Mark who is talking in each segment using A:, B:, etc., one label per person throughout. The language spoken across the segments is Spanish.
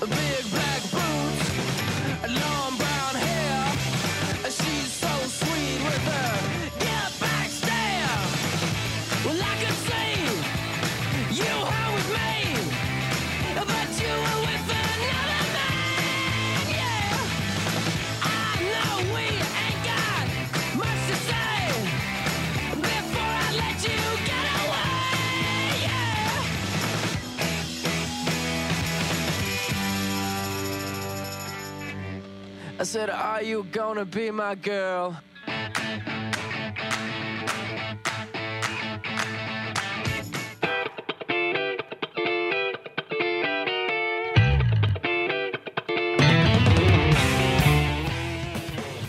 A: Big black boots, long brown hair. She's so sweet with her get back stare. Well, I could see you were with me, but you were with another man. Yeah. I know we ain't got much to say before I let you get away. Yeah. I said, Are you gonna be my girl?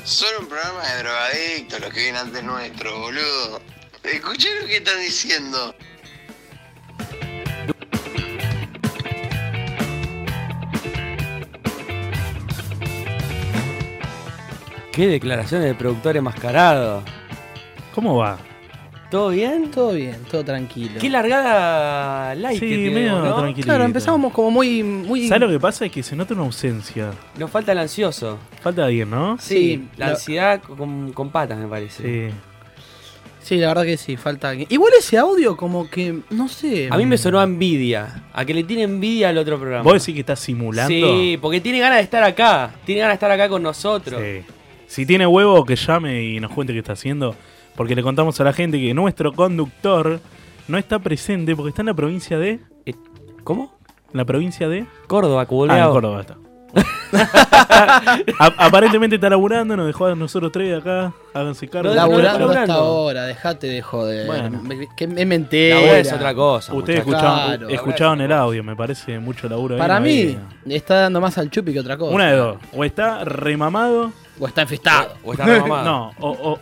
B: Son un programa de drogadictos, los que vienen antes nuestro, boludo. Escuché lo que están diciendo.
C: Qué declaraciones de productor enmascarado.
D: ¿Cómo va?
C: ¿Todo bien?
E: Todo bien, todo tranquilo.
C: Qué largada light
D: Sí,
C: que tenemos,
D: medio
C: ¿no?
D: tranquilito.
E: Claro, empezamos como muy. muy
D: ¿Sabes lo que pasa? Es que se nota una ausencia.
C: Nos falta el ansioso.
D: Falta alguien, ¿no?
E: Sí,
C: La
E: la-
C: ansiedad con, con patas, me parece.
D: Sí.
E: Sí, la verdad que sí, falta alguien. Igual ese audio, como que. No sé.
C: A mí me sonó a envidia. A que le tiene envidia al otro programa.
D: ¿Vos decís que está simulando?
C: Sí, porque tiene ganas de estar acá. Tiene ganas de estar acá con nosotros.
D: Sí. Si tiene huevo, que llame y nos cuente qué está haciendo. Porque le contamos a la gente que nuestro conductor no está presente porque está en la provincia de.
C: Eh, ¿Cómo?
D: En la provincia de.
C: Córdoba,
D: Ah, en
C: cuboleado.
D: Córdoba está. A- aparentemente está laburando, nos dejó a nosotros tres acá. Háganse cargo.
C: Pero
E: Laburando
C: no,
E: hasta
C: laburando.
E: ahora, dejate de joder.
D: Bueno.
E: Me- Que me
C: La
E: mentira.
C: hora es otra cosa.
D: Ustedes
C: muchachos.
E: escucharon-
D: escuchaban,
E: Claro.
D: escucharon el audio, me parece mucho laburo. ahí,
E: Para
D: no
E: mí,
D: había-
E: está dando más al chupi que otra cosa.
D: Una de dos. O está remamado.
E: O está enfestado.
C: O está mamado.
D: No, o, o-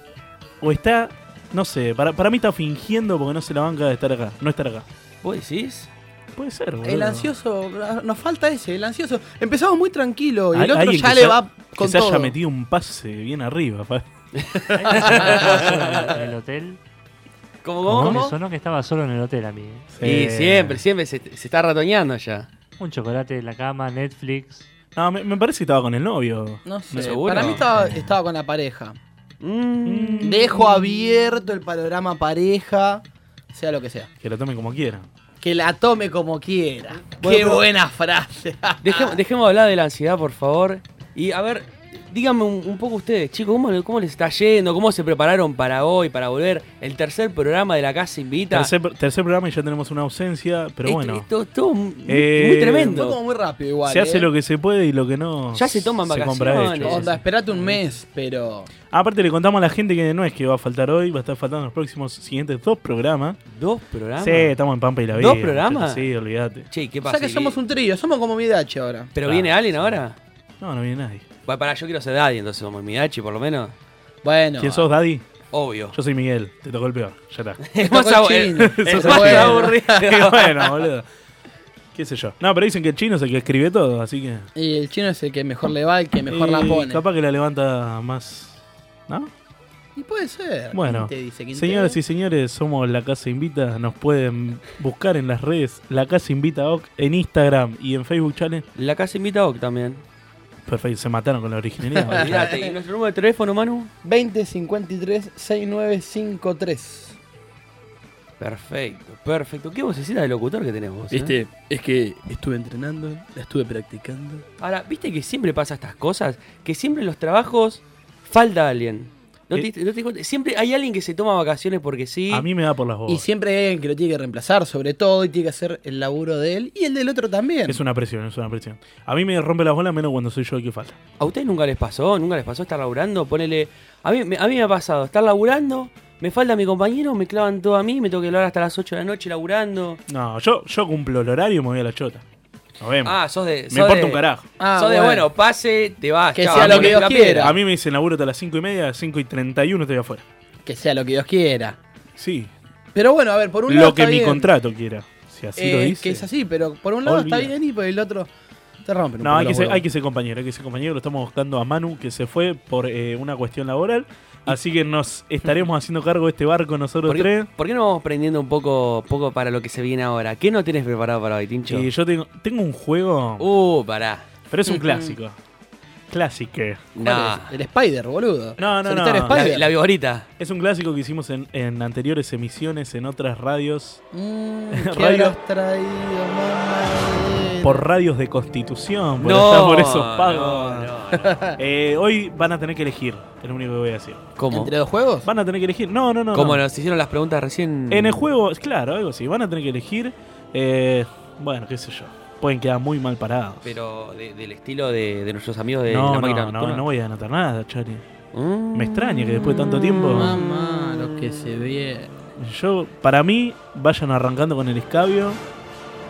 D: o está. No sé, para, para mí está fingiendo porque no se la banca de estar acá. No estar acá.
C: ¿Vos decís?
D: Puede ser, boludo.
E: El ansioso, nos falta ese, el ansioso. Empezamos muy tranquilo y
D: Hay-
E: el otro
D: alguien
E: ya
D: que
E: le
D: se-
E: va
D: Que
E: con
D: se
E: todo.
D: haya metido un pase bien arriba. pa.
F: estaba solo en el hotel.
C: ¿Cómo,
F: No
C: cómo,
F: me
C: cómo?
F: sonó que estaba solo en el hotel a mí. ¿eh?
C: Y
D: Sí.
C: siempre, siempre se, se está ratoñando ya.
F: Un chocolate en la cama, Netflix.
D: No, me, me parece que estaba con el novio.
E: No sé,
C: ¿Seguro?
E: para mí estaba, estaba con la pareja.
C: Mm.
E: Dejo abierto el panorama pareja, sea lo que sea.
D: Que lo tomen como quieran.
E: Que la tome como quiera.
C: Bueno,
E: Qué
C: pero-
E: buena frase.
C: Dejemos, dejemos de hablar de la ansiedad, por favor. Y a ver, díganme un, un poco ustedes, chicos, ¿cómo, le- ¿cómo les está yendo? ¿Cómo se prepararon para hoy, para volver? El tercer programa de la casa invita.
D: Tercer, tercer programa y ya tenemos una ausencia, pero
C: Esto-
D: bueno.
C: esto- esto muy,
D: Eh,
C: muy
E: Fue como
C: tremendo.
E: muy rápido igual.
D: se hace
E: eh.
D: lo que se puede y lo que no.
C: Ya se toman
D: compra
C: vacaciones.
D: hecho.
E: Onda, esperate un mes, pero.
D: Aparte, le contamos a la gente que no es que va a faltar hoy, va a estar faltando los próximos siguientes dos programas.
C: Dos programas.
D: Sí, estamos en Pampa y la Vida.
C: ¿Dos programas?
D: Sí, olvídate.
C: Che, ¿qué
E: O
C: pasa?
E: sea que somos un trío, somos como Midache ahora.
C: ¿Pero
D: Claro,
C: viene alguien ahora?
D: No, no viene nadie.
C: Va, para, yo quiero ser Daddy, entonces vamos, Midachi, por lo menos.
E: Bueno.
D: ¿Quién sos, Daddy?
C: Obvio.
D: Yo soy Miguel. Te tocó el peor. Ya está.
C: Es
E: tocó
C: más abu-
E: el chino.
C: es- es
E: Sos
C: más
E: bueno.
C: aburrido.
D: bueno, boludo. Qué sé yo. No, pero dicen que el chino es el que escribe todo, así que.
E: Y el chino es el que mejor le va, el que mejor la
D: Y
E: pone.
D: Capaz que la levanta más. ¿No?
E: Y puede ser.
D: Bueno,
E: ¿Quién te dice? ¿Quién te-
D: Señoras y señores, somos La Casa Invita. Nos pueden buscar en las redes La Casa Invita Oc en Instagram y en Facebook Challenge.
C: La casa invita a Oc también.
D: Perfecto, se mataron con la originalidad. boludo.
C: Mirate, ¿y nuestro número de teléfono, Manu?
E: 20 53 6953.
C: Perfecto, perfecto. ¿Qué vocecita de locutor que tenés vos? eh?
E: es que estuve entrenando, la estuve practicando.
C: Ahora, ¿viste que siempre pasa estas cosas? Que siempre en los trabajos falta alguien. ¿No te,
D: Eh.
C: diste- no te diste cuenta? Siempre hay alguien que se toma vacaciones porque sí.
D: A mí me da por las bolas.
E: Y siempre hay alguien que lo tiene que reemplazar, sobre todo, y tiene que hacer el laburo de él y el del otro también.
D: Es una presión, es una presión. A mí me rompe las bolas menos cuando soy yo el que falta.
C: ¿A ustedes nunca les pasó? ¿Nunca les pasó estar laburando? Ponele. A mí, me- a mí me ha pasado estar laburando, me falta mi compañero, me clavan todo a mí, me tengo que hablar hasta las 8 de la noche laburando.
D: No, yo, yo cumplo el horario y me voy a la chota. Nos vemos.
C: Ah, sos de.
D: me
C: sos
D: importa
C: de-
D: un carajo.
E: Ah,
C: sos de, bueno, pase, te vas.
E: Que
C: chao,
E: sea lo
C: ponés
E: que Dios
C: Ah, la
E: quiera.
C: piedra.
D: A mí me dicen laburo hasta las 5 y media, 5 y 31 estoy afuera.
E: que sea lo que Dios quiera.
D: sí.
E: Pero bueno, a ver, por un lado.
D: Lo que
E: está
D: mi
E: bien,
D: contrato quiera. Si así lo
E: eh,
D: dice.
E: Que es así, pero por un lado está
D: Olvida.
E: bien y por el otro te rompen. un
D: No,
E: poco
D: hay que,
E: los
D: ser,
E: huevos.
D: hay que ser compañero, hay que ser compañero. Lo estamos buscando a Manu, que se fue por eh, una cuestión laboral. Así que nos estaremos haciendo cargo de este barco nosotros
C: ¿Por qué,
D: tres.
C: por qué no vamos prendiendo un poco, poco para lo que se viene ahora? ¿Qué no tenés preparado para hoy, Tincho?
D: Y yo tengo, tengo un juego,
C: Uh, pará.
D: pero es un clásico. Clásico.
E: ¿Cuál
C: Nah.
E: es? El Spider, boludo.
D: No, no,
E: Solitario
D: no.
C: La,
E: Spider.
C: la viborita.
D: Es un clásico que hicimos en, en anteriores emisiones, en otras radios,
E: Mm, ¿Qué
D: Radio-
E: habrás traído, mamá?
D: por radios de constitución, por,
C: No,
D: estar por esos
C: no,
D: pagos.
C: no,
D: Eh, hoy van a tener que elegir, es lo único que voy a decir.
C: ¿Cómo?
E: ¿Entre dos juegos?
D: Van a tener que elegir. No, no, no.
C: Como
D: no.
C: nos hicieron las preguntas recién.
D: En el juego, claro, algo así. Van a tener que elegir. eh, bueno, qué sé yo. Pueden quedar muy mal parados.
C: Pero de- del estilo de, de nuestros amigos de
D: no,
C: la máquina
D: no, no,
C: nocturna.
D: no voy a anotar nada, Chani.
C: Mm.
D: Me extraña que después de tanto tiempo-
E: Mamá, lo que se ve.
D: Yo, para mí, vayan arrancando con el escabio.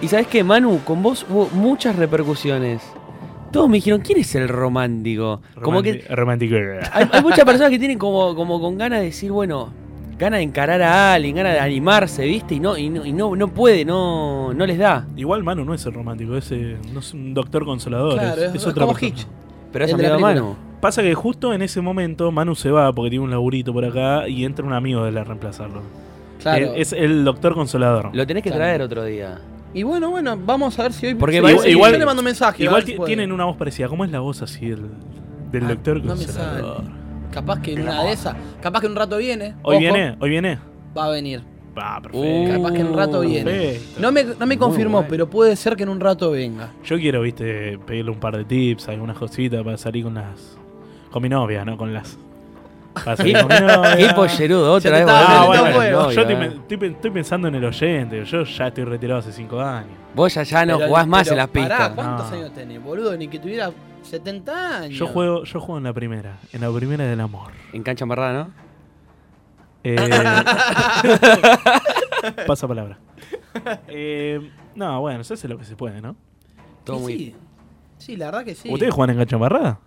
C: Y sabes que, Manu, con vos hubo muchas repercusiones. Todos me dijeron, ¿quién es el romántico? Como que
D: Romanti- Romántico.
C: hay, hay muchas personas que tienen como, como con ganas de decir, bueno, ganas de encarar a alguien, ganas de animarse, ¿viste? Y no, y no, y no, no puede, no, no les da.
D: Igual Manu Ah, no es el romántico, es, eh, no es un doctor consolador.
E: Claro,
D: es,
E: es-
D: es
E: es
D: otra
E: como
D: persona.
E: Hitch.
C: Pero es
E: El de la
C: amigo de Manu.
E: película.
D: Pasa que justo en ese momento Manu se va porque tiene un laburito por acá y entra un amigo de él a reemplazarlo.
E: Claro.
D: Eh, Es, el doctor consolador.
C: Lo tenés que
E: Claro.
C: traer otro día.
E: Y bueno, bueno, vamos a ver si hoy.
C: Porque
E: sí,
C: parece-
E: sí,
D: igual-
E: yo le mando un mensaje. a
D: Igual
E: ver si
D: ti-
E: puede.
D: tienen una voz parecida. ¿Cómo es la voz así del, del
E: Ah,
D: doctor
E: no me
D: consolador?
E: Capaz que en una de esas. Capaz que en un rato viene.
D: Hoy
E: ojo,
D: viene, hoy viene.
E: Va a venir.
C: Uh,
D: Va, Ah, perfecto.
E: Capaz que en un rato viene.
D: perfecto.
E: No me, no me confirmó,
C: bueno.
E: pero puede ser que en un rato venga.
D: Yo quiero, viste, pedirle un par de tips, algunas cositas para salir con las. con mi novia, ¿no? Con las. Para salir con mi novia.
C: Qué pollerudo,
E: Se
C: otra
E: te
C: vez.
E: está-
D: Ah,
E: No,
C: volviendo
D: bueno,
C: con
E: bueno,
C: el novio,
D: yo estoy,
C: eh.
D: estoy pen- estoy pensando en el oyente, yo ya estoy retirado hace 5 años.
C: Vos ya, ya Ah, no
E: Pero-
C: jugás más
E: pero
C: en las
E: pará,
C: pistas. Ah.
E: ¿Cuántos
D: No.
E: años tenés, boludo? Ni que tuviera 70 años.
D: Yo juego, yo juego en la primera, en la primera del amor.
C: En cancha embarrada, ¿no?
D: Eh, pasa palabra. Eh, no, bueno, se hace lo que se puede, ¿no?
C: Todo
E: Y
C: muy...
E: sí. Sí, la verdad que sí.
D: ¿Ustedes juegan en cachamarrada?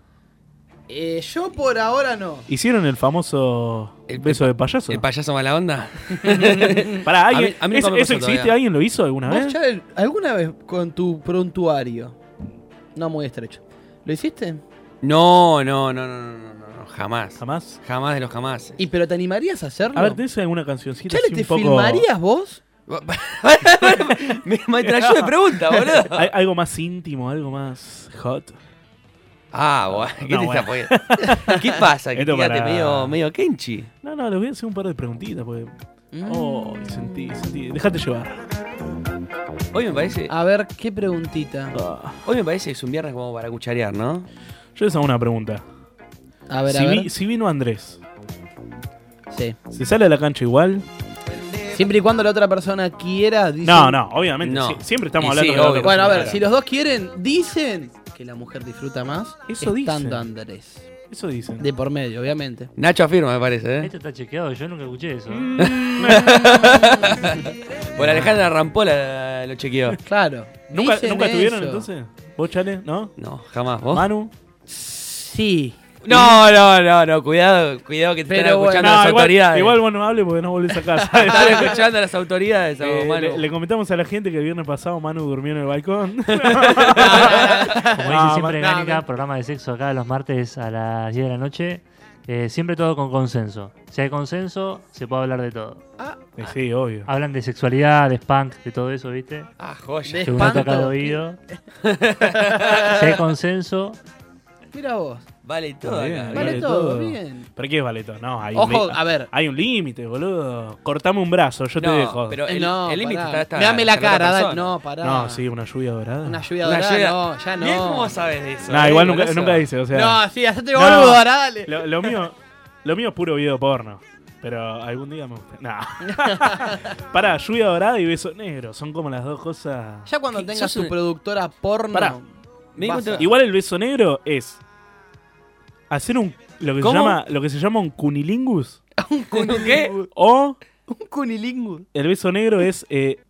E: Eh, yo por ahora no.
D: ¿Hicieron el famoso
C: El-
D: beso de payaso?
C: ¿El payaso mala onda?
D: Pará,
C: mí-
D: ¿alguien,
C: a mí
D: ¿es-
C: nunca
D: ¿eso,
C: me pasó
D: existe?
C: todavía.
D: ¿Alguien lo hizo alguna
E: ¿Vos,
D: vez?
E: Chávez, alguna vez con tu prontuario? No muy estrecho. ¿Lo hiciste?
C: No, no, no, no, no, no, no, jamás. jamás.
D: Jamás.
C: de los jamás.
E: ¿Y pero te animarías a hacerlo?
D: A ver, ¿tenés alguna cancioncita
E: Chale,
D: así
E: ¿te
D: un poco...
E: filmarías vos?
C: me, me trayó de pregunta, boludo.
D: Al- Algo más íntimo, algo más hot.
C: Ah, bueno, ¿qué
D: No,
C: te
D: bueno.
C: está poniendo? ¿Qué pasa? Que
D: Esto
C: fíjate,
D: para-
C: medio, medio Kenchi.
D: No, no, les voy a hacer un par de preguntitas porque...
E: Mm.
D: Oh, sentí, sentí. Dejate llevar.
C: Hoy me parece,
E: A ver, qué preguntita.
D: Ah.
C: hoy me parece que es un viernes como para cucharear, ¿no?
D: Yo les hago una pregunta.
E: A ver, a
D: si,
E: ver.
D: vi- si vino Andrés,
E: Sí.
D: ¿se sale a la cancha igual?
E: Siempre y cuando la otra persona quiera, dicen...
D: No, no, obviamente.
C: No.
D: Sie- siempre estamos
C: Y sí,
D: hablando de la otra
C: obvio.
E: Bueno, a ver,
D: persona.
E: si los dos quieren, dicen que la mujer disfruta más
D: Eso
E: estando
D: dicen.
E: Andrés.
D: Eso dicen.
E: De por medio, obviamente.
C: Nacho afirma, me parece, ¿eh?
F: Esto este está chequeado, yo nunca escuché eso.
C: Mm. Por Alejandra Rampola lo chequeó.
E: Claro.
D: ¿Nunca,
E: dicen
D: ¿nunca tuvieron
E: eso.
D: entonces? ¿Vos, Chale? ¿No?
C: No, jamás, ¿vos?
D: ¿Manu?
E: Sí.
C: No, no, no, no, cuidado, cuidado que te
E: Pero
C: están
E: bueno.
C: escuchando
D: No,
C: las
D: igual,
C: autoridades.
D: igual vos no hables porque no volvés a casa.
C: Están escuchando a las autoridades, a
D: Eh,
C: Manu.
D: le, le comentamos a la gente que el viernes pasado Manu durmió en el balcón.
F: Como dice
D: No,
F: siempre
E: ma- no,
F: Gánica,
E: me-
F: programa de sexo acá los martes a las 10 de la noche. Eh, siempre todo con consenso. Si hay consenso, se puede hablar de todo.
D: Eh, sí, obvio.
F: Hablan de sexualidad, de spunk, de todo eso, ¿viste?
C: Ah, joya.
E: De
F: Que uno toca el
E: espanto.
F: oído. si hay consenso,
E: Mira vos.
C: Vale todo.
D: Está bien,
C: acá,
E: Vale
C: bien.
E: todo, bien.
D: ¿eh? ¿Pero qué es valeto? No, hay un
E: Ojo,
D: li-
E: a ver.
D: Hay un límite, boludo. Cortame un brazo, yo te
C: No,
D: dejo.
C: pero
E: Eh,
C: el
E: no,
C: el límite
E: pará.
C: está, está.
E: Me dame la
C: con otra
E: cara, dale.
C: persona.
E: No, pará.
D: No, sí, una lluvia dorada.
E: Una lluvia
C: Una
E: dorada,
C: llega-
E: no, ya no.
C: Mirá cómo sabes de eso.
D: No,
C: eh,
D: igual nunca,
C: golazo.
D: nunca dice, o sea.
E: no, sí, hacete
D: No.
E: boludo, ahora dale.
D: Lo, lo mío, lo mío es puro video porno. Pero algún día me gusta. No. Pará, lluvia dorada y beso negro. Son como las dos cosas.
E: Ya cuando
C: ¿Qué?
E: tengas
C: Sos
E: tu
C: un-
E: productora porno.
D: Pará.
C: Me di
E: vas
C: cuenta-
E: a-
D: Igual el beso negro es hacer un lo que se
C: ¿Cómo?
D: llama lo que se llama un cunilingus
C: ¿Qué?
D: o
E: Un cunilingus.
D: el beso negro es eh,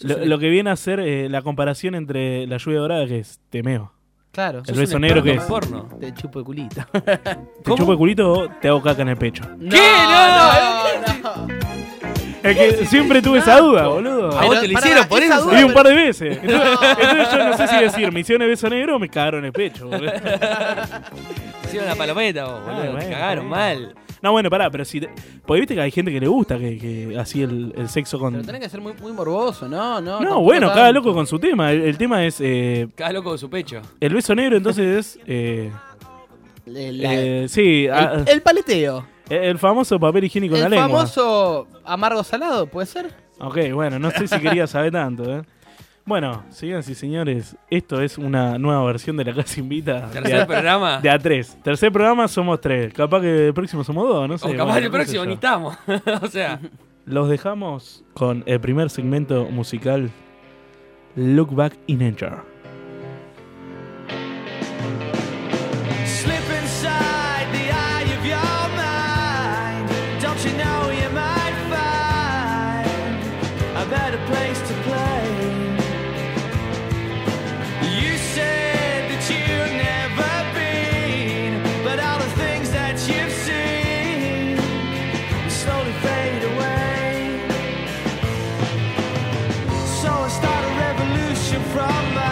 D: lo, lo que viene a ser eh, la comparación entre la lluvia dorada que es temeo.
E: Claro.
D: El beso negro que
C: es. porno.
E: Te chupo de culito.
D: Te chupo el culito, te hago caca en el pecho.
E: ¿Qué? No, no, no.
D: Es que siempre tuve esa duda, boludo.
C: A vos te lo
E: pará,
C: hicieron por
E: esa
C: eso.
E: duda-
D: Y un par de veces. Entonces, entonces yo no sé si decir, me hicieron el beso negro o me cagaron el pecho, boludo.
C: Te hicieron la palometa, vos, boludo.
D: Ah, bueno,
C: te cagaron
D: está
C: mal.
D: No, bueno, pará, pero si. te- Porque viste que hay gente que le gusta que, que así el, el sexo con.
E: Pero tenés que ser muy, muy morboso, ¿no? No,
D: No,
E: tampoco
D: bueno, cada
E: tanto.
D: loco con su tema. El, el tema es. eh,
C: Cada loco con su pecho.
D: el beso negro, entonces es. eh,
E: El, la-
D: eh, sí,
E: el-
D: ah,
E: el paleteo.
D: el, famoso papel higiénico en la
E: El
D: lengua.
E: famoso amargo salado, ¿puede ser?
D: Ok, bueno, no sé si quería saber tanto, ¿eh? Bueno, señoras y señores, esto es una nueva versión de la Casa Invita.
C: Tercer
D: De a,
C: programa.
D: de a tres. Tercer programa somos tres. Capaz que el próximo somos dos, no sé.
C: o capaz
D: bueno,
C: el
D: qué sé
C: próximo,
D: yo.
C: ni estamos. o sea,
D: Los dejamos con el primer segmento musical Look Back in Anger.
A: Slip inside the eye of your mind. Don't you know you might find a better place to play? You said that you've never been, but all the things that you've seen slowly fade away. So I start a revolution from my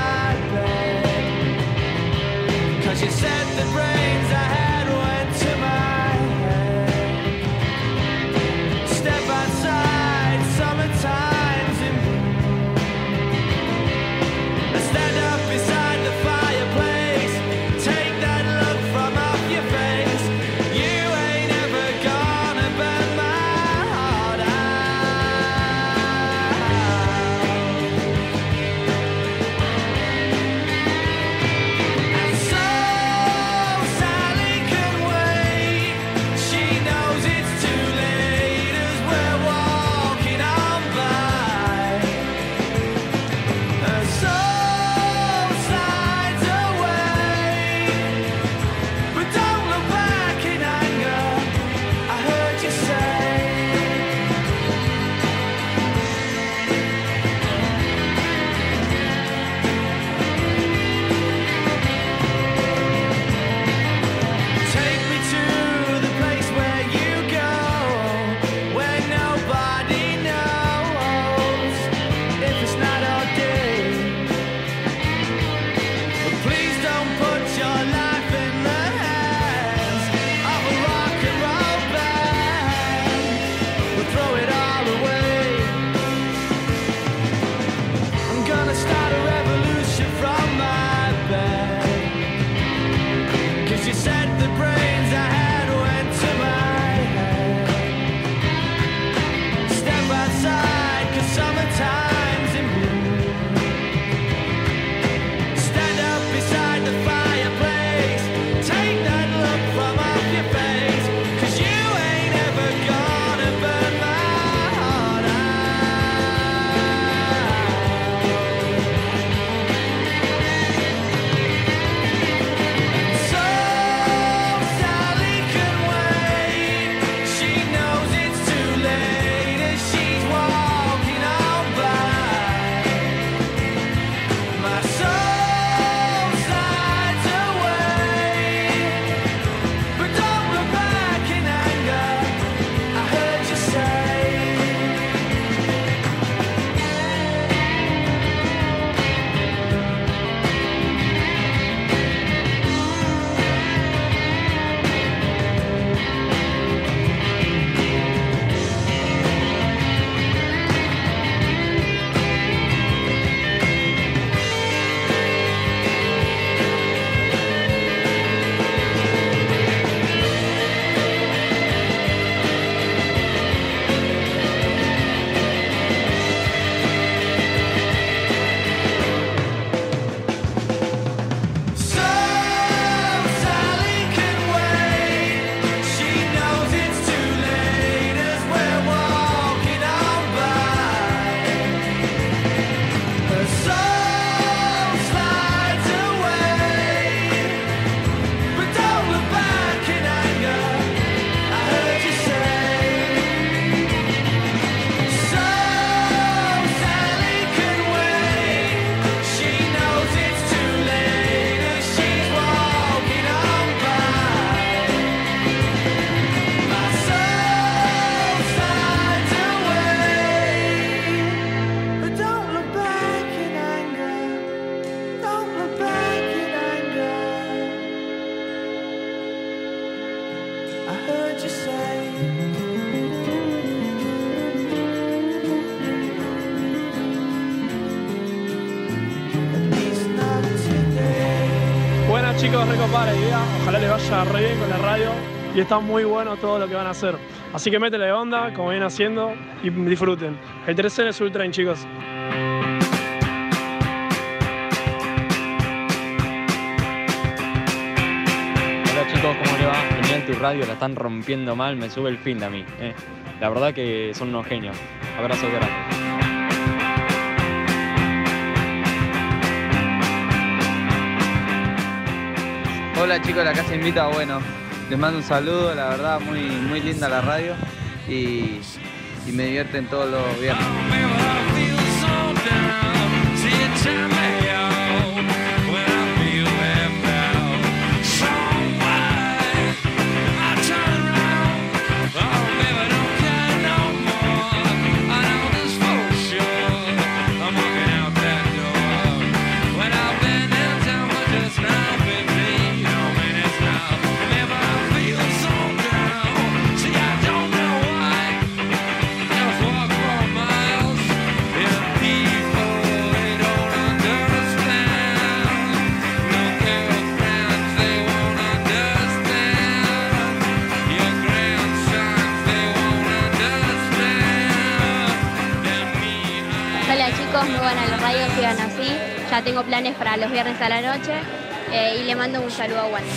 G: chicos, recopada la idea. Ojalá les vaya re bien con la radio. Y está muy bueno todo lo que van a hacer. Así que métele onda, como vienen haciendo, y disfruten. El tercer es Ultrain, chicos.
H: Hola chicos, ¿cómo le va? Genial tu radio, la están rompiendo mal, me sube el fin a mí. eh. La verdad que son unos genios. Abrazos grandes.
I: Hola chicos, la casa invita, bueno, les mando un saludo, la verdad muy, muy linda la radio y, y me divierten todos los viernes.
J: Hola chicos, muy buena la radio, sigan así. Ya tengo planes para los viernes a la noche eh, y le mando un saludo a Wanda.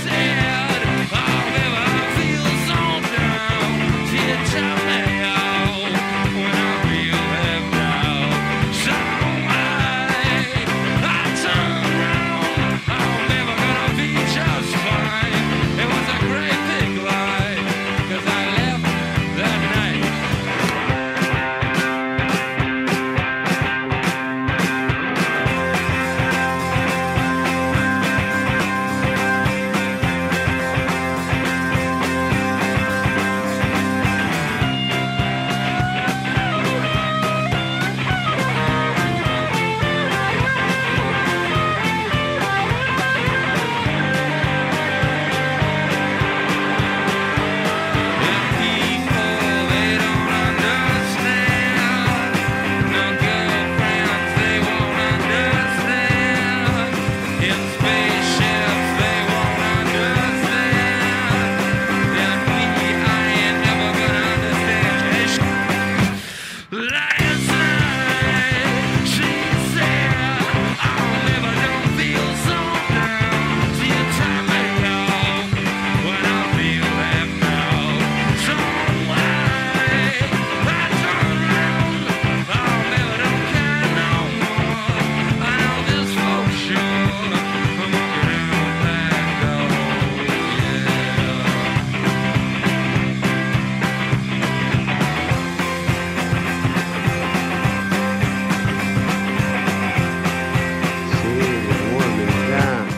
A: Sí, mi amor, me encanta.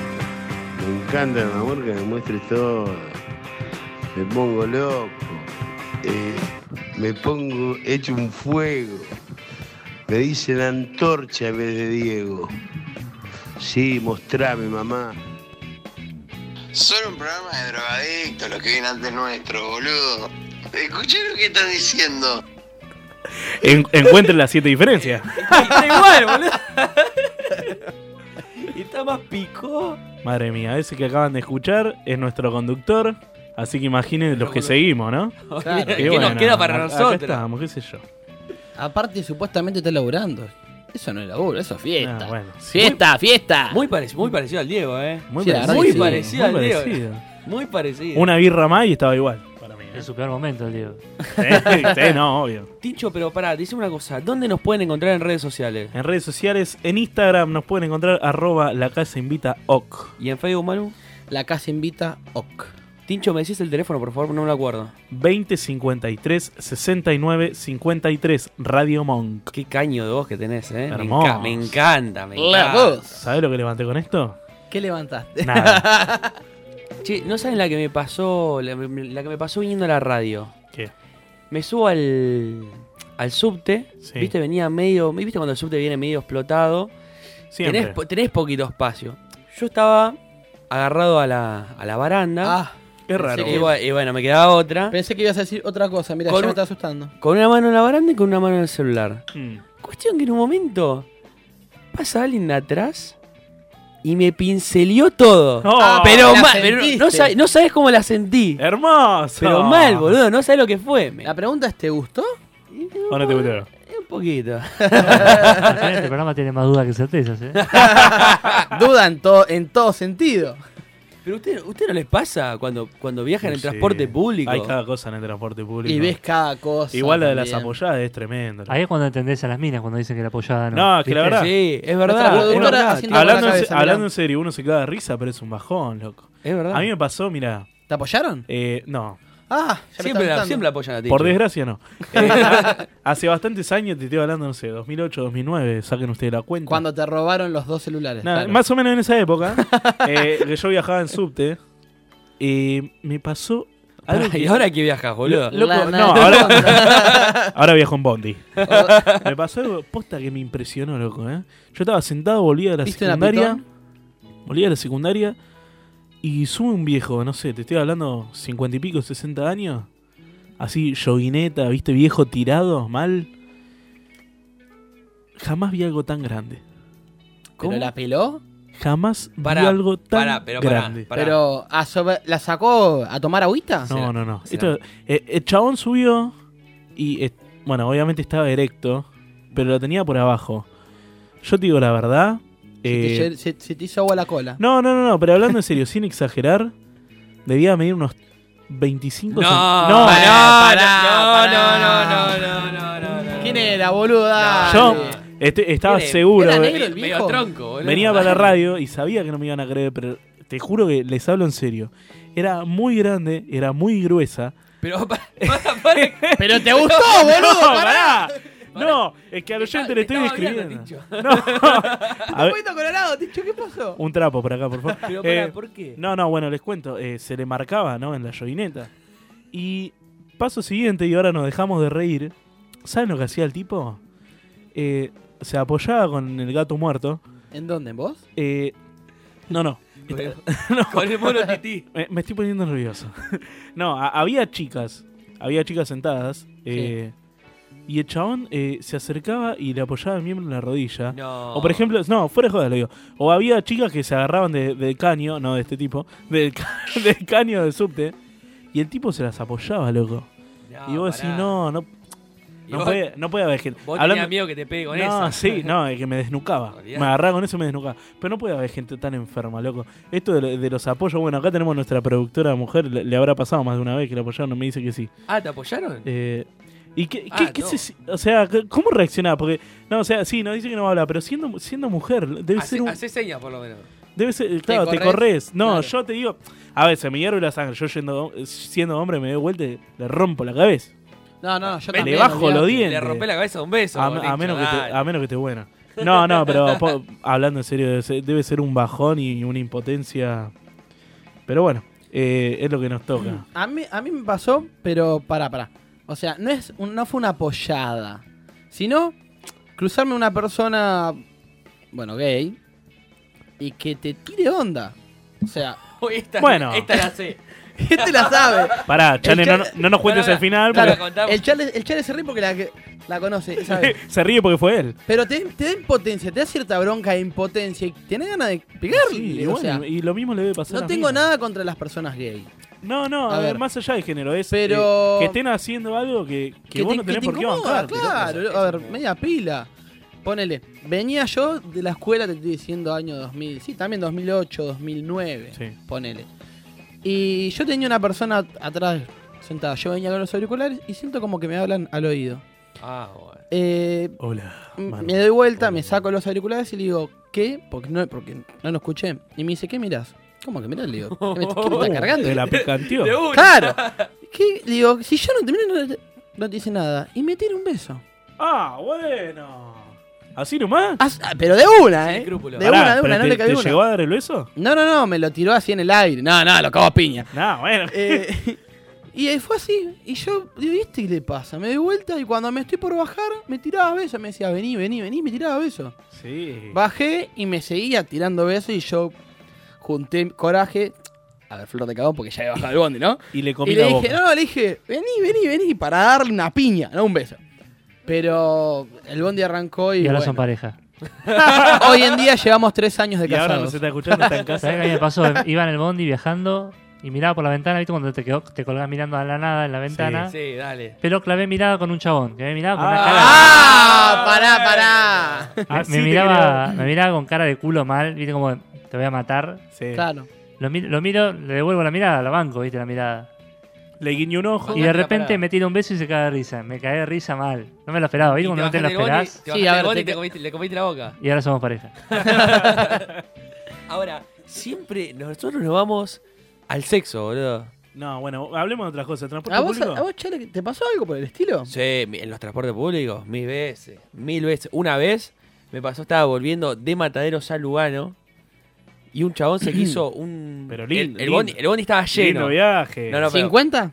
A: Me encanta, mi amor, que me muestres todo. Me pongo loco. Eh, me pongo hecho un fuego. Me dicen antorcha en vez de Diego. Sí, mostrame, mamá.
K: Son un programa de drogadictos los que vienen antes nuestro, boludo. Escuché lo que están diciendo.
D: En- encuentren las siete diferencias.
C: Está igual, boludo. Y está más picó.
D: Madre mía, ese que acaban de escuchar es nuestro conductor. Así que imaginen los que seguimos, ¿no?
E: Claro.
D: Que
E: ¿Qué nos queda para
D: acá
E: nosotros?
D: estamos, qué sé yo.
E: Aparte, supuestamente está laburando. Eso no es laburo, eso es fiesta.
C: Ah, bueno.
E: Fiesta, fiesta.
C: Muy, parec- muy parecido al Diego, ¿eh?
D: Muy
E: Sí, la
D: parecido.
E: verdad que sí.
C: parecido
D: Muy
C: al Diego.
D: parecido.
C: Muy parecido.
D: Una birra más y estaba igual.
F: Es su peor momento, Diego.
D: sí, no, obvio.
C: Ticho, pero pará, dice una cosa. ¿Dónde nos pueden encontrar en redes sociales?
D: En redes sociales, en Instagram nos pueden encontrar arroba la casa invita oc.
C: ¿Y en Facebook, Manu?
E: La casa invita OC.
C: Tincho, ¿me decís el teléfono, por favor? No me lo acuerdo.
D: 20 53 69 53 Radio Monk.
C: Qué caño de voz que tenés, eh. Me
D: Hermoso.
C: enca- Me encanta, me
E: La
C: encanta.
E: voz.
D: ¿Sabes lo que levanté con esto?
E: ¿Qué levantaste?
D: Nada.
C: Che, ¿no saben la que me pasó? La, la que me pasó viniendo a la radio.
D: ¿Qué?
C: Me subo al. al subte.
D: Sí.
C: Viste, venía medio. ¿Viste cuando el subte viene medio explotado?
D: Siempre.
C: Tenés, po- tenés poquito espacio. Yo estaba agarrado a la, a la baranda.
E: Ah,
D: qué
E: raro.
C: Y, bu- y bueno, me quedaba otra.
E: Pensé que ibas a decir otra cosa, mira,
C: Con
E: ya me
C: un-
E: está asustando.
C: Con una mano en la baranda y con una mano en el celular.
D: Mm.
C: Cuestión que en un momento pasa alguien de atrás y me pincelió todo.
D: Oh,
C: pero
D: la
C: mal, pero no,
D: sentiste.
C: sabes, no sabes cómo la sentí.
D: Hermoso.
C: Pero mal, boludo, no sabes lo que fue. La
E: pregunta es, ¿te gustó?
D: ¿O no te gustó?
E: eh,
C: Un poquito.
F: Este programa tiene más dudas que certezas, ¿eh?
E: Duda en, to- en todo sentido.
C: Pero usted, usted no les pasa cuando, cuando viajan en
D: Sí.
C: transporte público.
D: Hay cada cosa en el transporte público.
C: Y ves
E: cada cosa
D: Igual la de las
C: también.
D: apoyadas es tremenda.
F: Ahí es cuando entendés a las minas cuando dicen que la apoyada no.
D: No, es que la
F: ¿Viste?
D: verdad.
F: Nuestra
D: es
F: productora
D: verdad.
F: haciendo con la
D: Hablando, en se-
F: cabeza, mirá.
D: hablando en serio, uno se caga de risa, pero es un bajón, loco.
C: Es verdad.
D: A mí me pasó, mira.
E: ¿Te apoyaron?
D: Eh, no.
E: Ah, ya me
C: Siempre
E: está
C: la-
E: gustando.
C: siempre la apoyan a ti.
D: Por
C: Chico.
D: desgracia, no. Eh, hace bastantes años, te estoy hablando, no sé, 2008, 2009, saquen ustedes la cuenta.
E: Cuando te robaron los dos celulares.
D: Nada,
E: claro.
D: Más o menos en esa época, eh, que yo viajaba en subte, eh, me pasó algo
C: Pará, ¿y ahora qué viajas, boludo?
D: Lo- loco,
C: La-
D: no,
C: la-
D: ahora, ahora viajo en Bondi. me pasó algo posta que me impresionó, loco. ¿eh? Yo estaba sentado, volvía de la
E: ¿Viste una
D: secundaria. Volvía de la secundaria y sube un viejo, no sé, te estoy hablando 50 y pico, 60 años. Así, yoguineta, viste, viejo tirado, mal. Jamás vi algo tan grande.
E: ¿Pero la peló?
D: Jamás vi algo tan grande.
E: Pero, ¿a sobre- ¿la sacó a tomar agüita?
D: No, no, no. Esto- eh, el chabón subió y, eh, bueno, obviamente estaba erecto, pero lo tenía por abajo. Yo te digo la verdad. eh,
E: Se, se- se te hizo agua la cola.
D: no, no, no, no, pero hablando en serio, sin exagerar, debía medir unos 25
C: No,
D: cent-
C: no,
E: pará,
C: no, no, no, no, no, no, no.
E: ¿Quién era, boluda?
D: Yo este- estaba
E: Era-
D: seguro.
E: era
D: ve-
E: negro el viejo. Medio tronco, boludo.
D: venía para la radio y sabía que no me iban a creer, pero te juro que les hablo en serio. Era muy grande, era muy gruesa.
C: Pero, pa- para, para.
E: Pero te
D: gustó, boludo,
C: No,
D: pará. No, es que al oyente le estoy
C: estaba hablando,
D: describiendo.
C: Tincho.
D: No. A
E: Un
D: ver,
E: poquito colorado, Ticho, ¿qué pasó?
D: un trapo por acá, por favor.
E: Pero pará,
D: Eh,
E: ¿por qué?
D: No, no, bueno, les cuento. eh, se le marcaba, ¿no? En la llovineta. Y paso siguiente, y ahora nos dejamos de reír. ¿Saben lo que hacía el tipo? Eh, se apoyaba con el gato muerto.
E: ¿En dónde, en vos?
D: Eh, no, no.
E: Con el-
D: Esta- no.
E: con el mono tití.
D: Me, me estoy poniendo nervioso. no, a- había chicas. Había chicas sentadas. eh, Y el chabón eh, se acercaba y le apoyaba el miembro en la rodilla.
C: No.
D: O por ejemplo, no, fuera de joda lo digo. O había chicas que se agarraban de- del caño, no de este tipo, del, ca- del caño del subte. Y el tipo se las apoyaba, loco. y vos decís, no, no.
C: Y
D: No
C: vos-
D: puede, no puede haber gente.
C: vos tenías miedo que te pegue con
D: no,
C: esa.
D: sí, no, es que me desnucaba.
C: Olvidate.
D: me agarraba con eso y me desnucaba. Pero no puede haber gente tan enferma, loco. Esto de, de los apoyos, bueno, acá tenemos nuestra productora mujer, le, le habrá pasado más de una vez que la apoyaron, no me dice que sí.
C: Ah, ¿te apoyaron?
D: Eh, ¿Y qué,
C: Ah,
D: qué- qué
C: no.
D: se- O sea, c- ¿cómo reaccionaba? Porque, no, o sea, sí, nos dice que no va a hablar, pero siendo, siendo mujer, debe
C: Hacé,
D: ser un.
C: hacé señas, por lo menos.
D: Debe ser, claro, te
C: corres?
D: corres. No,
C: Claro.
D: yo te digo, a ver, se me hierve la sangre. Yo yendo, siendo hombre me doy vuelta y le rompo la cabeza.
E: No, no, yo
D: Le
E: también.
D: bajo los
E: olvidate.
D: dientes.
C: Le rompé la cabeza de un beso.
D: A,
C: vos,
D: a
C: Tincho,
D: menos que te,
C: dale.
D: a menos que esté buena. No, no, pero po- hablando en serio, debe ser, debe ser un bajón y una impotencia. Pero bueno, eh, es lo que nos toca.
E: A mí, a mí me pasó, pero pará, pará. O sea, no, es un- no fue una apoyada, sino cruzarme una persona, bueno, gay, y que te tire onda. O sea,
C: Ah, Uy, esta,
D: Bueno.
C: esta la sé.
E: este la sabe.
D: Pará, Chale,
E: El
D: no,
E: Chale-
D: no- no nos cuentes
E: Pará,
D: el final.
E: claro,
D: porque-
E: el, chale, el Chale se ríe porque la, que- la conoce, sabe.
D: se ríe porque fue él.
E: Pero te, te da impotencia, te da cierta bronca e impotencia y tenés ganas de pegarle.
D: Sí, y,
E: o
D: bueno,
E: sea,
D: y lo mismo le debe pasar
E: no
D: a
E: tengo
D: mí.
E: nada contra las personas gay.
D: No, no,
E: A
D: a ver,
E: ver.
D: más allá de género, es
E: Pero-
D: eh, que estén haciendo algo que, que vos no tenés por qué
E: incomoda,
D: bancar.
E: Claro, a ver, media pila. Ponele, venía yo de la escuela, te estoy diciendo año 2000, sí, también 2008, 2009, ponele. Y yo tenía una persona at- atrás sentada, yo venía con los auriculares y siento como que me hablan al oído.
C: Ah, bueno.
E: Eh,
D: Hola.
E: m-
D: Manu.
E: Me doy vuelta, me saco los auriculares y le digo, ¿qué? Porque no, porque no lo escuché. Y me dice, ¿qué mirás? ¿Cómo que mirás? Le digo, ¿qué me, qué me
D: Oh.
E: estás cargando?
D: Te la picanteó. De una.
E: Claro. ¿Qué? Le digo, si yo no te miro, no, te- no te hice nada. Y me tira un beso.
D: Ah, bueno. ¿Así nomás?
E: Ah, Pero de una, ¿eh? De una, de
D: Pará,
E: una,
D: pero
E: no
D: te-
E: le cabía
D: ¿Te
E: una.
D: llegó a dar el beso?
E: No, no, no, me lo tiró así en el aire. No, no, lo cago a piña.
D: No, bueno.
E: Eh, y ahí fue así. Y yo, digo, ¿y este qué le pasa? Me doy vuelta y cuando me estoy por bajar, me tiraba besos. Me decía, vení, vení, vení, me tiraba besos.
D: Sí.
E: Bajé y me seguía tirando besos y yo junté coraje. A ver, flor de cagón porque ya he bajado el bondi, ¿no?
D: Y le comí
E: Y le
D: la
E: dije,
D: boca.
E: no, le dije, vení, vení, vení, para darle una piña, no un beso. Pero el bondi arrancó y.
F: Y ahora
E: bueno.
F: son pareja.
E: Hoy en día llevamos tres años de
D: Y ahora
E: casados.
D: nos está escuchando, está en casa.
F: ¿Sabés qué a mí me pasó? Iba en el bondi viajando y miraba por la ventana, ¿viste? Cuando te, quedó, te colgás mirando a la nada en la ventana.
C: sí, dale.
F: Pero clavé mirada con un chabón, que me miraba con una cara.
E: ¡Ah! ¡Pará, pará!
F: Ah, me, miraba, me miraba con cara de culo mal, viste como te voy a matar.
E: Claro.
F: Lo, mi- lo miro, le devuelvo la mirada, la banco, viste la mirada.
D: Le guiño un ojo.
F: Y de repente me tira un beso y se cae de risa. Me cae de risa mal. No me lo esperaba,
C: Y
F: ¿viste? Cuando no te lo
C: bajaste del bondi-
F: esperás.
C: Te bajaste del bondi y te comiste- le comiste la boca.
F: Y ahora somos pareja.
C: Ahora, siempre nosotros nos vamos al sexo, boludo.
D: No, bueno, hablemos de otras cosas. ¿Transporte
E: ¿A vos,
D: público?
E: a vos, Chale, te pasó algo por el estilo?
C: Sí, mi- en los transportes públicos, mil veces, mil veces. Una vez me pasó, estaba volviendo de Mataderos a Lugano y un chabón se quiso un...
D: Pero lindo,
C: el, el bondi,
D: lindo.
C: el bondi estaba lleno.
D: Lindo viaje.
C: No, no, pero-
E: ¿50?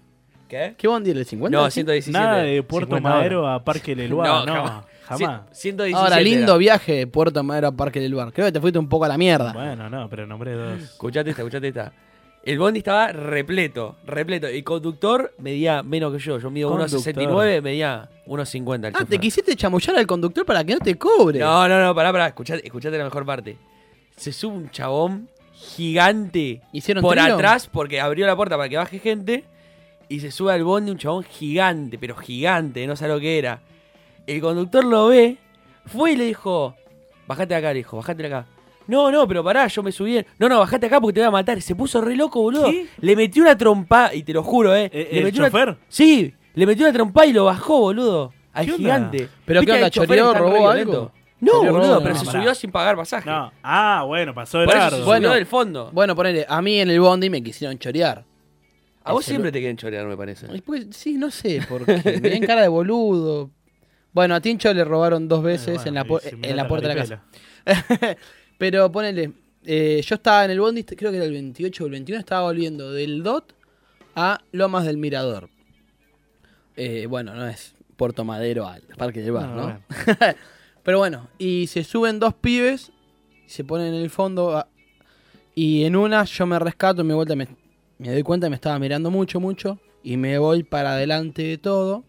C: ¿Qué?
E: ¿Qué bondi era el 50?
C: No, 117.
D: Nada de Puerto
C: 50 horas.
D: Madero a Parque Leluá, no, jamás.
C: Cien- 117
E: Ahora, lindo
C: era.
E: viaje de Puerto Madero a Parque del Lugar. Creo que te fuiste un poco a la mierda.
D: Bueno, no, pero nombré dos.
C: Escuchate esta, escuchate esta. El bondi estaba repleto, repleto. El conductor medía menos que yo. Yo mido
E: Conductor.
C: 1,69, medía 1,50 el
E: Ah,
C: chofer.
E: te quisiste chamullar al conductor para que no te cobre.
C: No, no, no, pará, pará, escuchate, escuchate la mejor parte. Se sube un chabón gigante
E: ¿Hicieron
C: por
E: trino?
C: atrás porque abrió la puerta para que baje gente y se sube al bondi un chabón gigante, pero gigante, no sé lo que era. El conductor lo ve, fue y le dijo, bajate de acá, le dijo, bajate de acá. No, no, pero pará, yo me subí. No, no, bajate acá porque te voy a matar. Se puso re loco, boludo. Le metió una trompa, y te lo juro, ¿eh?
D: ¿E-
C: le
D: el
C: metió una-
D: chofer?
C: Sí, le metió una trompa y lo bajó, boludo. Al
D: ¿Qué onda?
C: gigante. Viste
E: ¿Pero qué
C: que
E: onda,
C: hay choferes que
E: choreó,
C: están re
E: robó
C: violentos.
E: algo?
C: No,
E: Choreó,
C: boludo,
E: robó,
C: pero
E: no,
C: se
E: pará.
C: subió sin pagar pasaje.
D: No. Ah, bueno, pasó de
C: Por eso
D: largo.
C: se
E: Bueno.
C: subió del fondo.
E: Bueno, ponele, a mí en el bondi me quisieron chorear.
C: A vos
E: Ese
C: siempre
E: lo-
C: te quieren chorear, me parece.
E: Y pues, sí, no sé por qué. Me ven cara de boludo. Bueno, a Tincho le robaron dos veces
D: bueno,
E: en, la
D: y
E: pu-
D: se me
E: en la
D: nota
E: puerta de la
D: caripela.
E: casa. Pero ponele, eh, yo estaba en el bondi, creo que era el 28 o el 21, estaba volviendo del DOT a Lomas del Mirador. Eh, bueno, no es Puerto Madero al Parque del Bar,
D: No,
E: ¿no? Pero bueno, y se suben dos pibes, se ponen en el fondo a- y en una yo me rescato, me vuelta, me, me doy cuenta que me estaba mirando mucho, mucho y me voy para adelante de todo.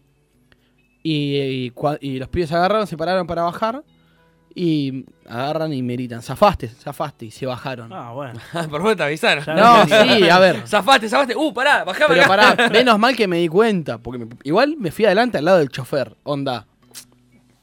E: Y, y cua- y los pibes agarraron, se pararon para bajar y agarran y me gritan, zafaste, zafaste y se bajaron.
D: Ah, bueno.
C: Por favor, te avisaron.
E: No, sí, a ver.
C: Zafaste, zafaste. Uh, pará, bajame
E: Pero
C: acá.
E: pará, menos mal que me di cuenta, porque me- igual me fui adelante al lado del chofer, onda.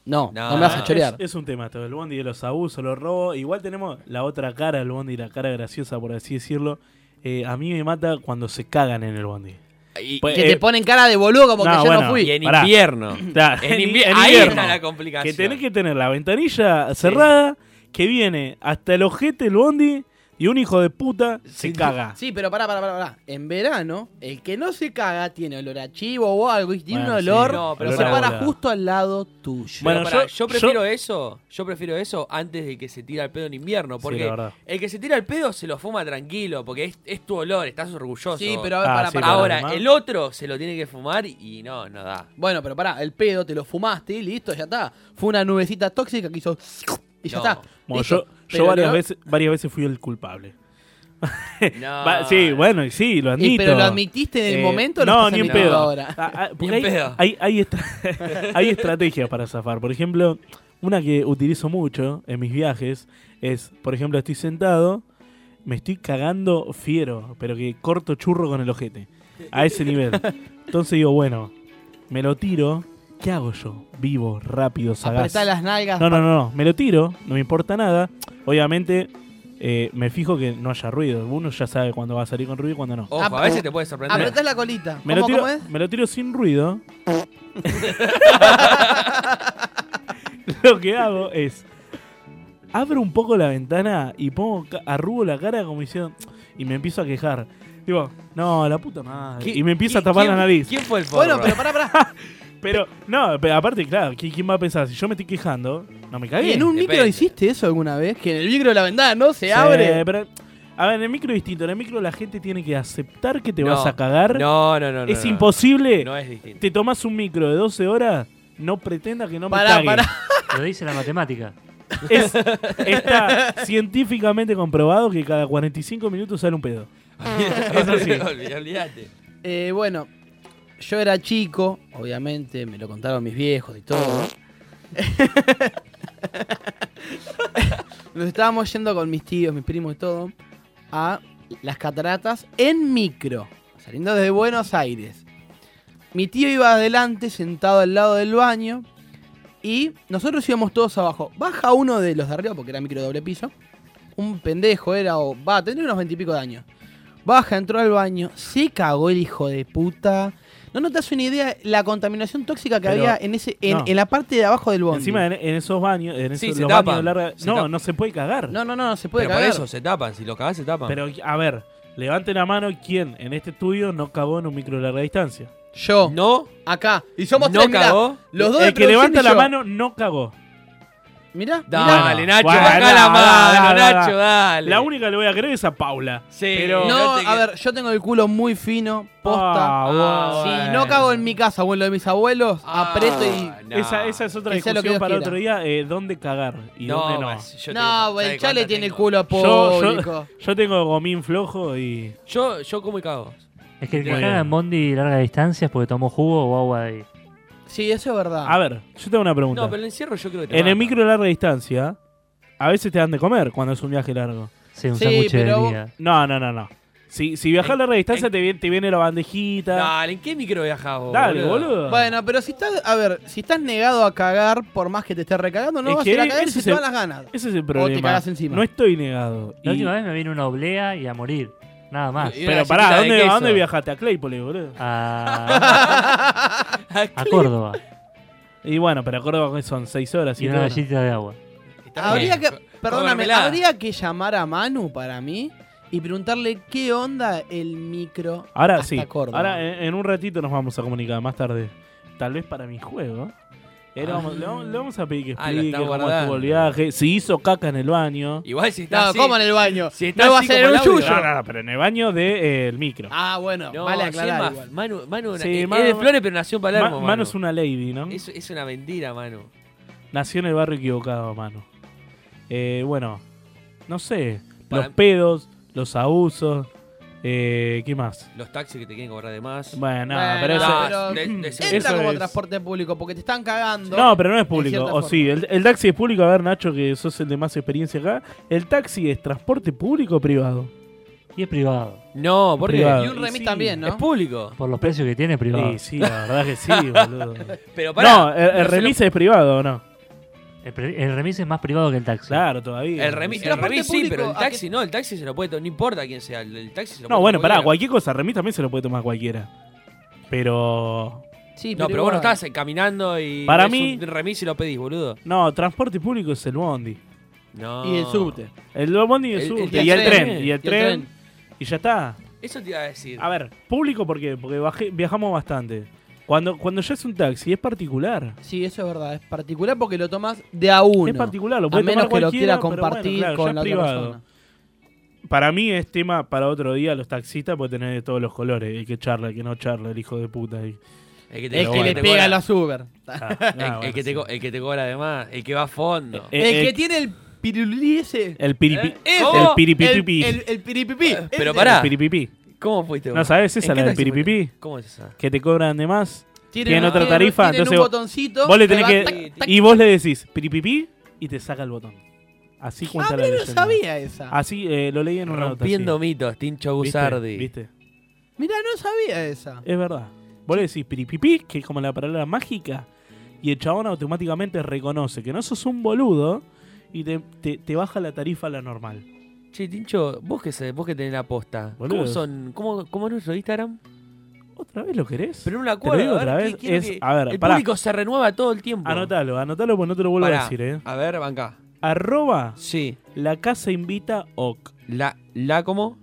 E: No, no, me vas a chorear.
D: Es, es un tema todo, el bondi de los abusos, los robos. Igual tenemos la otra cara del bondi, la cara graciosa, por así decirlo. Eh, a mí me mata cuando se cagan en el bondi.
C: Y-
D: Pues,
E: que
D: eh,
E: te ponen cara de boludo como que yo no fui.
C: Y en invierno.
D: Claro,
C: En
D: en
C: invi-
D: en
C: ahí
D: invierno.
C: está la complicación.
D: Que tenés que tener la ventanilla cerrada, que viene hasta el ojete el bondi y un hijo de puta se caga.
E: Sí, pero pará, pará, pará, pará. En verano, el que no se caga tiene olor a chivo o algo y tiene
D: Bueno,
E: un
D: sí.
E: olor
C: No, pero
E: se
D: olor a
E: para
D: bola.
E: justo al lado tuyo.
D: Bueno,
C: Pero pará,
D: yo-
C: yo, prefiero eso, yo prefiero eso antes de que se tira el pedo en invierno, porque
D: la verdad.
C: el que se tira el pedo se lo fuma tranquilo, porque es, es tu olor, estás orgulloso.
E: Sí, pero a ver,
D: Ah,
E: pará,
D: sí,
E: pará.
D: pero
C: Ahora,
D: además-
C: el otro se lo tiene que fumar y no, no da.
E: Bueno, pero pará, el pedo te lo fumaste y listo, ya está. Fue una nubecita tóxica que hizo y ya
C: No.
E: está.
D: Bueno,
E: Listo.
D: yo, yo
E: Pero
D: varias,
E: no-
D: veces, varias veces fui el culpable.
C: No.
D: Va- sí, bueno, y sí, lo admito. Eh,
E: Y, pero lo admitiste en el momento, lo
D: No,
E: estás
D: ni en
E: admitiendo
D: pedo.
E: ahora.
D: Ah, ah, porque
C: Ni en
D: hay,
C: pedo.
D: hay- hay estra- hay estrategias para zafar. Por ejemplo, una que utilizo mucho en mis viajes es, por ejemplo, estoy sentado, me estoy cagando fiero, pero que corto churro con el ojete. A ese nivel. Entonces digo, bueno, me lo tiro. ¿Qué hago yo? Vivo, rápido, sagaz.
E: Apretá las nalgas.
D: No, no, no, no, me lo tiro, no me importa nada. Obviamente, eh, me fijo que no haya ruido. Uno ya sabe cuándo va a salir con ruido y cuándo no.
C: Ojo, a
E: Ah,
C: veces te puede sorprender.
E: Apretás la colita.
D: Me lo,
E: ¿Cómo,
D: tiro,
E: cómo es?
D: me lo tiro sin ruido. lo que hago es. Abro un poco la ventana y pongo ca- arrugo la cara como diciendo. Y me empiezo a quejar. Digo, no, la puta madre.
C: ¿Qui-
D: Y me empiezo a
C: qui-
D: tapar la
C: quién-
D: nariz.
C: ¿Quién fue el forro?
E: Bueno, pero pará, pará.
D: Pero, no, pero aparte, claro, ¿qui- ¿quién va a pensar? Si yo me estoy quejando, no me
E: ¿Y
D: cagué.
E: en un
C: Depende.
E: micro hiciste eso alguna vez? Que en el micro de la ventana no se
D: Sí,
E: abre.
D: pero- a ver, en el micro es distinto. En el micro la gente tiene que aceptar que te
C: No,
D: vas a cagar.
C: No, no, no. no,
D: es
C: no.
D: imposible.
C: No es distinto.
D: Te tomas un micro de 12 horas, no pretenda que no me
E: Pará,
D: cague.
E: pará.
F: Lo dice la matemática.
D: Es- está científicamente comprobado que cada 45 minutos sale un pedo. Es así.
C: Olvi- Olvídate.
E: Eh, bueno, yo era chico, obviamente, me lo contaron mis viejos y todo. nos estábamos yendo con mis tíos, mis primos y todo, a las cataratas en micro, saliendo desde Buenos Aires. Mi tío iba adelante, sentado al lado del baño, y nosotros íbamos todos abajo. Baja uno de los de arriba, porque era micro doble piso, un pendejo era, o va, tendría unos veintipico de años. Baja, entró al baño, se cagó el hijo de puta. No, no te das una idea la contaminación tóxica que
D: Pero-
E: había en ese en,
D: no.
E: en la parte de abajo del bondi.
D: Encima en, en esos baños, en
E: Sí,
D: esos
E: se
D: los
E: tapan,
D: baños de larga-
E: se
D: No,
E: tapan.
D: no se puede cagar.
E: No, no, no, no se puede
C: Pero por
E: cagar.
C: eso se tapan, si lo cagás se tapan.
D: Pero, a ver, levante la mano quien en este estudio no cagó en un micro de larga distancia.
E: Yo.
C: No.
E: Acá. Y somos
D: ¿No
E: tres, mirá.
D: cagó?
E: Los dos
D: El
E: de
D: que
E: producción
D: levanta
E: y
D: la
E: yo.
D: mano no cagó.
E: Mirá.
C: Dale,
D: Mirá.
C: Nacho,
D: Bueno,
C: baja
D: da,
C: la
D: da,
C: mano,
D: da, da.
C: Nacho, dale.
D: La única que le voy a creer es a Paula.
C: Sí,
D: pero
E: no, a ver, yo tengo el culo muy fino, posta.
D: Ah,
E: si
D: bueno.
E: no cago en mi casa o en lo de mis abuelos,
C: Ah,
E: aprieto y.
D: esa, esa es otra
E: Que sea lo que
D: discusión
E: Dios
D: para
E: quiera.
D: otro día, eh, dónde cagar y
C: No,
D: dónde no.
C: pues, yo
E: no, güey, el chale tiene el culo
D: Yo,
E: público.
D: yo, yo tengo gomín flojo y...
C: Yo, yo como y cago.
F: Es que el que
D: Muy
F: caga
D: bien.
F: en Bondi larga distancia es porque tomó jugo o agua de ahí.
E: Sí, eso es verdad.
D: A ver, yo tengo una pregunta.
C: No, pero el encierro yo creo que te
D: en
C: mata.
D: el micro de larga distancia, a veces te dan de comer cuando es un viaje largo.
F: Sí,
C: un Sí, sándwich de pero vos- día.
D: No, no, no, no. Si, si viajas a larga distancia te viene, te viene la bandejita.
C: Dale, ¿en qué micro viajás vos?
D: Dale, boludo.
E: Bueno, pero si estás, a ver, si estás negado a cagar, por más que te estés recagando, no
D: Es
E: vas a
D: que
E: ir a cagar
D: ese
E: si
D: es
E: te
D: el-
E: van las ganas.
D: Ese es el problema.
E: cagás encima.
D: No estoy negado.
F: La
D: Y-
F: última vez me vino una oblea y a morir. Nada más.
D: Y una Pero pará, galletita ¿a de dónde- a queso. dónde viajaste? ¿A Claypole, boludo?
F: A, Ah. a Córdoba.
D: Y bueno, pero Córdoba son 6 horas.
F: Y una galleta de agua.
E: Habría que, perdóname,
D: mermelada.
E: habría que llamar a Manu para mí y preguntarle qué onda el micro
D: Ahora
E: hasta
D: sí.
E: Córdoba.
D: Ahora en, en un ratito nos vamos a comunicar más tarde. Tal vez para mi juego. Eh, le, vamos, le vamos- le vamos a pedir que
C: Ah, lo
D: explique
C: está
D: cómo estuvo
C: guardando.
D: el viaje. Si hizo caca en el baño.
C: Igual si está
E: No,
C: así.
E: ¿cómo en el baño?
C: Si está
E: no va a
C: así
E: ser
C: como
E: en un
C: el audio.
E: suyo.
D: No, no, no, pero en el baño del de, eh, el micro.
E: Ah, bueno,
C: No,
E: vale
C: sí,
E: aclarar.
C: Manu-
E: igual.
C: Manu, Manu,
D: Sí,
C: eh,
D: Manu-
C: es de Flores, pero nació en Palermo.
D: Ma- Mano
C: Manu.
D: es una lady, ¿no?
C: Es, es una mentira, Manu.
D: Nació en el barrio equivocado, mano. Eh, bueno, no sé.
C: Para-
D: Los pedos, los abusos. Eh, ¿Qué más?
C: Los taxis que te quieren cobrar de más.
D: Bueno, no,
E: Bueno,
D: pero, eso-
E: pero
C: de- de-
E: entra
D: eso
E: como
D: es-
E: transporte público porque te están cagando.
D: No, pero no es
E: de
D: público.
E: cierta
D: O
E: forma.
D: sí, el, el taxi es público. A ver, Nacho, que sos el de más experiencia acá. ¿El taxi es transporte público o privado?
F: Y es privado.
C: No, ¿por qué?
D: Privado.
C: Y
E: Un remis también,
C: Es
E: ¿no?
C: público.
F: Por los precios que tiene, es privado.
D: Sí, sí, la verdad que sí, boludo.
C: Pero pará,
D: no, el, el
C: pero se
D: remis
C: lo-
D: es privado o no.
F: El, pre- el remis es más privado que el taxi.
D: Claro, todavía.
C: El remis, el
E: Transporte
C: remis sí,
E: público,
C: pero el
E: ¿a
C: taxi no. El taxi se lo puede. to- No importa quién sea. El, el taxi se lo
D: No,
C: puede
D: bueno, pará,
C: tomar cualquiera.
D: cualquier cosa. Remis también se lo puede tomar cualquiera. Pero.
E: Sí,
C: No, pero vos no
E: igual.
C: estás eh, caminando y.
D: Para
C: ves
D: mí-
C: Un remis y lo pedís, boludo.
D: No, transporte público es el bondi.
C: No.
E: Y el subte.
D: El bondi y el,
C: El- el
D: subte.
C: tren.
D: y el tren.
C: Y
D: Y el
C: el
D: tren.
C: tren.
D: Y ya está.
C: Eso te iba a decir.
D: A ver, público, ¿por qué? Porque bajé- viajamos bastante. Cuando, cuando ya es un taxi, es particular.
E: Sí, eso es verdad. Es particular porque lo tomas de a uno.
D: Es particular, lo
E: A
D: puede
E: menos
D: tomar
E: que lo
D: cualquiera,
E: quiera
D: pero bueno,
E: compartir
D: claro, ya
E: con la
D: es
E: otra
D: privado.
E: persona.
D: Para mí es tema para otro día. Los taxistas pueden tener de todos los colores. El que charla, el que no charla, el hijo de puta. y-
C: El que, te
E: El
C: cobra-
E: que le
C: te
E: pega
C: cobra-
E: a las Uber.
D: Ah,
C: El,
D: ah,
C: el
D: bueno,
C: que te,
D: sí.
C: co- el que te cobra de más. El que va a fondo.
D: Eh,
E: El
D: eh,
E: que tiene el pirulí ese.
D: El piripi.
E: ¿Eh? Ese.
D: El piripipipí. Eh,
E: El, el, el piripipí.
C: Pero
E: ese.
C: pará.
D: El piripipí.
C: ¿Cómo fuiste vos?
D: ¿No sabes esa,
C: ¿En qué
D: la del
C: taxi fuiste?
D: piripipí?
C: ¿Cómo es esa?
D: Que te cobran de más.
E: Tienen-
D: Tienen, otra
E: tienen-
D: tarifa.
E: tienen
D: entonces
E: un
D: vos-
E: botoncito
D: Vos le
E: que
D: tenés
E: va
D: que.
E: tac, tac,
D: Y vos le decís piripipí y te saca el botón. Así cuenta
E: Ah,
D: la
E: pero no
D: leyenda.
E: sabía esa.
D: Así eh, lo leí en una nota.
C: Rompiendo
D: sí.
C: mitos, Tincho
D: ¿Viste?
C: Gusardi.
D: ¿Viste?
E: Mirá, no sabía esa.
D: Es verdad. Vos le decís piripipí, que es como la palabra mágica, y el chabón automáticamente reconoce que no sos un boludo y te, te- te baja la tarifa a la normal.
C: Che, Tincho, vos que, sé, vos que tenés la posta. ¿Cómo
D: Boludo.
C: son? ¿Cómo, cómo es nuestro Instagram?
D: ¿Otra vez lo querés?
C: Pero no me
D: Te
C: acuerdo.
D: lo digo
C: a ver,
D: otra
C: que
D: vez.
C: quiero
D: es-
C: que-
D: a ver,
C: el
D: pará.
C: público se renueva todo el tiempo.
D: Anotalo, anotalo porque no te lo vuelvo
C: Pará.
D: a decir, eh.
C: A ver, banca.
D: Arroba
C: Sí.
D: la casa invita ok.
C: La, la como.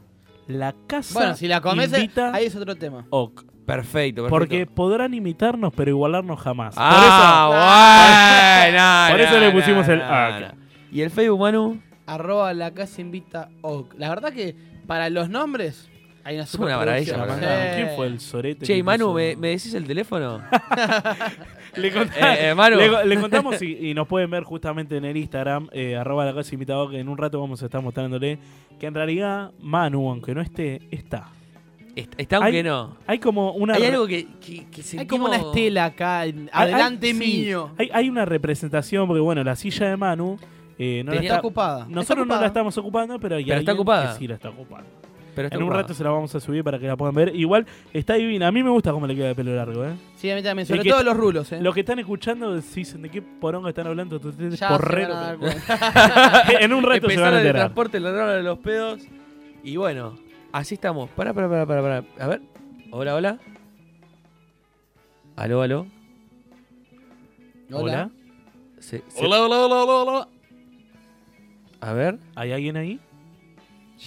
D: La casa
E: Bueno, si la comes,
D: invita
E: ahí es otro tema.
C: eh,
D: ok.
C: Perfecto, perfecto.
D: Porque podrán imitarnos, pero igualarnos jamás.
C: Ah, bueno.
D: por eso, por eso le pusimos el ah,
C: ok.
D: ok.
C: ¿Y el Facebook, Manu?
E: Arroba la casa invita Oc. La verdad que para los nombres hay una
C: Somos una maravilla, la
E: superproducción. Sí.
D: ¿Quién fue el sorete?
C: Che,
D: que
C: y Manu,
D: puso-
C: ¿me, me decís el teléfono?
D: Le, contá-
C: Eh, eh, Manu.
D: le- le contamos y, y nos pueden ver justamente en el Instagram, eh, arroba la casa invitado, que en un rato vamos a estar mostrándole que en realidad Manu, aunque no esté, está.
C: Est- Está aunque
D: Hay-
C: no.
D: Hay como una...
C: Hay
D: re-
C: algo que, que, que
E: Hay
C: sentimos-
E: como una estela acá. en-
D: hay-
E: adelante
D: hay- sí,
E: mío.
D: hay, hay una representación, porque bueno, la silla de Manu Eh, no la
E: Tenía-
D: está-
E: Está ocupada.
D: Nosotros
E: Está
D: no
E: ocupada.
D: la estamos ocupando, pero hay
C: Pero está
D: alguien que
C: ocupada.
D: sí la está ocupando.
C: Pero está
D: en un
C: ocupada.
D: rato se la vamos a subir para que la puedan ver. Igual está divina. A mí me gusta cómo le queda el pelo largo, ¿eh?
E: Sí, a mí también.
D: El
E: Sobre
D: que-
E: todo los rulos, ¿eh?
D: Los que están escuchando dicen de qué poronga están hablando. Ustedes
E: Ya se
D: porrero.
E: van a dar
C: cuenta.
D: en un rato se
C: Empezaron
D: van a
C: el
D: enterar.
C: transporte, la droga de los pedos. Y bueno, así estamos. Pará, pará, pará, pará, pará. A ver. Hola, hola. Aló, aló.
D: Hola.
C: Se- se-
D: Hola, hola, hola, hola,
C: A ver.
D: ¿Hay alguien ahí?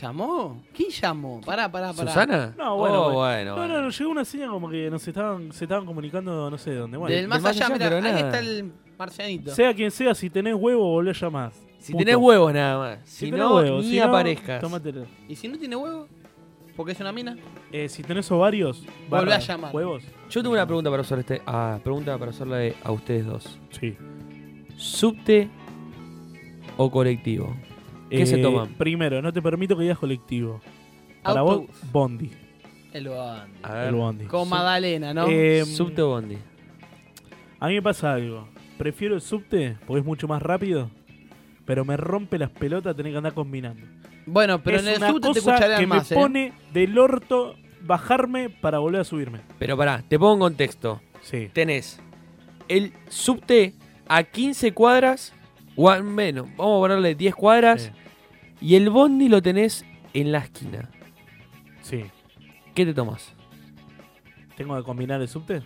E: ¿Llamó? ¿Quién llamó? Pará, pará, pará.
C: ¿Susana?
D: No, bueno.
C: Oh,
D: bueno.
C: bueno,
D: No, no,
C: bueno.
D: no, llegó una señal como que nos estaban, se estaban comunicando no sé de dónde. Bueno,
E: Del más,
D: Del
E: allá, mirá,
D: pero
E: ahí
D: nada.
E: está el marcianito.
D: Sea quien sea, si tenés huevo, volvés a llamar.
C: Si tenés huevos nada más. Si
D: tenés
C: no,
D: huevos,
C: ni
D: si no,
C: aparezcas.
D: tómatelo.
E: ¿Y si no tiene huevo? ¿Porque es una mina?
D: Eh, si tenés ovarios,
E: Volvé
D: barra
E: a llamar.
D: Huevos.
C: Yo tengo una pregunta para hacer este. Ah, pregunta para hacerle a ustedes dos.
D: Sí.
C: ¿Subte o colectivo? ¿Qué se
D: Eh,
C: toman?
D: Primero, no te permito que digas colectivo. Para
E: Autobús.
D: vos, Bondi.
E: El bondi.
C: A
D: El Bondi.
E: Con Madalena, ¿no?
D: Eh,
C: subte o Bondi.
D: A mí me pasa algo. Prefiero el subte porque es mucho más rápido. Pero me rompe las pelotas tener que andar combinando.
E: Bueno, pero
D: es
E: en el
D: una
E: subte te
D: cosa
E: escucharían
D: que
E: más,
D: me
E: ¿eh?
D: pone del orto bajarme para volver a subirme.
C: Pero pará, te pongo en contexto.
D: Sí.
C: Tenés el subte a 15 cuadras, o al menos, vamos a ponerle 10 cuadras, y el bondi lo tenés en la esquina.
D: Sí.
C: ¿Qué te tomas?
D: ¿Tengo que combinar el subte?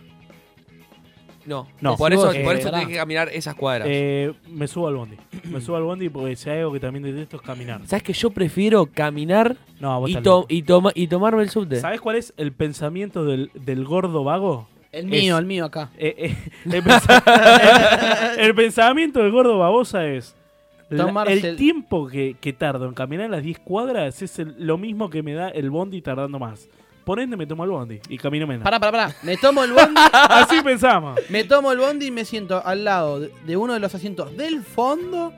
C: No,
D: No.
C: Por eso,
D: Eh,
C: por eso
D: pará.
C: tenés que caminar esas cuadras.
D: Eh, me subo al bondi. Me subo al bondi porque si hay algo que también detesto es caminar.
C: ¿Sabes que yo prefiero caminar
D: No, vos
C: y,
D: estás
C: to- y, toma- y tomarme el subte?
D: ¿Sabes cuál es el pensamiento del, del gordo vago?
E: El mío,
D: Es-
E: el mío acá.
D: eh, eh, el, pensa- el pensamiento del gordo babosa es. la-
E: Tomarse
D: el
E: el-
D: tiempo que, que tardo en caminar las 10 cuadras es el- lo mismo que me da el bondi tardando más. Por ende, me tomo el bondi y camino menos.
E: Pará, pará, pará. Me tomo el bondi.
D: Así pensamos.
E: Me tomo el bondi y me siento al lado de- de uno de los asientos del fondo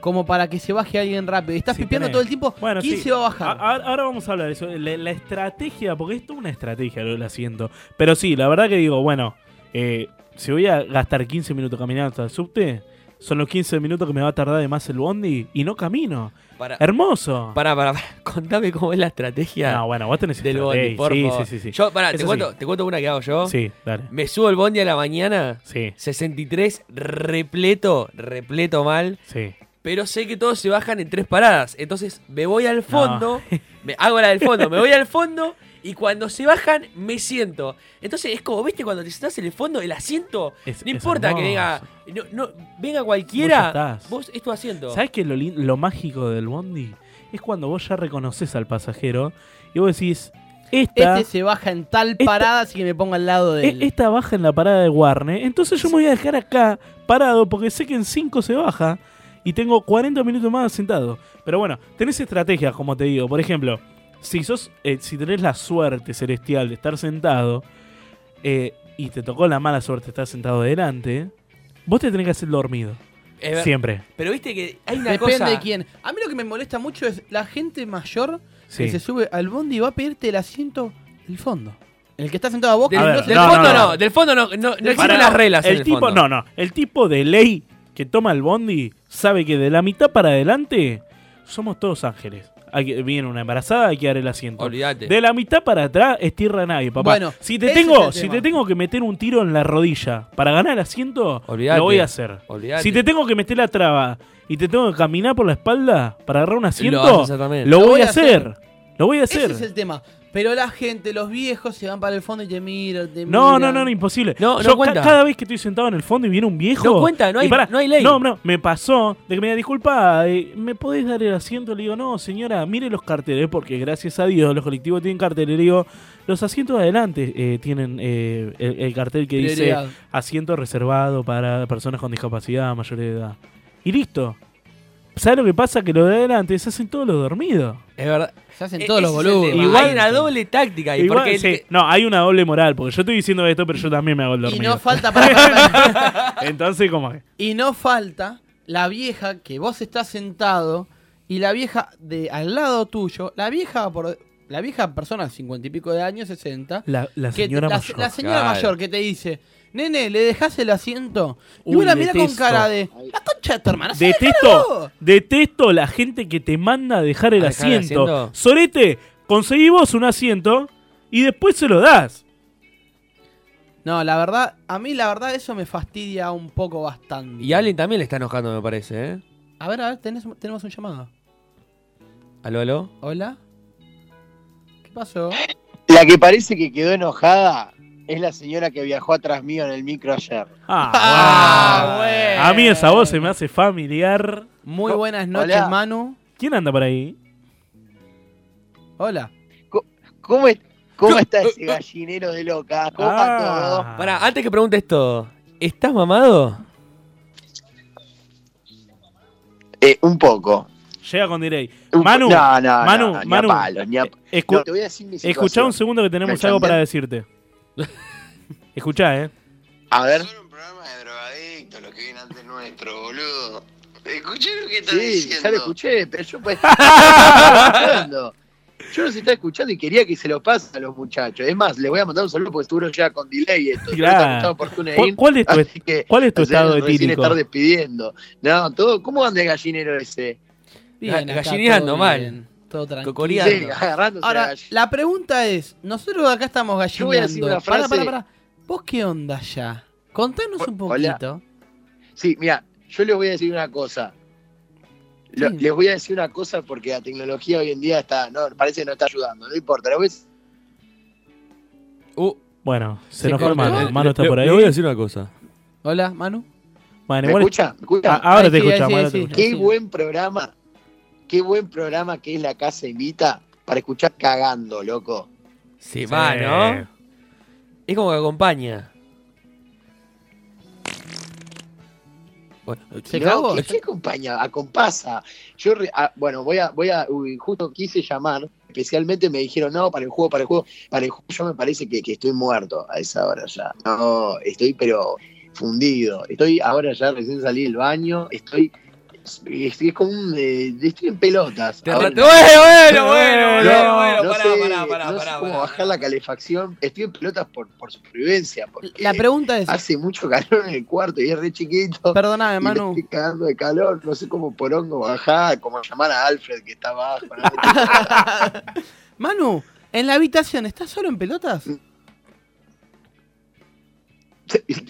E: como para que se baje alguien rápido. Y estás pipiando
D: tenés.
E: todo el tiempo.
D: Bueno,
E: ¿Quién
D: sí.
E: se va a bajar?
D: A- a- ahora vamos a hablar de eso. La, la estrategia, porque esto es una estrategia lo del asiento. Pero sí, la verdad que digo, bueno, eh, si voy a gastar 15 minutos caminando hasta el subte, son los 15 minutos que me va a tardar de más el bondi y no camino.
C: Para-
D: Hermoso.
C: Pará, pará, pará. Contame cómo es la estrategia
D: No, bueno, vos tenés
C: del bondi,
D: estrategia.
C: por
D: Sí,
C: favor.
D: sí, sí, sí.
C: Yo, pará, te
D: Eso
C: cuento,
D: sí.
C: te cuento una que hago yo.
D: Sí, dale.
C: Me subo el bondi a la mañana.
D: Sí.
C: 63, repleto, repleto mal.
D: Sí.
C: Pero sé que todos se bajan en tres paradas. Entonces me voy al fondo, me hago la del fondo, me voy al fondo y cuando se bajan me siento. Entonces es como, viste, cuando te sentás en el fondo, el asiento,
D: Es-
C: no
D: es
C: importa que venga,
D: hermoso.
C: no, no, venga cualquiera,
D: estás.
C: vos es tu asiento.
D: ¿Sabes qué es lo, lin- lo mágico del bondi? Es cuando vos ya reconoces al pasajero y vos decís, esta,
E: Este se baja en tal parada, así que me pongo al lado de
D: E-
E: él.
D: Esta baja en la parada de Warner, entonces yo me voy a dejar acá parado porque sé que en 5 se baja y tengo 40 minutos más sentado. Pero bueno, tenés estrategias, como te digo. Por ejemplo, si sos, eh, si tenés la suerte celestial de estar sentado eh, y te tocó la mala suerte de estar sentado delante, vos te tenés que hacer dormido.
C: Es ver-
D: Siempre.
C: Pero viste
D: este
C: que hay una
E: Depende
C: cosa.
E: de quién. A mí lo que me molesta mucho es la gente mayor
D: Sí.
E: que se sube al bondi y va a pedirte el asiento del fondo. El que está sentado a vos.
C: Del,
D: A ver,
C: del
D: no,
C: fondo
D: no,
C: no,
D: no.
C: del fondo no, no, no existen
D: Pará,
C: las reglas. en
D: El, tipo,
C: fondo.
D: no, no. El tipo de ley que toma el bondi sabe que de la mitad para adelante somos todos ángeles. Hay que- viene una embarazada, hay que dar el asiento.
C: Olvídate.
D: De la mitad para atrás es tierra de nadie, papá.
E: Bueno,
D: si te
E: ese es
D: tengo,
E: el
D: si
E: tema.
D: te tengo que meter un tiro en la rodilla para ganar el asiento,
C: Olvídate.
D: lo voy a hacer.
C: Olvídate.
D: Si te tengo que meter la traba y te tengo que caminar por la espalda para agarrar un asiento,
C: vas a hacer también.
D: lo voy a hacer. Lo voy a hacer.
E: Ese es el tema. Pero la gente, los viejos, se van para el fondo y te miran, te
D: No, no,
E: miran.
D: no, no, imposible.
C: No, no
D: Yo ca-
C: cuenta.
D: cada vez que estoy sentado en el fondo y viene un viejo.
C: No cuenta, no
D: y
C: hay- no hay ley.
D: No, no, me pasó de que me diga, disculpa, eh, ¿me podés dar el asiento? Le digo, no, señora, mire los carteles, porque gracias a Dios los colectivos tienen carteles. Le digo, los asientos de adelante eh, tienen eh, el, el cartel que
E: Prioridad.
D: dice asiento reservado para personas con discapacidad mayor de edad. Y listo. ¿Sabes lo que pasa? Que los de adelante se hacen todos los dormidos.
C: Es verdad.
E: Eh, Se hacen
C: E-
E: todos los
C: ese es el
E: boludos.
C: tema.
D: Igual-
C: hay una doble táctica. ahí,
D: Igual,
C: porque el
D: sí,
C: que-
D: No, hay una doble moral, porque yo estoy diciendo esto, pero yo también me hago el
E: Y
D: dormido.
E: no falta para- para- para-
D: Entonces, como que.
E: Y no falta la vieja que vos estás sentado y la vieja de al lado tuyo, la vieja por la vieja persona de cincuenta y pico de años, 60,
D: La, la
E: que te-
D: señora
E: la,
D: mayor.
E: la señora
C: Claro.
E: mayor que te dice, Nene, le dejás el asiento. Y vos
D: Uy,
E: la mirá con
D: detesto.
E: cara de. La concha de tu hermana. ¿sabés
D: Detesto, detesto la gente que te manda a dejar el
E: ¿A dejar el
D: asiento.
E: asiento?
D: Sorete, conseguí vos un asiento y después se lo das.
E: No, la verdad, a mí la verdad eso me fastidia un poco bastante.
C: Y a alguien también le está enojando, me parece, ¿eh?
E: A ver, a ver, tenés- tenemos un llamado.
C: ¿Aló, aló?
E: Hola. ¿Qué pasó?
K: La que parece que quedó enojada es la señora que viajó atrás mío en el micro ayer.
D: Ah, A mí esa voz se me hace familiar.
E: Muy buenas noches,
K: Hola.
E: Manu.
D: ¿Quién anda por ahí?
E: Hola.
K: ¿Cómo, es- cómo está ese gallinero de loca? ¿Cómo va
D: Ah.
K: todo?
C: Pará, antes que pregunte esto, ¿estás mamado?
K: Eh, un poco.
D: Llega con delay.
K: Un po-
D: Manu,
K: No, no, no,
D: Manu,
K: ni a
D: Manu. eh,
K: palos, ni a-
D: escu-
K: No, te voy a decir mi
D: escuchá
K: situación.
D: un segundo que tenemos
K: Me
D: algo para
K: cambié.
D: decirte. escuchá, eh.
K: A ver.
B: Nuestro boludo. Escuché lo que están
K: Sí,
B: diciendo.
K: ya lo escuché, pero yo pues, escuchando. Yo los estaba escuchando y quería que se lo pase a los muchachos. Es más, les voy a mandar un saludo porque seguro llega con delay esto. Yo
D: Claro.
K: lo estaba escuchando por TuneIn,
D: ¿Cuál- cuál es tu-
K: así que,
D: cuál es tu
K: o sea,
D: estado
K: recién
D: etílico?
K: estar despidiendo. No, todo, ¿cómo anda el gallinero ese?
E: Bien, acá, todo bien, Todo tranquilo.
K: Cocoreando. Sí, agarrándose la
E: Ahora,
K: gall-
E: la pregunta es, nosotros acá estamos gallineando.
K: Yo voy a decir una frase-
E: Pará, pará, pará. ¿Vos qué onda ya? Contanos un
K: hola.
E: poquito.
K: Sí, mira, yo les voy a decir una cosa. Lo- Les voy a decir una cosa porque la tecnología hoy en día está, no, parece que no está ayudando, no importa. Les voy a decir-
D: Bueno, se,
C: Se
D: nos fue
C: cortó.
D: Manu.
C: Le-
D: Manu está
C: le-
D: por ahí.
C: le voy a decir una cosa.
E: Hola, Manu.
D: Bueno,
K: ¿Me
D: igual-
K: escucha? ¿Me escucha?
D: Ah, ahora te escuchamos. ahora te escuchamos.
K: Qué buen programa. Qué buen programa que es La Casa Invita para escuchar cagando, loco.
C: Sí, va, ¿no? Es como que acompaña. Bueno,
K: No, ¿qué- qué acompaña? Acompasa. Yo, re- ah, bueno, voy a, voy a, uy, justo quise llamar, especialmente me dijeron, no, para el juego, para el juego, para el juego, yo me parece que, que estoy muerto a esa hora ya. No, estoy pero fundido. Estoy ahora ya, recién salí del baño, estoy, estoy como un, eh, estoy en pelotas.
C: Te
K: Ahora-
C: rate- Bueno, bueno, bueno, bueno, bueno,
K: no
C: pará,
K: sé,
C: pará, pará,
K: no sé
C: pará,
K: cómo
C: pará.
K: bajar la calefacción, estoy en pelotas por, por supervivencia. porque
E: La pregunta es-
K: Hace mucho calor en el cuarto y es re chiquito.
E: Perdóname,
K: y me
E: Manu.
K: Estoy cagando de calor, no sé cómo porongo bajar, cómo llamar a Alfred que está abajo. ¿no?
E: Manu, en la habitación, ¿estás solo en pelotas?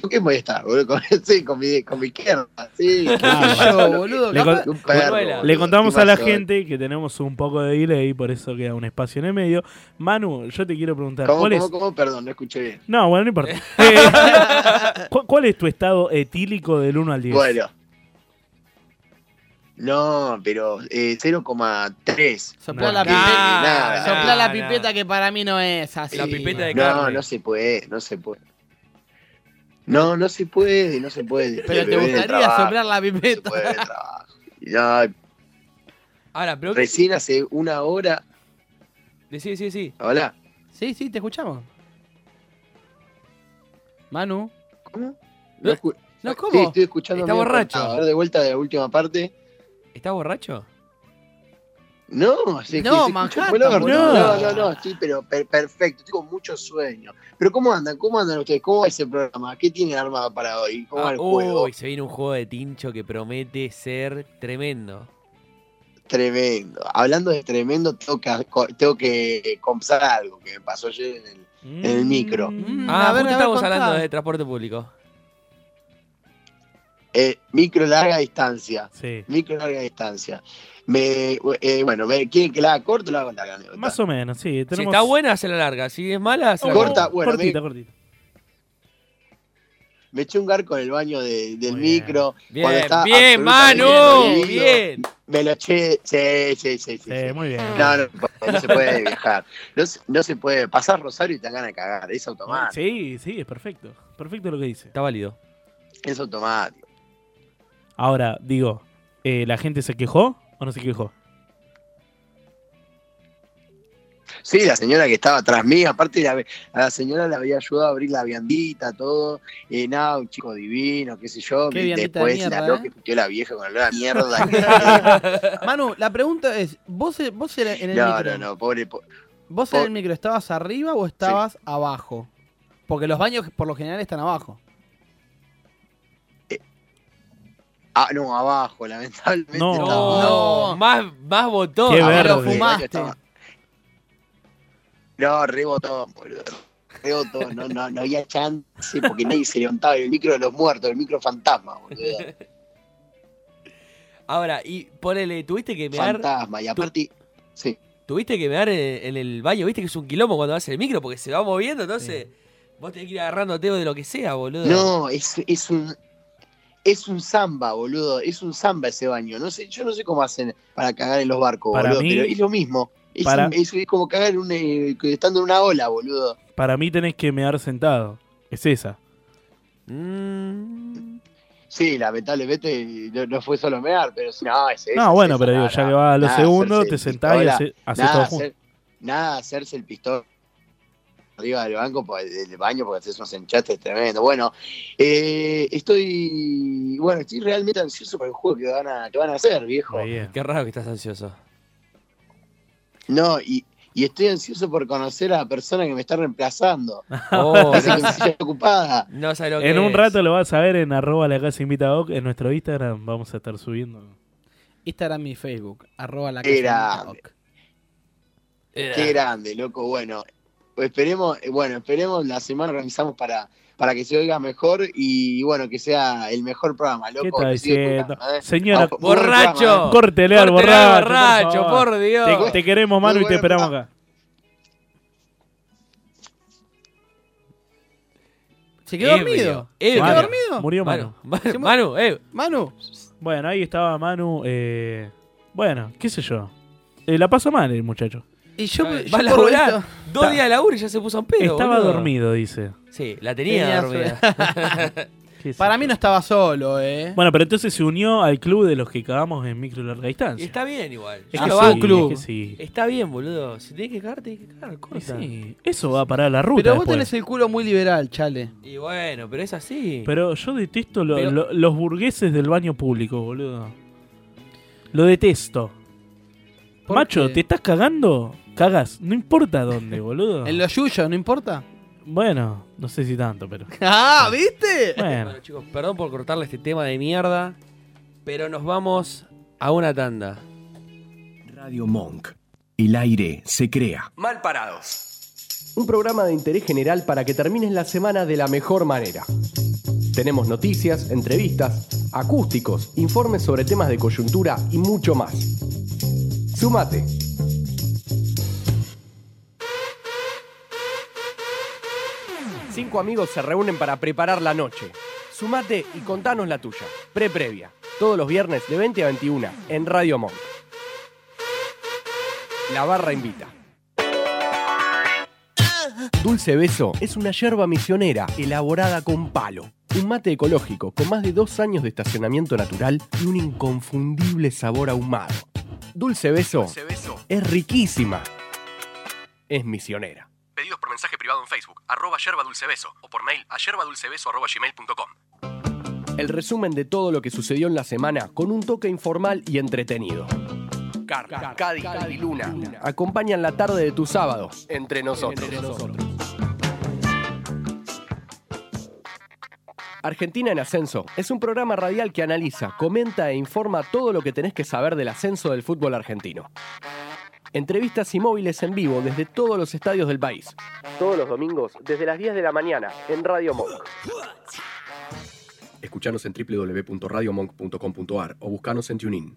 K: ¿Tú qué voy a estar, boludo? Con, sí, con mi, con mi izquierda, sí.
E: yo, boludo,
D: Le,
K: capaz-
D: con-
K: Un perro,
D: le
K: boludo,
D: contamos
K: ¿qué
D: a la
K: pasó?
D: gente que tenemos un poco de delay, por eso queda un espacio en el medio. Manu, yo te quiero preguntar,
K: ¿Cómo,
D: ¿cuál
K: cómo,
D: es?
K: cómo? Perdón, no escuché bien.
D: No, bueno, no importa. Eh, ¿cu- ¿Cuál es tu estado etílico del 1 al 10?
K: Bueno. No, pero eh, 0,3.
E: Soplá
K: Porque
E: la pipeta.
K: nada.
E: Soplá la pipeta que para mí no es así.
K: no, no se puede, no se puede. No, no se puede, no se puede. Me
E: Pero te
K: ven el
E: gustaría
K: trabajo,
E: soplar la pipeta.
K: No,
C: Ahora, pero...
K: recién hace una hora.
C: Sí, sí, sí.
K: Hola.
E: Sí, sí, te escuchamos. Manu.
K: ¿Cómo? No, escu-
E: No, ¿cómo?
K: Sí, estoy escuchando.
E: Está
K: medio
E: borracho.
K: cortado. A ver, de vuelta de la última parte.
C: ¿Estás borracho?
K: No, se,
C: No,
K: se escucha
C: Manhattan,
K: como el orto.
C: boludo.
K: no, no, no, estoy pero per- perfecto, estoy con mucho sueño. Pero ¿cómo andan? ¿Cómo andan ustedes? ¿Cómo va ese programa? ¿Qué tienen armado para hoy? ¿Cómo va
C: Ah,
K: el juego?
C: Uy, se viene un juego de tincho que promete ser tremendo.
K: Tremendo. Hablando de tremendo, tengo que, co- tengo que compensar algo que me pasó ayer en el, en el micro.
C: ah,
K: Mm. a ver, a
C: justo
K: ver,
C: estamos
K: contá.
C: hablando de transporte público.
K: Eh, micro larga distancia.
D: Sí.
K: Micro larga distancia. Me, eh, bueno, me- ¿quieren que la haga corta o la hago larga?
D: Más o menos, sí. Tenemos...
C: Si está buena, se la larga. Si es mala, se la
K: Oh, Corta,
C: corta.
K: bueno,
D: cortita,
K: me-
D: cortita.
K: Me eché un garco en el baño de- del micro.
C: Bien,
K: cuando estaba
C: bien,
K: absolutamente
C: Manu,
K: prohibido.
C: bien.
K: Me lo eché. Sí, sí, sí. sí, sí.
D: muy bien.
K: No, no, no se puede viajar. No, se- no se puede. Pasar Rosario y te van a cagar. Es automático.
D: Sí, sí, es perfecto. Perfecto lo que dice.
C: Está válido.
K: Es automático.
D: Ahora, digo, eh, ¿la gente se quejó o no se quejó?
K: Sí, la señora que estaba atrás mía, aparte la ve- a la señora la había ayudado a abrir la viandita, todo. Eh, nada, un chico divino, qué sé yo.
E: Qué
K: y
E: viandita de
K: después
E: mierda,
K: la loca
E: ¿eh?
K: que puteó la vieja con la mierda.
E: Manu, la pregunta es, ¿vos, vos era- en el
K: no,
E: micro?
K: no, no, pobre. po-
E: ¿Vos en el micro estabas arriba o estabas abajo? Porque los baños por lo general están abajo.
K: Ah, no, abajo, lamentablemente.
C: No,
K: estaba-
C: más, más botón.
K: Qué
C: Ahora
K: verde. Estaba- No, rebotón, boludo. Rebotón, no, no, no había chance porque nadie se levantaba el micro de los muertos, el micro fantasma, boludo.
C: Ahora, y ponele, tuviste que mear.
K: Fantasma, y aparte. Sí.
C: Tuviste que mear en, en el baño, viste que es un quilombo cuando vas en el micro porque se va moviendo, entonces vos tenés que ir agarrándote de lo que sea, boludo.
K: No, es, es un. Es un samba, boludo. Es un samba ese baño. No sé, yo no sé cómo hacen para cagar en los barcos,
D: Para
K: boludo.
D: mí-
K: pero es lo mismo. Es,
D: para-
K: un- es- es como cagar en un, eh, estando en una ola, boludo.
D: Para mí tenés que mear sentado. Es esa.
K: Sí, lamentablemente no, no fue solo mear, pero sí, no, es es-
D: no, bueno, pero
K: es-
D: digo,
K: nada,
D: ya que va a los
K: nada,
D: segundos,
K: hacerse
D: te
K: el
D: sentás y
K: pistola,
D: hace- haces
K: nada,
D: todo junto.
K: hacer- nada, hacerse el pistón arriba del banco, po- del baño, porque haces unos enchates tremendo. Bueno, eh, estoy bueno, estoy realmente ansioso por el juego que van a, que van a hacer, viejo.
C: Qué raro que estás ansioso.
K: No, y, y estoy ansioso por conocer a la persona que me está reemplazando.
C: Oh,
K: Dice que
C: no.
K: me sigue ocupada.
C: No sabes lo que
D: En un
C: es.
D: rato lo vas a ver en arroba la casa invitado en nuestro Instagram. Vamos a estar subiendo.
E: Instagram mi Facebook, arroba la
K: Qué
E: casa
K: grande.
E: Mitoc.
K: Qué grande, loco. Bueno, esperemos, eh, bueno, esperemos la semana organizamos para, para que se oiga mejor y bueno, que sea el mejor programa, loco.
D: ¿Qué está
K: Te sigo
D: diciendo?
K: escuchando, ¿eh?
D: Señora,
K: Ojo, muy buen programa, ¿eh?
D: Córtele al
C: Córtele
D: borracho.
C: al borracho,
D: favor.
C: por Dios.
D: Te, te queremos, Manu, y te esperamos acá.
E: ¿Se quedó
C: Ebrio,
E: dormido? ¿Se
C: ebrio.
E: quedó
C: Manu,
E: dormido?
D: Murió Manu.
C: Manu, Manu, eh.
E: Manu.
D: Bueno, ahí estaba Manu. eh, bueno, qué sé yo. Eh, la pasa mal el muchacho.
E: Y yo, yo
C: Eh, Va a
E: por
C: laburar
E: esto-
C: dos días de laburo y ya se puso un pedo.
D: Estaba
C: boludo.
D: dormido, dice.
C: Sí, la tenía,
E: Tenía su-
C: dormida.
E: Para mí no estaba solo, eh.
D: Bueno, pero entonces se unió al club de los que cagamos en micro y larga
C: Y
D: distancia.
C: está bien igual. Ah,
D: Es
C: Ya
D: que
C: lo
D: sí,
C: banco.
D: es que Club. sí.
C: Está bien, boludo. Si tenés que cagar, tenés que cagar. Corta.
D: Sí, eso va a parar la ruta.
E: Pero vos
D: después.
E: tenés el culo muy liberal, chale.
C: Y bueno, pero es así.
D: Pero yo detesto lo-
C: Pero-
D: lo- los burgueses del baño público, boludo. Lo detesto.
E: ¿Por
D: Macho,
E: qué?
D: ¿te estás cagando? Cagas, no importa dónde, boludo.
E: En los yuyos, ¿no importa?
D: Bueno, no sé si tanto, pero.
E: ¡Ah! ¿Viste?
D: Bueno.
C: chicos, perdón por cortarle este tema de mierda, pero nos vamos a una tanda.
L: Radio Monk. El aire se crea.
M: Mal parados. Un programa de interés general para que termines la semana de la mejor manera. Tenemos noticias, entrevistas, acústicos, informes sobre temas de coyuntura y mucho más. Sumate. Cinco amigos se reúnen para preparar la noche. Sumate y contanos la tuya. Pre-previa. Todos los viernes de 20 a 21 en Radio Monk. La barra invita. Dulce Beso es una yerba misionera elaborada con palo. Un mate ecológico con más de dos años de estacionamiento natural y un inconfundible sabor ahumado. Dulce Beso, es riquísima. Es misionera. Pedidos por mensaje privado en Facebook, arroba yerba dulcebeso o por mail a yerbadulcebeso arroba gmail.com. El resumen de todo lo que sucedió en la semana con un toque informal y entretenido. Carla, Cádiz y Luna acompañan la tarde de tus sábados entre nosotros. Argentina en Ascenso es un programa radial que analiza, comenta e informa todo lo que tenés que saber del ascenso del fútbol argentino. Entrevistas y móviles en vivo desde todos los estadios del país. Todos los domingos desde las 10 de la mañana en Radio Monk. Escuchanos en www.radiomonk.com.ar o buscanos en TuneIn.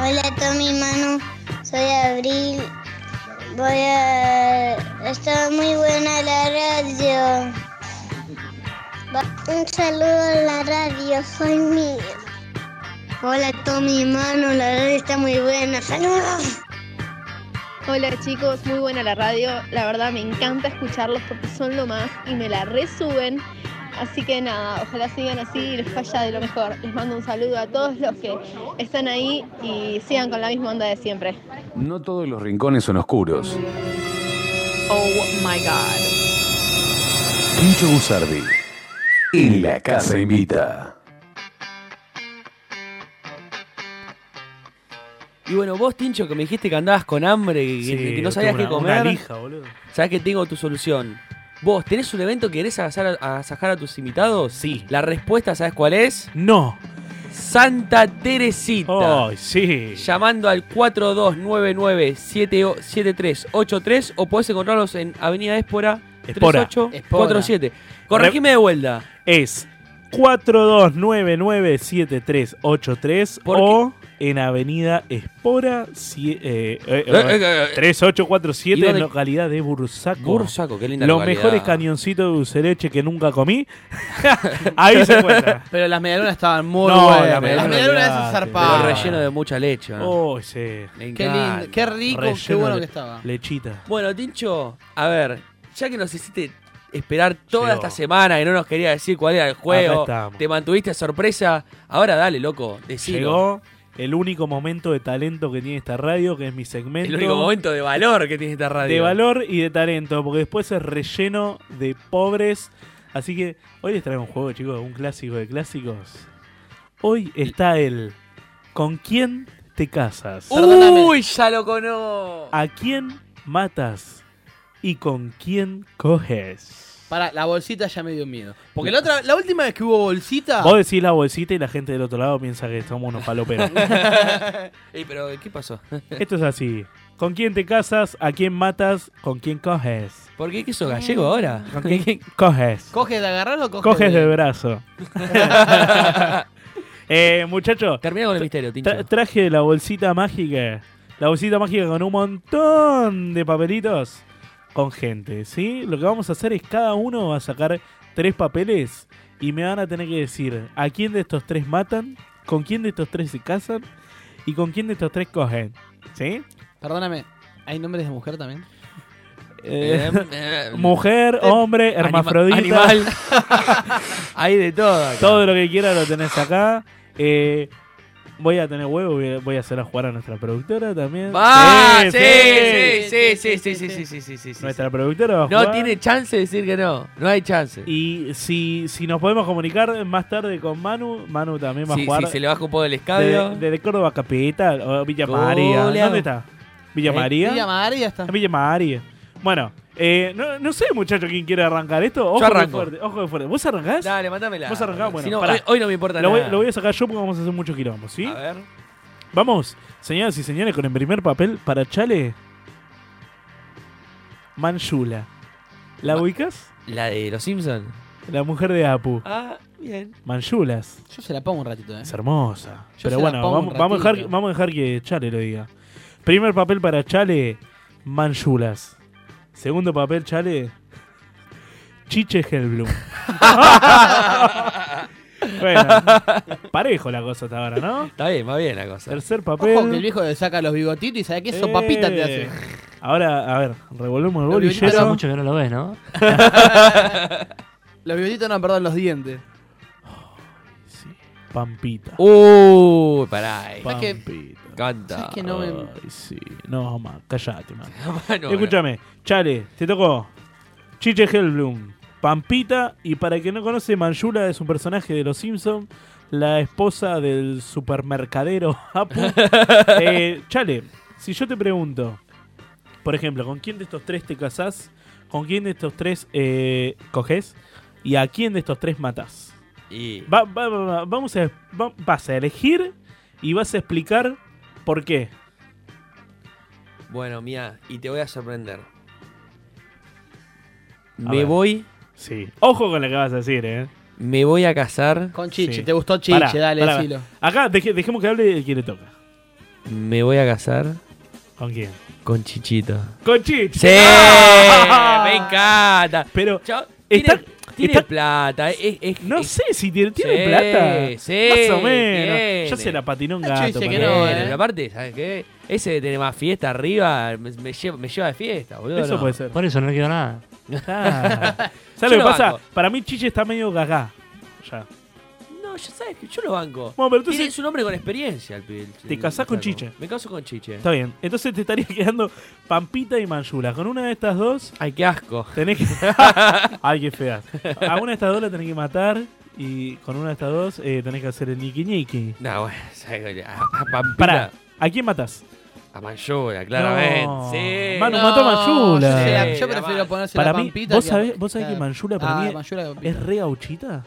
N: Hola Tommy Manu, soy Abril Voy a... Está muy buena la radio. Va- Un saludo a la radio, soy Miguel. Hola Tommy, mano, la radio está muy buena. Saludos.
O: Ah. Hola chicos, muy buena la radio. La verdad me encanta escucharlos porque son lo más y me la resuben. Así que nada, ojalá sigan así y les falla de lo mejor. Les mando un saludo a todos los que están ahí y sigan con la misma onda de siempre.
P: No todos los rincones son oscuros.
O: Oh my god.
P: Pincho Usardi. En la casa invita.
C: Y bueno, vos, Tincho, que me dijiste que andabas con hambre, que, que- que no sabías
D: tengo
C: qué
D: una- una
C: comer.
D: lija, boludo.
C: Sabés que tengo tu solución. Vos, ¿tenés un evento que querés agasajar a, agasajar a tus invitados? Sí. La respuesta, ¿sabes cuál es?
D: No.
C: Santa Teresita.
D: Ay, sí.
C: Llamando al 4299-7383 o podés encontrarlos en Avenida Espora
D: Espora.
C: 3847. Corregime de vuelta.
D: Es 42997383 o en Avenida Espora sie- eh,
C: Eh,
D: eh,
C: eh, eh.
D: 3847
C: ¿Y
D: en
C: dónde-
D: localidad de Bursaco.
C: Bursaco, qué linda
D: Los
C: localidad.
D: mejores cañoncitos de dulcereche que nunca comí. Ahí se encuentra.
E: Pero las medialunas estaban muy
D: No,
E: buenas.
D: la medialuna,
E: las medialunas
D: olvidate.
E: esas zarpadas.
C: Pero relleno de mucha leche, ¿o ¿no?
D: Oh, sí.
C: Me
E: Qué
C: encanta.
E: lindo, qué rico, qué
D: Relleno
E: bueno
D: de
E: que estaba.
D: Lechita.
C: Bueno, Tincho, a ver, ya que nos hiciste esperar toda
D: Llegó.
C: esta semana y no nos quería decir cuál era el
D: Acá
C: juego,
D: estamos.
C: te mantuviste sorpresa, ahora dale, loco, decilo.
D: Llegó el único momento de talento que tiene esta radio, que es mi segmento.
C: El único momento de valor que tiene esta radio.
D: De valor y de talento, porque después es relleno de pobres. Así que hoy les traigo un juego, chicos, un clásico de clásicos. Hoy está el ¿Con quién te casas?
C: Uy, ya lo conozco.
D: ¿A quién matas? ¿Y con quién coges?
E: Para, la bolsita ya me dio miedo. Porque la otra, la última vez que hubo bolsita.
D: Vos decís la bolsita y la gente del otro lado piensa que somos unos paloperos.
C: Ey, pero ¿qué pasó?
D: Esto es así. ¿Con quién te casas? ¿A quién matas? ¿Con quién coges?
C: ¿Por qué? ¿Qué sos gallego ahora?
D: ¿Con quién coges?
E: ¿Coges de agarrar o coges,
D: Coges de brazo. eh, muchacho.
C: Termina con el misterio, Tincho.
D: tra- traje la bolsita mágica. La bolsita mágica con un montón de papelitos con gente, ¿sí? Lo que vamos a hacer es cada uno va a sacar tres papeles y me van a tener que decir a quién de estos tres matan, con quién de estos tres se casan y con quién de estos tres cogen, ¿sí?
E: Perdóname, ¿hay nombres de mujer también?
D: Eh,
E: Em, eh,
D: mujer,
E: eh,
D: hombre,
E: anima-
D: hermafrodita.
E: animal.
C: Hay de todo.
D: Todo lo que quieras lo tenés acá. Eh, voy a tener huevo, voy a- voy a hacer a jugar a nuestra productora también.
C: ¡Va!
D: Sí,
C: Sí,
D: sí.
C: sí, sí, sí, sí, sí, sí, sí, sí, sí, sí.
D: Nuestra productora va a
C: No
D: jugar.
C: tiene chance de decir que no. No hay chance.
D: Y si, si nos podemos comunicar más tarde con Manu, Manu también va
C: Si
D: a jugar.
C: se le baja un poco el escabio.
D: desde, desde Córdoba Capital o Villa María.
C: Hola.
D: ¿Dónde está? ¿Villa
C: Eh,
D: María?
E: Villa María está.
D: En Villa María. Bueno, eh, no, no sé, muchacho, quién quiere arrancar esto.
C: Yo
D: Ojo de
C: arranco.
D: fuerte, ojo de fuerte. ¿Vos arrancás?
C: Dale, mandámela.
D: ¿Vos arrancás? Bueno,
C: Si no,
D: pará.
C: hoy, hoy no me importa
D: lo voy,
C: nada.
D: lo voy a sacar yo porque vamos a hacer muchos quilombos, ¿sí?
C: A ver.
D: Vamos, señoras y señores, con el primer papel para Chale. Manchula. ¿La ubicas?
C: ¿La de los Simpsons?
D: La mujer de Apu.
C: Ah, bien.
D: Manchulas.
E: Yo se la pongo un ratito, ¿eh?
D: Es hermosa.
E: Yo
D: Pero
E: se la
D: bueno,
E: pongo un
D: vamos, vamos a dejar,
E: ratito.
D: vamos a dejar que Chale lo diga. Primer papel para Chale, Manchulas. Segundo papel, Chale, Chiche Helblum.
C: Ah.
D: bueno, parejo la cosa hasta ahora, ¿no?
C: Está bien, va bien la cosa.
D: Tercer papel.
E: Ojo que el viejo le saca los bigotitos y sabe que eso papita te hace.
D: Eh, Ahora, a ver, revolvemos el
E: Los
D: boli.
E: bigotitos
D: yeso.
E: no-
F: Mucho que no lo ves, ¿no?
E: Los bigotitos no, perdón, los dientes.
D: Pampita.
C: Uy, pará. eh. ahí.
E: ¿Sabes que-
C: Canta.
E: ¿Sabes que no me-
D: Ay, sí. No, man, callate, man.
C: Bueno,
D: Escúchame, Chale, te tocó Chiche Hellblum, Pampita, y para el que no conoce, Manchula es un personaje de Los Simpsons, la esposa del supermercadero Apu. Eh, Chale, si yo te pregunto, por ejemplo, ¿con quién de estos tres te casás? ¿Con quién de estos tres eh, coges? ¿Y a quién de estos tres matás?
C: Y...
D: Va- va- va- va- vamos a, va- vas a elegir y vas a explicar por qué.
C: Bueno, mía, y te voy a sorprender.
D: A
C: me
D: ver.
C: voy.
D: Sí. Ojo con lo que vas a decir, eh.
C: Me voy a casar.
E: Con
D: Sí.
E: Chiche, te gustó Chiche,
D: Pará,
E: dale,
D: pará,
E: decilo.
D: pará. Acá deje- dejemos que hable el que le toca.
C: Me voy a casar
D: ¿Con quién?
C: Con Chichito.
D: Con Chichito.
C: ¡Sí!
D: ¡Ah!
C: ¡Me encanta!
D: Pero
C: tiene,
D: está-
C: tiene
D: está-
C: plata. es- es-
D: No
C: es-
D: sé si tiene, tiene
C: Sí,
D: plata.
C: sí,
D: Más o menos.
C: tiene.
D: Ya se la patinó un
C: Nacho
D: gato.
C: dice que
D: para
C: no,
D: mí.
C: eh. Pero aparte, ¿sabes qué? Ese de tener más fiesta arriba me, me lleva, me lleva de fiesta, boludo.
D: Eso
C: no.
D: puede ser.
F: Por eso no le quedó nada.
D: Ah.
C: Yo
D: ¿Sabes lo
C: lo
D: que pasa?
C: banco.
D: Para mí Chiche está medio gagá. Ya.
C: No, ya sabes que yo lo banco.
D: Bueno, pero entonces-
C: Tiene- es un hombre con experiencia el pibe. el-
D: Te
C: el
D: casás con
C: flaco.
D: Chiche.
C: Me caso con Chiche.
D: Está bien. Entonces te estaría quedando Pampita y Manchula. Con una de estas dos.
C: Ay, qué asco.
D: Tenés que. Ay, qué fea. A una de estas dos la tenés que matar. Y con una de estas dos eh, tenés que hacer el ñiqui ñiqui.
C: No, bueno, ¿sabes qué? a, a Ah, Pampita,
D: Pará. ¿A quién matás?
C: a Manchula, claramente.
D: No.
C: Sí.
D: Mano, mató a Manchula.
E: Yo,
D: Sí,
E: yo
D: la
E: prefiero ponérsela
D: Para
E: a
D: mí,
E: Pampita.
D: ¿vos
E: que a-
D: sabés, vos sabés que
E: claro.
D: Manchula para
E: Ah,
D: mí
E: Manchula que Pampita.
D: es re gauchita?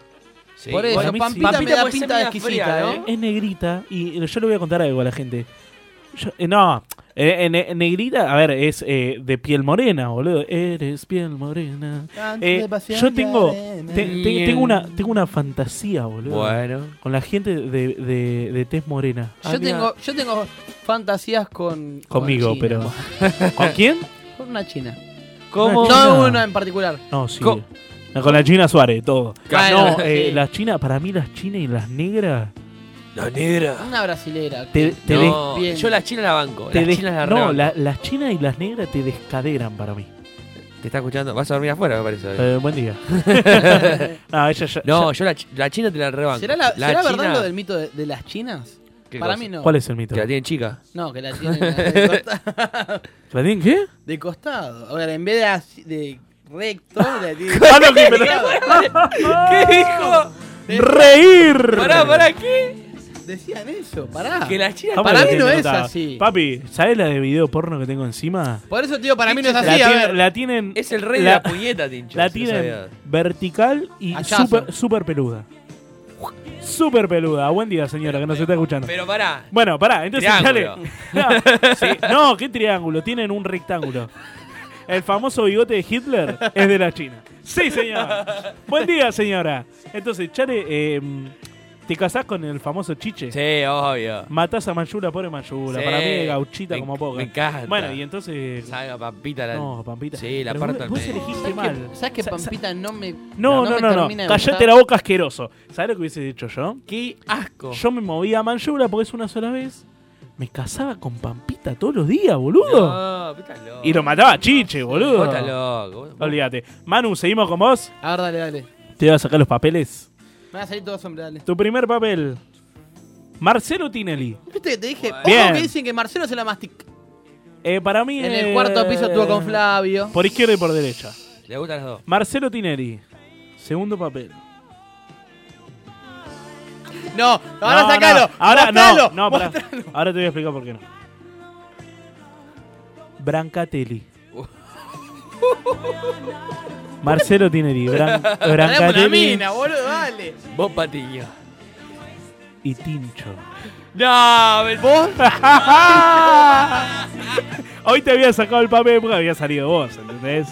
C: Sí.
E: Por eso,
D: Para mí sí.
E: Pampita, me da pinta de exquisita, ¿eh?
D: Es negrita y yo le voy a contar algo a la gente. Yo- eh, no, eh, eh, ne- negrita, a ver, es eh, de piel morena, boludo. Eres piel morena.
E: Antes
D: Eh,
E: de pasión
D: yo tengo,
E: morena.
D: te- te-
E: Bien.
D: tengo, una, tengo una fantasía, boludo.
C: Bueno.
D: Con la gente de, de, de tez morena.
E: Yo, tengo, yo tengo fantasías con. con
D: Conmigo,
E: China.
D: pero... ¿Con quién?
E: Con una china.
D: ¿Cómo?
E: No
D: Una-
E: una en particular.
D: No, sí.
E: Co-
D: No, con la China Suárez, todo.
E: Claro.
D: no, eh,
E: Sí.
D: las chinas, para mí las chinas y las negras...
C: Las negras.
E: Una brasilera.
D: Te-
E: que-
D: te
C: No,
E: Bien.
C: yo las chinas la banco.
D: te
C: Las
D: des-
C: chinas la
D: no,
C: rebanco.
D: la- las chinas y las negras te descaderan para mí.
C: Te está escuchando. Vas a dormir afuera, me parece. hoy.
D: Eh, buen día. no, ella ya-
C: No,
D: ya-
C: yo la, chi- la china te la rebanco.
E: ¿Será, la- será
C: china-
E: verdad lo del mito de, de las chinas?
C: ¿Qué
E: Para
C: cosa?
E: mí no.
D: ¿Cuál es el mito?
C: Que la tienen chica.
E: No, que la tienen de costado.
D: ¿La tienen qué?
E: De costado. A ver, en vez de, así- de recto, la tienen
D: Ah, no, que me lo-
C: ¿Qué dijo?
D: ¡Reír!
C: Pará, pará, ¿qué?
E: Decían eso, pará.
C: Que las chinas.
D: Vamos a
E: Para
D: la
E: mí
D: que
E: no
D: te
E: es
D: notaba.
E: así.
D: Papi, ¿sabes la de video porno que tengo encima?
E: Por eso, tío, para mí no es
D: La,
E: así. A
D: tiene-
E: ver.
D: la tienen.
C: Es el rey
D: la-
C: de la puñeta, Tincho.
D: La
C: si no
D: tienen
C: sabías.
D: vertical y
E: Hachazo.
D: super, super peluda. Super peluda. Buen día, señora, que nos está escuchando.
C: Pero pará.
D: Bueno, pará, entonces dale.
C: Triángulo.
D: No, sí, no, ¿qué triángulo? Tienen un rectángulo. El famoso bigote de Hitler es de la China. Sí, señora. Buen día, señora. Entonces, Chale, eh, te casás con el famoso Chiche.
C: Sí, Eh, obvio.
D: Matás a Manchula, pobre Manchula.
C: Sí.
D: Para mí es gauchita
C: Me-
D: como poca.
C: Me encanta.
D: Bueno, y entonces...
C: Salga Pampita la.
D: No, Pampita.
C: Sí, la
D: Pero
C: parto
D: vos-
C: al
D: vos
C: medio.
D: elegiste
E: ¿Sabes
D: mal.
E: que, sabes que Pampita no me.
D: No, no,
E: me
D: no, no.
E: termina de
D: Callate
E: gustar?
D: la boca asqueroso. ¿Sabés lo que hubiese dicho yo?
C: Qué asco.
D: Yo me movía a Manchula porque es una sola vez. Me casaba con Pampita todos los días, boludo.
E: Ah,
C: No, puta loco.
D: Y lo mataba a Chiche, boludo.
C: Vos estás loco. vos- vos-
D: Olvídate. Manu, ¿seguimos con vos?
E: A ver, dale, dale.
D: Te voy a sacar los papeles.
E: Me va a salir todo sombra, dale.
D: Tu primer papel. Marcelo Tinelli.
E: ¿Viste que te dije? Ojo
D: Bien.
E: que dicen que Marcelo se la mastica.
D: Eh, para mí...
E: En el
D: eh,
E: cuarto piso estuvo con Flavio.
D: Por izquierda y por derecha.
C: Le gustan las dos.
D: Marcelo Tinelli. Segundo papel.
E: No, ahora
D: No,
E: sacalo.
D: no, Ahora
E: mostralo,
D: no, no, pará.
E: mostralo.
D: Ahora te voy a explicar por qué no. Brancatelli. Marcelo Tineri, Bran-
E: Dame una
D: Brancatelli
E: mina, boludo, dale.
C: Vos, Patiño.
D: y Tincho.
C: No, me-
E: ¿Vos?
D: Hoy te había sacado el papel porque había salido vos, ¿entendés?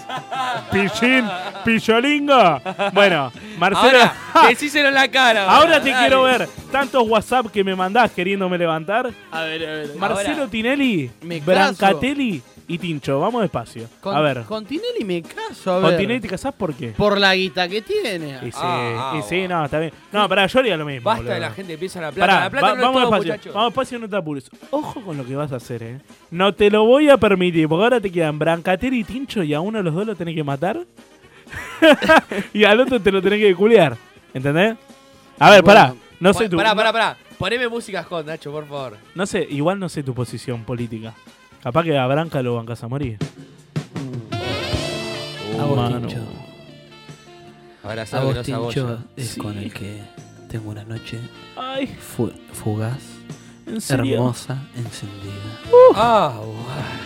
D: Pichín, pillolinga. Bueno, Marcelo.
C: Ahora, decíselo en la cara.
D: Ahora te
C: dale.
D: quiero ver tantos WhatsApp que me mandás queriéndome levantar.
E: A ver, a ver.
D: Marcelo Tinelli,
E: Me caso.
D: Brancatelli y Tincho. Vamos despacio.
E: Con,
D: a ver, ah,
E: Con Tinelli me caso, a ver.
D: con Tinelli te casás por qué?
E: Por la guita que tiene.
D: Y sí,
C: Ah, ah,
D: y sí, no, está bien. No, pará, yo haría lo mismo.
C: Basta
D: boludo.
C: de la gente que piensa en la plata.
D: Pará,
C: la plata
D: va-
C: no es
D: vamos
C: todo,
D: despacio.
C: muchachos.
D: Vamos despacio, Ah, no te apures. Ojo con lo que vas a hacer, eh. No te lo voy a permitir, porque ahora te quedan Brancatelli y Tincho y a uno de los dos lo tenés que matar. y al otro te lo tenés que culear. ¿Entendés? A ver, pará. No sé
C: Bueno,
D: tu,
C: Pará,
D: no-
C: pará, pará. Poneme música hot, Nacho, por favor.
D: No sé, igual no sé tu posición política. Capaz que a Branca lo bancas a morir.
E: A vos,
D: Mano.
E: Tincho.
C: Ahora
E: A
C: sabes
E: vos,
C: que no ¿eh?
E: Tincho,
C: saboya.
E: es
D: Sí.
E: con el que tengo una noche
D: Ay,
E: fu- fugaz,
D: ¿en serio?
E: hermosa, encendida.
C: Ah, bueno.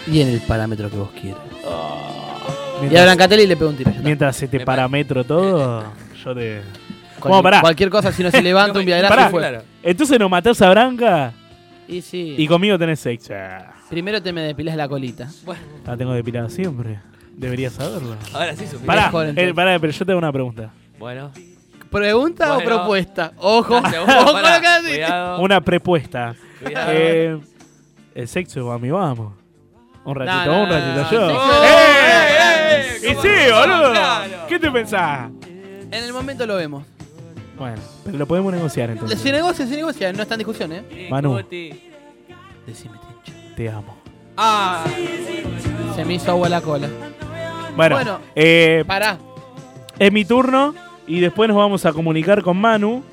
E: Y en el parámetro que vos quieras.
D: Ah.
E: Y a
D: Mientras,
E: Brancatelli le pego un tiro. ya está.
D: mientras se te parametro todo, yo te...
E: Cualquier,
D: Bueno, pará.
E: cualquier cosa, si no se levanta un
D: Pará.
E: viagrazo y fue.
C: Claro.
D: Entonces no matás a Branca
E: Y sí.
D: y conmigo tenés sexo. Ah,
E: Primero te me depilas la colita.
D: La tengo depilada siempre. Deberías saberlo.
C: Ahora sí supiste.
D: Pará,
E: Mejor,
D: eh,
E: entonces.
D: pará, pero yo te hago una pregunta.
C: Bueno.
E: ¿Pregunta
C: Bueno.
E: o propuesta? Ojo,
C: Dale,
E: ojo
C: bueno,
E: con
C: pará.
E: lo que haces.
C: Cuidado.
D: Una prepuesta.
C: Cuidado.
D: Eh, el sexo, a mí vamos. Un ratito, un ratito yo.
E: no.
D: ¡Eh, eh, eh! Y
E: ¿Cómo
D: sí,
E: no?
D: boludo.
E: Claro.
D: ¿Qué te pensás?
E: En el momento lo vemos.
D: Bueno, pero lo podemos negociar entonces.
E: Se negocia, se negocia, no está en discusión, ¿eh?
D: Manu.
E: Decime,
D: Te amo.
E: Ah, se me hizo agua la cola.
D: Bueno,
E: Bueno,
D: eh,
E: Pará.
D: es mi turno y después nos vamos a comunicar con Manu.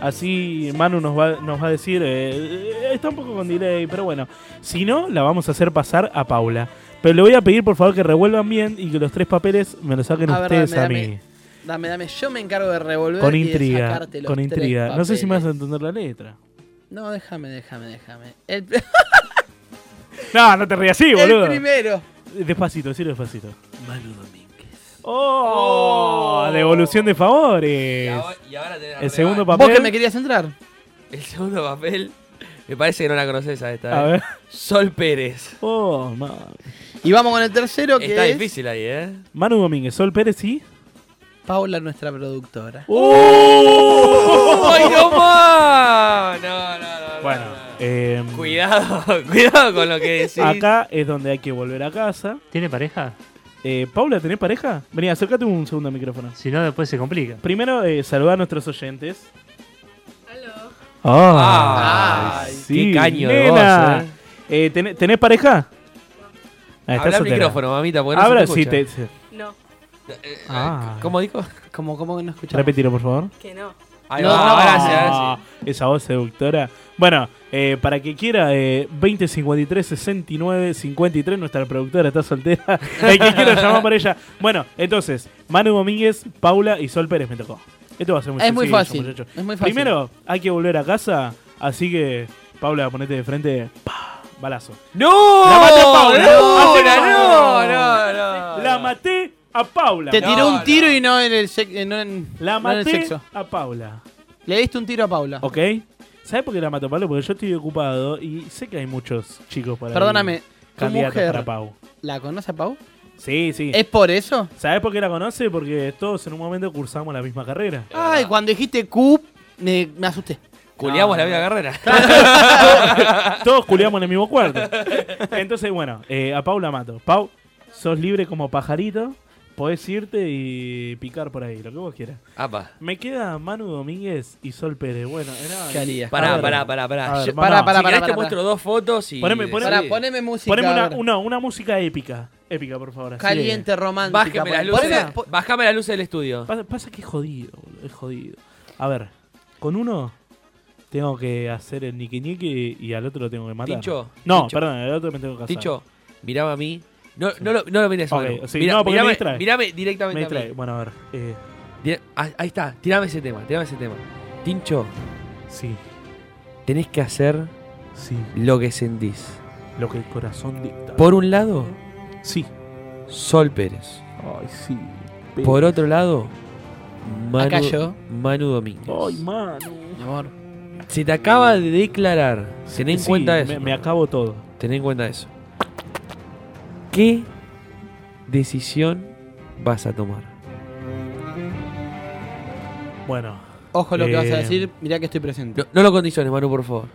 D: Así Manu nos va, nos va a decir, eh, está un poco con delay, pero bueno. Si no, la vamos a hacer pasar a Paula. Pero le voy a pedir por favor que revuelvan bien y que los tres papeles me los saquen
E: A ver,
D: ustedes
E: dame,
D: a mí.
E: dame. Dame, dame, yo me encargo de revolver.
D: Con
E: y de
D: intriga.
E: sacarte los
D: Con
E: tres
D: intriga. No sé si me
E: papeles.
D: vas a entender la letra.
E: No, déjame, déjame, déjame. El,
D: No, no te rías así,
E: el
D: boludo.
E: primero.
D: Despacito, decirlo despacito.
E: Manu Domínguez.
D: ¡Oh! Devolución de favores.
C: Y ahora tenés la
D: El
C: revancha.
D: segundo papel.
E: ¿Vos que me querías entrar?
C: El segundo papel, me parece que no la conoces a esta.
D: A
C: eh.
D: ver.
C: Sol Pérez.
D: Oh,
E: Y vamos con el tercero que
C: Está
E: es
C: difícil ahí, ¿eh?
D: Manu Domínguez, Sol Pérez y.
E: Paula, nuestra productora.
D: ¡Oh!
C: ¡Oh! ¡Ay, no más! No, no, no.
D: Bueno, eh,
C: Cuidado, cuidado con lo que decís.
D: Acá es donde hay que volver a casa.
F: ¿Tiene pareja?
D: Eh, Paula, ¿tenés pareja? Vení, acércate un segundo al micrófono.
F: Si no, después se complica.
D: Primero, eh, saludar a nuestros oyentes.
C: Ah,
D: Ay,
C: qué caño de
D: nena.
C: voz,
D: Eh, ¿tené- ¿Tenés pareja? Ahí está
C: Habla al
D: soltera.
C: micrófono, mamita, porque no se
D: Habla,
C: te
D: sí,
C: escucha.
D: te- se-
Q: No.
D: Ah.
C: ¿Cómo dijo?
E: ¿Cómo, cómo que no escuchamos?
D: Repetilo, por favor.
Q: Que no.
C: Ahí va, ahora sí, ahora sí.
D: Ah, Esa voz seductora. Bueno, eh, para que quiera, eh, 20 53 69 53, nuestra productora está soltera. El que quiera llamar para ella. Bueno, entonces, Manu Domínguez, Paula y Sol Pérez me tocó. Esto va a ser muy
E: Es muy
D: sencillo,
E: fácil,
D: muchachos.
E: es muy fácil.
D: Primero, hay que volver a casa, así que, Paula, ponete de frente. ¡Pah! Balazo.
C: ¡No!
D: ¡La maté a Paula!
C: ¡No!
D: Así
C: ¡No,
D: nomás.
C: no, no, no!
D: ¡La maté a Paula!
E: Te tiró un tiro y no en el, sec- eh, no en,
D: La
E: no en el
D: maté
E: sexo.
D: a Paula.
E: Le diste un tiro a Paula.
D: ¿Ok? ¿Sabes por qué la mato, Pablo? Porque yo estoy ocupado y sé que hay muchos chicos para
E: Perdóname, tu
D: candidatos
E: mujer-
D: para Pau.
E: ¿La conoce a Pau?
D: Sí, sí.
E: ¿Es por eso?
D: ¿Sabes por qué la conoce? Porque todos en un momento cursamos la misma carrera.
E: Ay, cuando dijiste Q, me, me asusté.
C: Culeamos la misma carrera.
D: todos culiamos en el mismo cuarto. Entonces, bueno, eh, a Pau la mato. Pau, sos libre como pajarito. Podés irte y picar por ahí, lo que vos quieras.
C: Apa.
D: Me queda Manu Domínguez y Sol Pérez. Bueno, era.
E: ¿Qué harías?
D: A
C: Pará,
D: ver.
C: pará, pará,
D: A
C: pará.
D: ver,
C: Yo-
D: pará,
C: Si
D: pará,
C: querés
D: pará,
C: te
D: pará.
C: muestro dos fotos y.
D: Poneme, poneme,
E: Pará, poneme música,
D: Poneme una,
E: ahora.
D: una, una música épica. Épica, por favor. así.
E: Caliente, romántica.
C: Bájame las
E: ponele.
C: luces.
E: Poneme- po-
C: Bájame las luces del estudio.
D: Pasa, pasa que es jodido, boludo, es jodido. A ver, con uno tengo que hacer el nique nique y al otro lo tengo que matar.
C: Ticho.
D: No,
C: Ticho.
D: perdón, al otro me tengo que hacer.
C: Ticho, mirame a mí. No, no, lo, no lo mires,
D: Ok,
C: Manu.
D: sí,
C: Mirá-
D: no, porque
C: mirame,
D: me distrae.
C: mirame directamente
D: Me
C: a
D: distrae.
C: mí.
D: Bueno, a ver. eh,
C: Tira- ah, ahí está, tirame ese tema, tirame ese tema. Tincho.
D: Sí.
C: Tenés que hacer
D: Sí.
C: lo que sentís.
D: lo que el corazón dicta.
C: Por un lado,
D: sí.
C: Sol Pérez.
D: Ay, sí.
C: Por otro lado, Manu,
E: Acá yo.
C: Manu Domínguez.
D: Ay, mano.
E: Mi amor.
C: Se te acaba de declarar. Ten en
D: Sí,
C: cuenta
D: me-
C: eso.
D: me acabo todo.
C: Ten en cuenta eso. ¿Qué decisión vas a tomar?
D: Bueno.
E: Ojo lo que vas
D: Eh,
E: a decir, mirá que estoy presente.
C: No, no lo condiciones, Manu, por favor.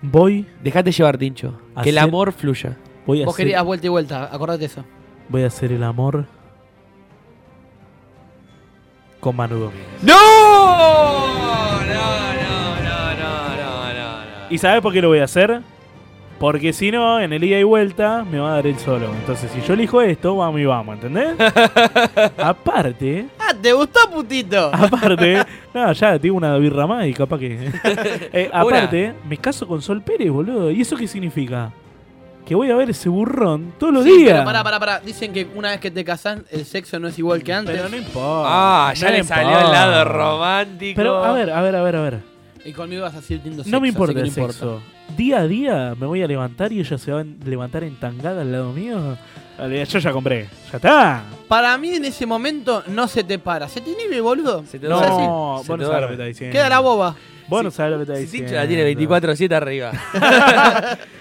D: Voy.
C: Dejate llevar, Tincho.
D: a
C: Que el
D: hacer-
C: amor fluya.
D: Voy a,
E: Vos
D: hacer,
E: querías vuelta y vuelta, acordate eso.
D: voy a hacer el amor con Manu Domínguez.
C: ¡No! No, no, no, no, no, no, no.
D: ¿Y sabes por qué lo voy a hacer? Porque si no, en el ida y vuelta me va a dar el solo. Entonces, si yo elijo esto, vamos y vamos, ¿entendés? aparte,
E: ¡Ah, te gustó, putito!
D: Ah, aparte, no, ya tengo una birra más y capaz que. Eh, aparte, me caso con Sol Pérez, boludo. ¿Y eso qué significa? Que voy a ver ese burrón todos los
E: Sí,
D: días.
E: Pero pará, pará, pará. Dicen que una vez que te casás, el sexo no es igual que antes.
D: Pero no importa.
C: Ah, ya
D: No
C: le
D: importa.
C: salió el lado romántico.
D: Pero a ver, a ver, a ver, a ver.
E: Y conmigo vas a seguir teniendo sexo.
D: No me importa el
E: así que no
D: sexo. Día a día me voy a levantar y ella se va a levantar entangada al lado mío. Vale, Yo ya compré. Ya está.
E: Para mí en ese momento no se te para. Se te inhibe, boludo.
C: Se te
D: No,
C: duerme.
D: vos
C: Se
D: no
C: te
D: sabés lo que
C: duerme.
D: está diciendo.
E: Queda la boba.
D: Vos no sabés lo que está
C: Si
D: diciendo.
C: Tincho la tiene 24-7 arriba.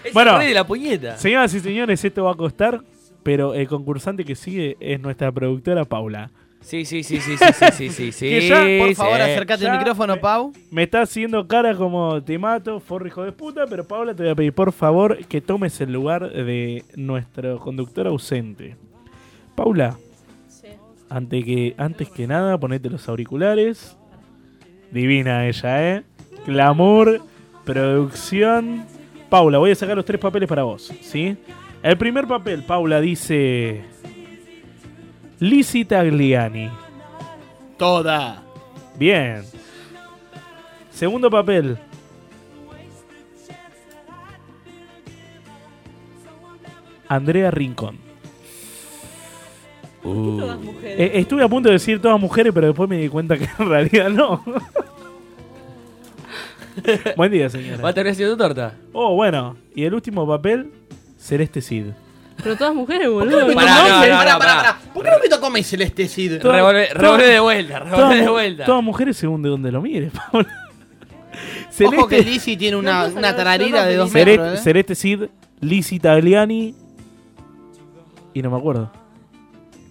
C: es
D: Bueno.
C: el rey de la puñeta.
D: Señoras y señores, esto va a costar, pero el concursante que sigue es nuestra productora Paula.
C: Sí, sí, sí, sí, sí, sí, sí, sí, sí.
D: Que ya, por
E: favor,
C: sí.
E: acércate al micrófono, Pau.
D: Me está haciendo cara como te mato, forro hijo de puta, pero Paula te voy a pedir por favor que tomes el lugar de nuestro conductor ausente. Paula, ante que, antes que nada, ponete los auriculares. Divina ella, ¿eh? Glamour, producción. Paula, voy a sacar los tres papeles para vos, ¿sí? El primer papel, Paula dice... Lizzie Tagliani.
E: Toda.
D: Bien. Segundo papel. Andrea Rincón. Eh, estuve a punto de decir todas mujeres, pero después me di cuenta que en realidad no. Buen día, señora.
C: Va a terminar siendo torta.
D: Oh, bueno. Y el último papel, Celeste Cid.
Q: Pero todas mujeres,
E: ¿Por qué no
Q: boludo.
E: me tocó
C: Pará, no,
E: mi-
C: no,
E: pará,
C: no,
E: pará, pará. ¿Por qué no me tocó mi Celeste Cid?
D: Todas- todas- todas
C: de
D: mu-
C: vuelta.
D: Todas mujeres según de donde lo mires, Paula.
E: Ojo que Lizzie tiene una, una tararira de dos
D: Celeste,
E: metros. ¿eh?
D: Celeste Cid, Lizzie Tagliani. Y no me acuerdo.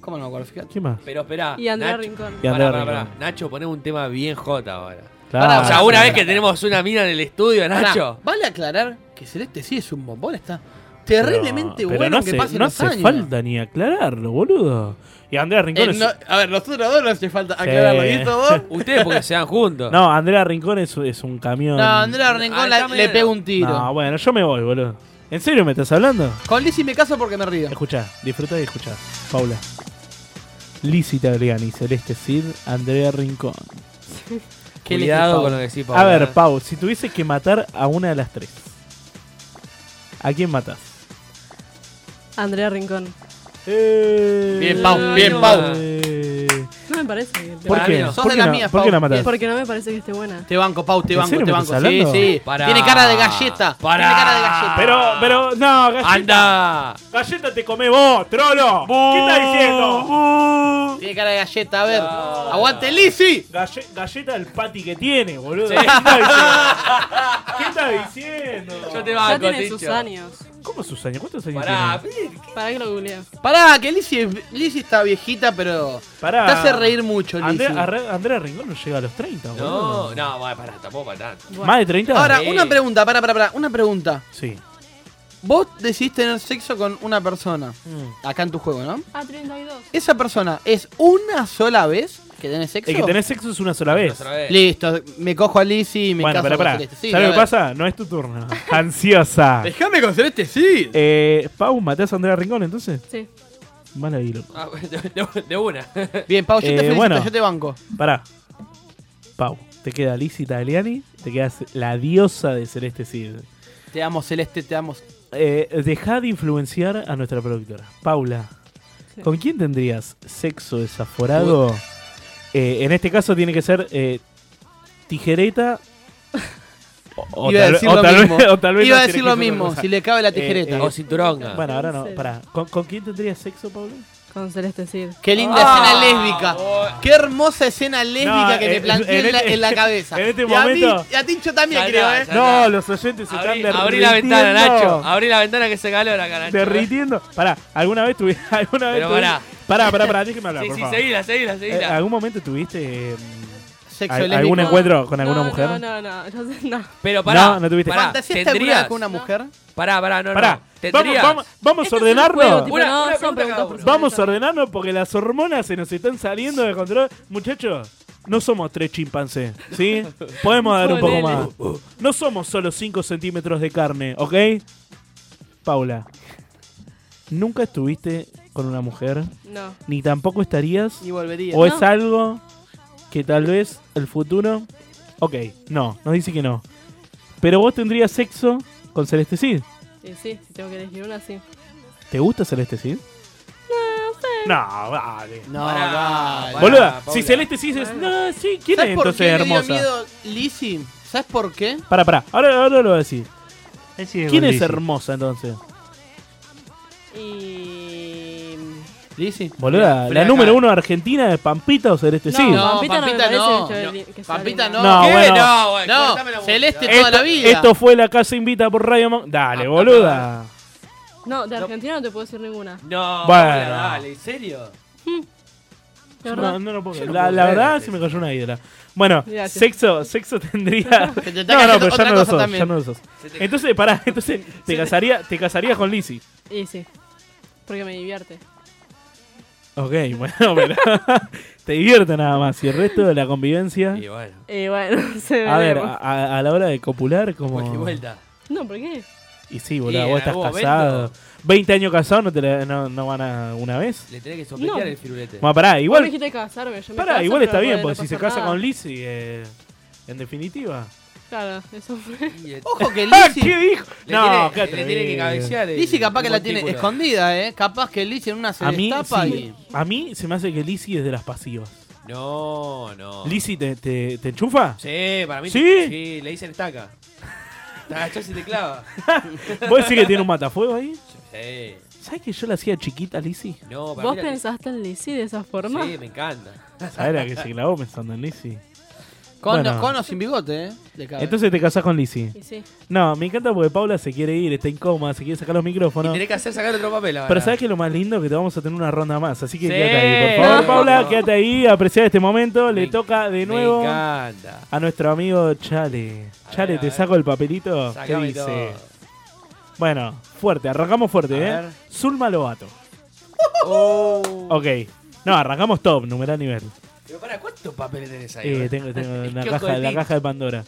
E: ¿Cómo no me acuerdo? Fíjate.
D: ¿Qué más?
C: Pero esperá.
Q: Y Andrea
C: Nacho-
Q: Rincón.
D: Y Andrea
C: Pará, pará, pará.
D: Rincón.
C: Nacho, ponemos un tema bien jota ahora.
D: Claro.
C: o sea, una
D: Sí.
C: vez que tenemos una mina en el estudio,
E: Pará,
C: Nacho.
E: vale aclarar que Celeste Cid es un bombón, está terriblemente
D: Pero- pero
E: bueno
D: no
E: que
D: hace-
E: pasen
D: No
E: los
D: hace
E: años.
D: falta ni aclararlo, boludo. Y Andrea Rincón
E: Eh,
D: es-
E: no- a ver, nosotros dos no hace falta
D: Sí.
E: aclararlo. ¿Y estos dos?
C: Ustedes porque se dan juntos.
D: No, Andrea Rincón es, es un camión.
E: No, Andrea Rincón la- le pega un tiro.
D: No, bueno, yo me voy, boludo. ¿En serio me estás hablando?
E: Con Lizzie me caso porque me río.
D: Escuchá, disfruta y escuchá. Paula. Lizzie Tagliani, Celeste Cid, Andrea Rincón.
C: ¿Qué Cuidado elegís, Pau? con lo que decís, Paula.
D: A ver, Pau, si tuvieses que matar a una de las tres, ¿a quién matas?
Q: Andrea Rincón.
D: Bien, Pau, bien, Pau.
Q: No me parece. que te-
D: Eh, ¿Por qué? ¿Por qué no- por qué la matas?
Q: Porque no me parece que esté buena.
E: Te banco, Pau, te
D: ¿En
E: banco,
D: serio
E: te
D: me
E: banco.
D: estás
E: Sí,
D: hablando?
E: sí.
D: Pará.
E: Tiene cara de galleta.
D: Pará.
E: Tiene cara de galleta.
D: Pero, pero, no, galleta.
C: ¡Anda!
D: Galleta te come vos, trolo. ¿Qué estás diciendo?
E: Tiene cara de galleta, a ver. ¡Aguante, Lizzy!
D: galleta del pati que tiene, boludo.
E: Sí.
D: ¿Qué estás diciendo?
C: Yo
Q: te banco, Ya tiene sus Tincho. años.
D: ¿Cómo sus años? ¿Cuántos años
Q: Pará,
D: tiene?
Q: Para que lo googlees.
E: Pará, que Lizzy, es- Lizzy está viejita, pero.
D: Pará.
E: Te hace reír mucho, Lizzy.
D: Andrea, Arre- Andrea Rincón no llega a los 30,
C: No,
D: boludo.
C: no, bueno, pará, tampoco para tanto.
D: ¿Más de 30?
E: Ahora,
D: Sí.
E: una pregunta, pará, pará, pará. Una pregunta.
D: Sí.
E: Vos decidís tener sexo con una persona.
D: Mm.
E: Acá en tu juego, ¿no?
Q: A 32.
E: ¿Esa persona es una sola vez que tenés sexo?
D: El que tenés sexo es una sola vez.
E: Listo, me cojo a Lizzy y me
D: bueno,
E: caso
D: pará,
E: con
D: pará.
E: Celeste. Sí,
D: ¿Sabes
E: a ver.
D: lo que pasa? Ah, No es tu turno. Ansiosa.
E: Déjame con Celeste, sí.
D: Eh, Pau, ¿matás a Andrea Rincón entonces?
Q: Sí.
D: Mal ahí, loco.
C: Ah, de, de una.
E: Bien, Pau, yo te
D: Eh,
E: felicito,
D: bueno.
E: yo te banco.
D: Pará. Pau, te queda Lizzie Tagliani, te quedas la diosa de Celeste Cid.
E: Te amo, Celeste, te amo.
D: Eh, dejá de influenciar a nuestra productora. Paula, ¿con quién tendrías sexo desaforado? Eh, en este caso tiene que ser eh, tijereta. O,
E: Iba a decir lo mismo.
D: vez- o tal vez
E: Iba
D: no
E: a
D: tiene
E: decir
D: que
E: lo
D: ser Eh,
E: mismo,
D: otra cosa.
E: si le cabe la tijereta. O cinturonga.
D: Bueno, ahora no, pará. ¿Con, con quién tendrías sexo, Paula? Ah.
Q: Con Celeste Cid.
E: Qué linda escena lésbica. Qué hermosa escena lésbica
D: No,
E: que te
D: en-
E: planteé en,
D: en
E: la,
D: este-
E: en la cabeza.
D: en este
E: Y A,
D: momento-
E: mí, y a Tincho también,
C: Ya
E: creo,
C: está,
E: ¿eh?
C: ya
D: No, los oyentes se
C: Abrí,
D: están
C: abrí la ventana,
D: derritiendo.
C: Nacho. Abrí la ventana que se calora acá, Nacho.
D: Derritiendo. Pará, ¿alguna vez tuviste.? ¿Alguna vez
C: Pero
D: tuvi-
C: pará.
D: Pará, pará, pará, déjeme hablar.
C: Sí,
D: por
C: sí,
D: favor.
C: seguila, seguila, seguila.
D: Eh, ¿Algún momento tuviste. eh,
C: Sexo
D: al-
C: lésbico?
D: ¿Algún
C: No,
D: encuentro con alguna
Q: no,
D: mujer?
Q: No, no, no. Yo sé, no.
C: Pero pará.
D: No, no tuviste.
C: Pará,
D: ¿Fantasías
E: te
C: tendrías-
E: con una mujer?
C: Pará, pará, no,
D: Pará,
C: no.
D: vamos,
C: Tendrías.
D: vamos, vamos a
C: juego,
D: ordenarnos.
C: tipo, Una- no, una son pregunta preguntas cada uno.
D: Vamos a ordenarnos porque las hormonas se nos están saliendo de control. Muchachos, no somos tres chimpancés, ¿sí? Podemos dar un poco
Q: Ponele.
D: más. Uh, No somos solo 5 centímetros de carne, ¿ok? Paula, ¿nunca estuviste con una mujer?
Q: No.
D: Ni tampoco estarías.
E: Ni volverías.
D: ¿O es
E: No.
D: algo que tal vez el futuro. Ok, no, nos dice que no. Pero vos tendrías sexo con Celeste Cid.
Q: Y Eh, sí, si tengo que elegir una, sí.
D: ¿Te gusta Celeste Cid?
Q: No sé.
D: No, vale.
E: No, vale.
D: Boluda, si Celeste Cid es. No, sí, ¿quién es
E: Ah, ¿Sabes por
D: entonces
E: qué le dio
D: hermosa?
E: miedo Lizzy? ¿Sabes por qué?
D: Pará, pará, ahora, ahora lo voy a decir.
F: sigue
D: ¿Quién
F: con
D: es
F: Lizzy.
D: hermosa entonces?
Q: Y.
E: Lizzy.
D: Boluda, la
E: Flaca.
D: número uno argentina es Pampita o Celeste Cid.
E: No, Pampita, no.
Q: parece
E: no.
Q: que esté- que sea
E: Pampita
Q: linda.
E: no.
D: No, ¿Qué? bueno. No,
C: güey,
E: No,
C: cortame la
E: Celeste
D: esto,
E: toda la vida.
D: esto fue la casa invita por Radio Mon- Dale, boluda.
Q: No, de Argentina no te puedo decir ninguna.
C: No,
D: Bueno.
C: Paula, dale, ¿en serio?
Q: La verdad.
D: No, no lo puedo
Q: Yo
D: creer.
Q: no
D: La,
Q: puedo
D: la
Q: creer.
D: verdad se me cayó una ídola. Bueno,
Q: Gracias.
D: sexo, sexo tendría.
Q: Se te está
D: no, no,
Q: cayendo
D: pero ya
Q: otra
D: no lo
Q: cosa
D: sos,
Q: también.
D: ya no lo sos.
Q: Se te-
D: Entonces, pará, entonces te casaría, te casarías con Lizzie.
Q: Y sí. Porque me divierte.
D: Ok, bueno, pero te divierte nada más. Y el resto de la convivencia. Eh,
Q: Y Eh, bueno, se
D: A ver,
Q: veremos.
D: a, a- a la hora de copular, como.
Q: Vuelta y vuelta. No, ¿por qué?
D: Y sí,
Q: Y
D: boludo,
Q: en
D: vos estás
Q: algún momento-
D: casado. 20 años casado, ¿no, te la- no, no van a una vez?
C: Le tenés que sopletear el firulete.
D: Bueno, pará,
Q: Vos me
D: igual.
Q: dijiste casarme, yo me
D: Pará,
Q: caso,
D: igual
Q: pero
D: está bien,
Q: bueno,
D: porque
Q: no
D: si se
Q: pasa
D: casa
Q: nada.
D: con Lizzie, eh, en definitiva.
Q: Claro, eso fue.
E: Ojo que
D: ¡Ah,
E: Lizzy.
D: qué dijo! No, qué atrevido.
E: Lizzy capaz que la tiene escondida, ¿eh? Capaz que Lizzy en una se
D: A mí,
E: destapa
D: sí, a mí se me hace que Lizzie es de las pasivas.
C: No, no.
D: ¿Lizzie te, te, te enchufa?
C: Sí, para mí.
D: ¿Sí?
C: Sí, le dicen estaca. Te agachás y te clava.
D: ¿Vos decís que tiene un matafuego ahí?
C: Sí.
D: ¿Sabes que yo la hacía chiquita, Lizzie?
C: No, para
Q: ¿Vos
C: mí la-
Q: pensaste en Lizzie de esa forma?
C: Sí, me encanta.
D: ¿Sabés la que se clavó pensando en Lizzie?
E: Con,
D: Bueno.
E: con o sin bigote, ¿eh? Le cabe.
D: Entonces te casás con Lizzie.
E: Y sí.
D: No, me encanta porque Paula se quiere ir, está en coma, se quiere sacar los micrófonos.
C: Tenés que hacer sacar otro papel ahora.
D: Pero sabes que lo más lindo que te vamos a tener una ronda más, así que
C: Sí.
D: quédate ahí, por favor,
C: No.
D: Paula, quédate ahí, apreciar este momento, le toca de nuevo
C: Me encanta.
D: a nuestro amigo Chale. Chale, te saco el papelito, Oh, ¿qué
C: Sacame
D: dice?
C: todo.
D: Bueno, fuerte, arrancamos fuerte, ¿eh?
C: ver.
D: Zulma Lobato.
C: Oh,
D: Ok. No, arrancamos top, numeral nivel.
C: Pero para, ¿cuántos papeles tenés ahí?
D: Eh,
C: boludo?
D: tengo tengo
C: El
D: una
C: kiosco
D: caja,
C: del
D: la
C: Tim.
D: caja de Pandora.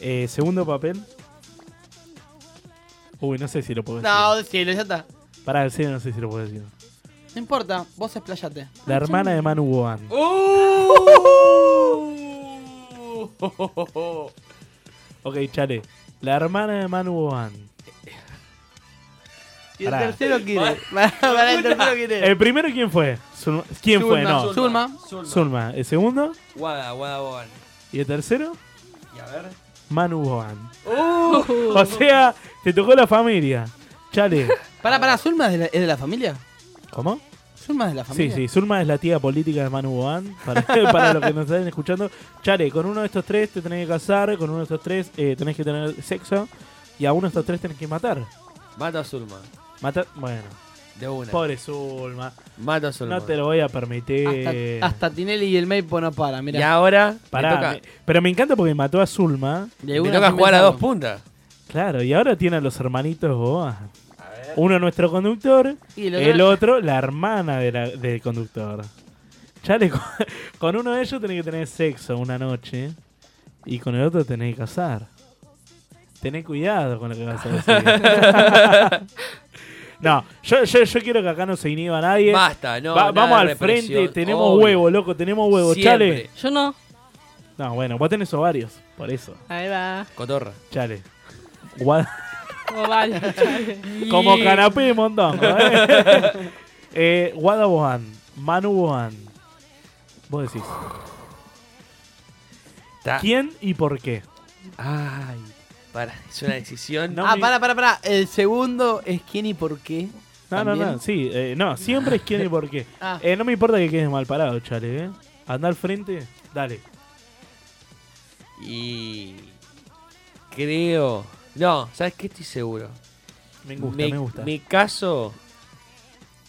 D: Eh, segundo papel. Uy, no sé si lo puedo decir.
E: No, decilo, ya está.
D: Pará, en serio no sé si lo puedo decir.
E: No importa, vos explayate.
D: La hermana de Manu Boan.
E: ¡Oh!
D: Ok, chale. La hermana de Manu Boan.
E: ¿Y el
D: Pará.
E: tercero quién es? Pará, pará, el tercero quién es?
D: ¿El primero quién fue? Zulma- ¿Quién
E: Zulma,
D: fue? No.
E: Zulma.
D: Zulma. ¿El segundo?
C: Guada, guada, Boban.
D: ¿Y el tercero?
C: Y a ver.
D: Manu Boan.
E: ¡Oh! Uh.
D: O sea, te tocó la familia. Chale.
E: Pará, pará, ¿Zulma es de la, es de la familia?
D: ¿Cómo?
E: ¿Zulma es de la
D: Sí,
E: familia?
D: sí, Zulma es la tía política de Manu Boan. Para, para los que nos están escuchando, Chale, con uno de estos tres te tenés que casar, con uno de estos tres eh, tenés que tener sexo y a uno de estos tres tenés que matar.
C: Mato a Zulma.
D: Matar, bueno,
C: De una.
D: Pobre Zulma.
C: Mato a Zulma.
D: no te lo voy a permitir.
E: Hasta, hasta Tinelli y el Meipo no para, mirá.
C: Y ahora,
D: Pará,
C: me toca,
D: me- pero me encanta porque mató a Zulma.
E: De
C: me toca jugar a dos puntas.
D: Claro, y ahora tiene a los hermanitos Boan. Uno nuestro conductor,
C: Y
D: el
C: el
D: otro,
C: otro-
D: la hermana de la- del conductor. Chale, con, con uno de ellos tenés que tener sexo una noche y con el otro tenés que casar. Tenés cuidado con lo que vas a decir. no, yo, yo, yo quiero que acá no se inhiba nadie.
C: Basta, no, nada
D: vamos
C: de
D: al
C: represión,
D: frente, tenemos
C: obvio.
D: huevo, loco, tenemos huevo.
C: Siempre.
D: Chale.
Q: Yo no.
D: No, bueno, vos tenés ovarios, por eso.
Q: Ahí va.
C: Cotorra.
D: Chale. Guad-
Q: Como varios, chale.
D: Como canapé y mondongo. ¿eh? eh, Wada Bohan, Manu Bohan. Vos decís.
C: Ta- Ah,
D: ¿Quién y por qué?
C: Ay, para, es una decisión.
E: ah, pará, pará, pará. El segundo es quién y por qué.
D: No, no,
E: también.
D: no. Sí, eh, no, siempre es quién y por qué.
E: Ah.
D: Eh, no me importa que quedes mal parado, chale. ¿eh? Anda al frente, dale.
C: Y. Creo. No, ¿sabes qué? Estoy seguro.
D: Me gusta, me gusta.
C: Me caso.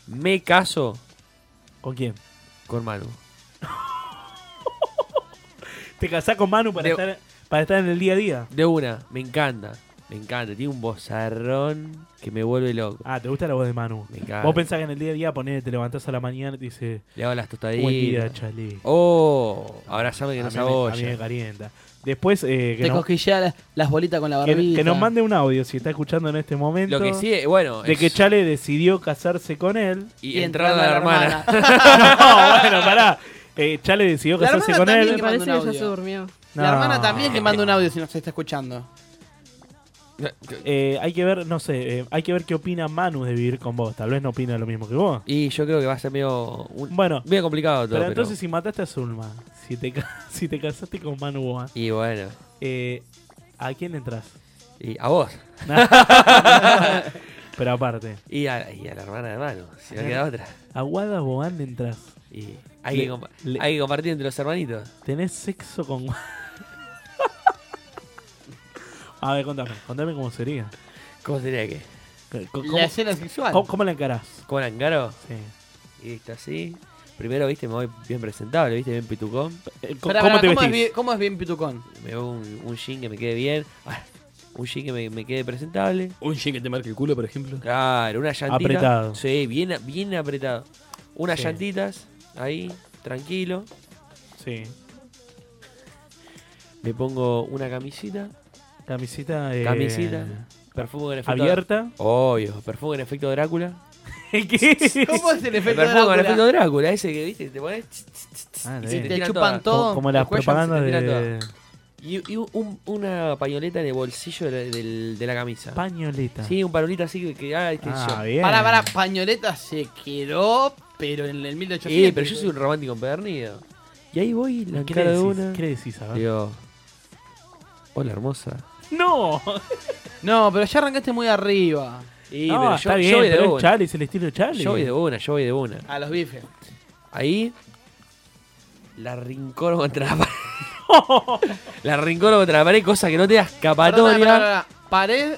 C: Me caso
D: ¿Con quién?
C: con Manu.
D: Te casás con Manu para,
C: De-
D: estar, para estar en el día a día.
C: De una, me encanta. Me encanta. Tiene un bozarrón que me vuelve loco.
D: Ah, ¿te gusta la voz de Manu?
C: Me encanta.
D: Vos pensás que en el día a día ponés, te levantás a la mañana y te dice.
C: Ah. Le hago las tostaditas.
D: Buen día, chale.
C: Oh, abrazame que
D: A
C: no
D: mí me- a mí me
C: saboya.
D: calienta. Después, eh, que
E: Te
D: nos-
E: cosquillea la- las bolitas con la
D: Que,
E: barbilla.
D: que nos mande un audio si está escuchando en este momento.
C: Lo que sí, eh, bueno,
D: De
C: es-
D: que Chale decidió casarse con él.
C: Y entrar a la hermana.
D: no, bueno, pará. Eh, Chale decidió
E: La
D: casarse
E: hermana
D: con
E: también
D: él.
E: que
Q: Parece
E: manda un
Q: que ya
E: audio.
Q: se durmió.
E: La
D: No.
E: hermana también que manda un audio si nos está escuchando.
D: Eh, hay que ver, no sé, eh, hay que ver qué opina Manu de vivir con vos. Tal vez no opina lo mismo que vos.
C: Y yo creo que va a ser medio. un-
D: Bueno.
C: Medio complicado todo.
D: Pero entonces, si mataste a Zulma, si te, ca- si te casaste con Manu Boa,
C: Y bueno.
D: eh, ¿a quién entras?
C: Y a vos.
D: Pero aparte.
C: Y a, y a la hermana de Manu. Si no queda otra.
D: A Wada Boan entras.
C: Y hay,
D: Le-
C: que compa-
D: le-
C: hay que compartir entre los hermanitos.
D: ¿Tenés sexo con.? A ver, contame, contame cómo sería.
C: ¿Cómo sería que?
D: C- c-
E: La escena sexual.
D: ¿Cómo, cómo la encarás?
C: ¿Cómo la encaro?
D: Sí.
C: Y listo, así. Primero, viste, me voy bien presentable, viste, bien pitucón.
D: Eh,
E: Pará, pará, ¿cómo, es bien, ¿Cómo es bien pitucón?
C: Me hago un, un jean que me quede bien. Un jean que me, me quede presentable.
R: Un jean que te marque el culo, por ejemplo.
C: Claro, una llantita.
R: Apretado.
C: Sí, bien, a- bien apretado. Unas
R: Sí.
C: llantitas, ahí, tranquilo.
D: Sí.
C: Me pongo una camisita.
D: Camisita. eh,
C: Camisita. Perfume con efecto.
D: Abierta.
C: Obvio, perfume con efecto Drácula.
D: ¿Qué?
E: ¿Cómo es el efecto
C: perfume con
E: Drácula?
C: efecto Drácula, ese que viste, te pones. tss, tss, tss, tss,
D: Ah,
C: y
D: de-
C: se
D: Te
C: tira toda.
D: chupan todo. Como- como las
C: El cuello se te
D: propagandas
C: tira
D: de-
C: toda. Y, y un- una pañoleta en el bolsillo de la, del- de la camisa.
D: Pañoleta. Ah,
C: Sí, un pañolito así que, que haga distinción.
E: Pará, pará, pañoleta se quedó, pero en el 1800.
C: Eh, pero yo soy un romántico empedernido. Y ahí voy, la
D: ¿Qué
C: cara
D: le
C: de
D: decís?
C: una.
D: ¿Qué le decís? A ver.
C: Digo, hola hermosa.
D: No.
E: No, pero ya arrancaste muy arriba.
C: Y,
D: No,
C: pero yo-
D: está
C: yo
D: bien,
C: voy de
D: pero es
C: una.
D: Charlie, es el estilo Charlie.
C: Yo voy de una, yo voy de una.
E: A los bifes.
C: Ahí. La rincono contra la pared. la rincono contra la pared, cosa que no te da
E: Perdona,
C: escapatoria.
E: pará, pará, pará. Pared,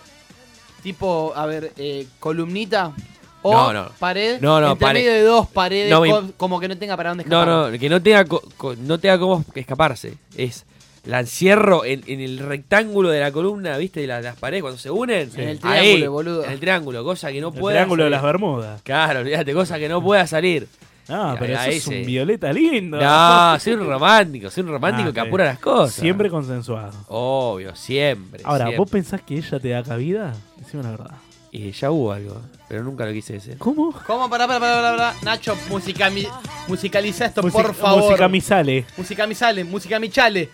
E: tipo, a ver, eh, columnita. O
C: No, no.
E: pared,
C: No, no,
E: entre
C: pared.
E: medio de dos paredes,
C: No me-
E: co- como que no tenga para dónde escapar.
C: No, no, que no tenga, co- co- no tenga cómo escaparse. Es la encierro en, en el rectángulo de la columna, ¿viste? De la- las paredes cuando se unen.
E: En el
C: Ahí,
E: triángulo, boludo.
C: En el triángulo, cosa que no
D: El
C: pueda.
D: triángulo de
C: salir.
D: las Bermudas.
C: Claro, olvídate, cosa que no pueda salir.
D: Ah, pero
C: Ahí
D: sos
C: sí.
D: un violeta lindo.
C: No, soy un romántico, soy un romántico
D: Ah,
C: que
D: sí.
C: apura las cosas.
D: Siempre consensuado.
C: Obvio, siempre.
D: Ahora,
C: siempre.
D: ¿vos pensás que ella te da cabida? Decime la verdad.
C: Y ya hubo algo, pero nunca lo quise decir.
D: ¿Cómo?
E: ¿Cómo? Pará, pará, pará, pará, pará. Nacho, musicami- musicaliza esto,
D: Music-
E: por favor.
D: musicamizale.
E: Musicamizale, musicamichale.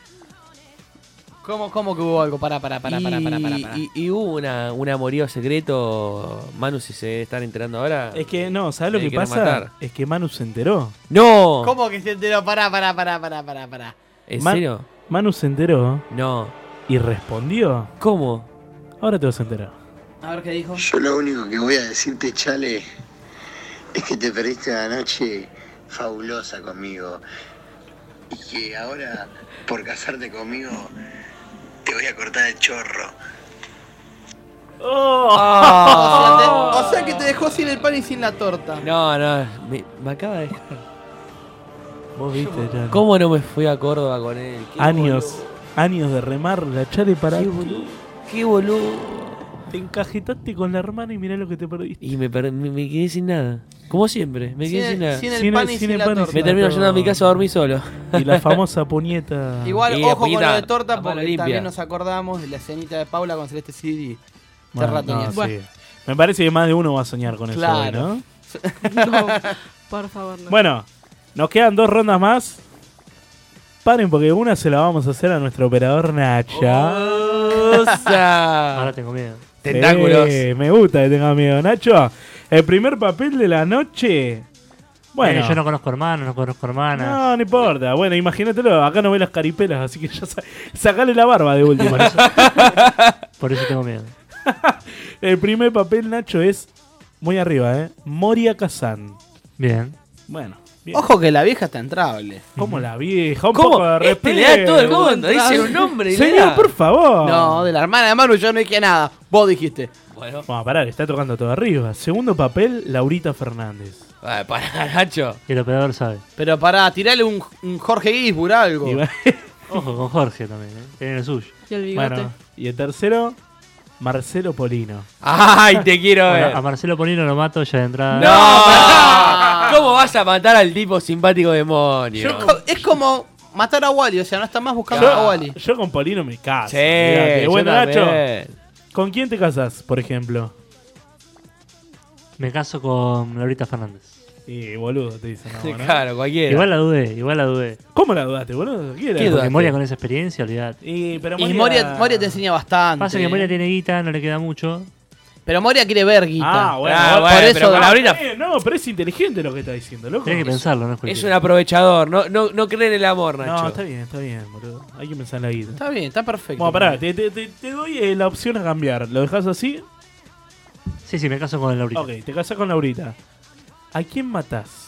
E: ¿Cómo, cómo que hubo algo? Pará, pará, pará, pará, pará, pará. pará.
C: Y, y hubo una, un amorío secreto. Manu, si se están enterando ahora.
D: Es que no, ¿sabes lo
C: me
D: que
C: quieren
D: pasa?
C: matar.
D: Es que Manu se enteró.
C: ¡No!
E: ¿Cómo que se enteró? Pará, pará, pará, pará, pará, pará.
C: ¿En
D: Man-
C: serio?
D: Manu se enteró.
C: No.
D: ¿Y respondió?
C: ¿Cómo?
D: Ahora te vas a enterar.
E: A ver qué dijo.
B: Yo lo único que voy a decirte, Chale, es que te perdiste una noche fabulosa conmigo. Y que ahora, por casarte conmigo, te voy a cortar el chorro.
E: Oh. O, sea, te- o sea que te dejó sin el pan y sin la torta.
C: No, no, me, me acaba de dejar.
D: Vos viste, Charlie.
C: ¿Cómo no me fui a Córdoba con él? Qué
D: Años, años de remar la Chale para.
C: Qué boludo. Qué boludo.
D: Te encajetaste con la hermana y mirá lo que te perdiste.
C: Y me, per- me- me quedé sin nada. Como siempre, me
D: Sin
C: quedé
D: el-
C: sin nada.
D: sin el Sin el- pan y sin sin el la pan y torta. sin
C: Me
D: la
C: termino
D: torta.
C: yendo a mi casa a dormir solo.
D: Y la famosa puñeta.
E: Igual, oh.
C: Y la
E: ojo con
C: puñeta
E: lo de torta,
C: a mano
E: porque
C: limpia.
E: también nos acordamos de la cenita de Paula con Celeste City.
D: Bueno,
E: Terratonia.
D: no, sí. Me parece que más de uno va a soñar con eso, hoy,
E: Claro.
D: ¿no?
Q: No, por favor, no.
D: Bueno, nos quedan dos rondas más. Paren porque una se la vamos a hacer a nuestro operador Oh. Nacha.
F: Ahora tengo miedo.
C: eh. Tentáculos.
D: Sí, Eh, me gusta que tenga miedo, Nacho. El primer papel de la noche. Bueno,
F: Eh, yo no conozco hermanos, no conozco hermanas.
D: no, no importa. Bueno, imagínatelo. Acá no ve las caripelas, así que ya sa- sacale la barba de último.
F: Por eso tengo miedo.
D: El primer papel, Nacho, es muy arriba, ¿eh? Moria Kazan.
F: Bien.
D: Bueno, bien.
E: Ojo que la vieja está entrable.
D: ¿Cómo la vieja? Un
E: ¿Cómo?
D: poco de respeto.
E: Este le da todo el mundo, dice un nombre y le
D: Señor,
E: da.
D: por favor.
E: No, de la hermana de Manu yo no dije nada. Vos dijiste.
C: Bueno.
D: Vamos a parar, está tocando todo arriba. Segundo papel, Laurita Fernández.
C: Ah, Para Nacho.
F: Y el operador sabe.
E: Pero pará, tirale un, un Jorge Gisbur algo.
D: Y va-
F: Ojo con Jorge también, ¿eh? Tiene lo suyo.
Q: Y el bigote.
D: Bueno, y el tercero, Marcelo Polino.
C: ¡Ay, te quiero
F: Bueno,
C: ver!
F: a Marcelo Polino lo mato ya de entrada.
C: ¿Cómo vas a matar al tipo simpático demonio?
E: Yo co- es como matar a Wally, o sea, no está más buscando a Wally.
D: Yo, yo con Polino me caso.
C: Ah, Sí,
D: mirá,
C: yo
D: bueno, Nacho,
C: también.
D: ¿con quién te casas, por ejemplo?
F: Me caso con Laurita Fernández.
D: Y boludo, te dicen. no, ¿no?
C: Claro, cualquiera.
F: Igual la dudé, igual la dudé.
D: ¿Cómo la dudaste, boludo? ¿Qué era?
F: Porque Moria con esa experiencia, olvidate.
D: Y, pero
E: Y Moria, Moria te enseña bastante.
F: Pasa que Moria tiene guita, no le queda mucho.
E: Pero Moria quiere ver guita.
D: Ah, bueno,
C: Ah,
D: por
C: bueno,
D: eso.
C: pero con Laurita-
D: Eh, no, pero es inteligente lo que está diciendo, loco.
F: Tiene que pensarlo, no es
C: Es
F: cualquiera.
C: un aprovechador, no, no, no cree en el amor, Nacho.
D: No, está bien, está bien, boludo. Hay que pensar en la guita.
E: Está bien, está perfecto.
D: Bueno, pará, te, te- te- te doy eh, la opción a cambiar. ¿Lo dejas así?
F: Sí, sí, me caso con Laurita.
D: Ok, te casás con Laurita. ¿A quién matás?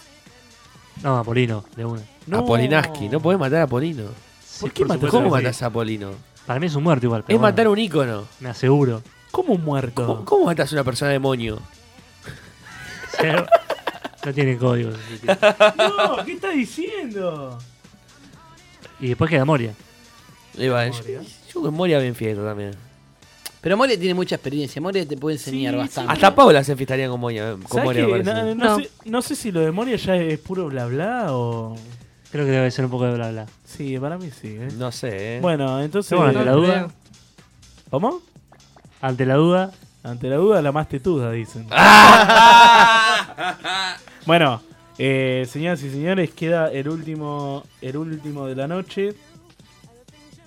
F: No, a Polino, de una.
D: No.
C: Apolinaski, no podés matar a Polino.
F: ¿Por
C: qué
F: por
C: matas-
F: supuesto
C: ¿Cómo
F: que sí.
C: matás a Polino?
F: Para mí es un muerto igual.
C: Es matar a un ícono.
F: Me aseguro.
D: ¿Cómo un muerto?
C: ¿Cómo matás a una persona demonio?
F: O sea, No tiene código. ese sitio.
D: No, ¿qué estás diciendo?
F: Y después queda Moria.
C: Ahí va, yo, yo con Moria me enfiesto también.
E: Pero Moria tiene mucha experiencia. Moria te puede enseñar bastante.
C: Hasta Paula se enfiestaría con Moria. eh, Con
D: ¿Sabes
C: Moria
D: qué?
C: me parece.
D: No, no Sé, no sé si lo de Moria ya es puro bla bla o.
F: Creo que debe ser un poco de bla bla.
D: Sí, para mí sí. ¿eh?
C: No sé, ¿eh?
D: Bueno, entonces.
F: Bueno, ante la duda.
D: ¿Cómo?
F: Ante la duda.
D: Ante la duda, la más tetuda, dicen. bueno, eh, señoras y señores, queda el último, el último de la noche.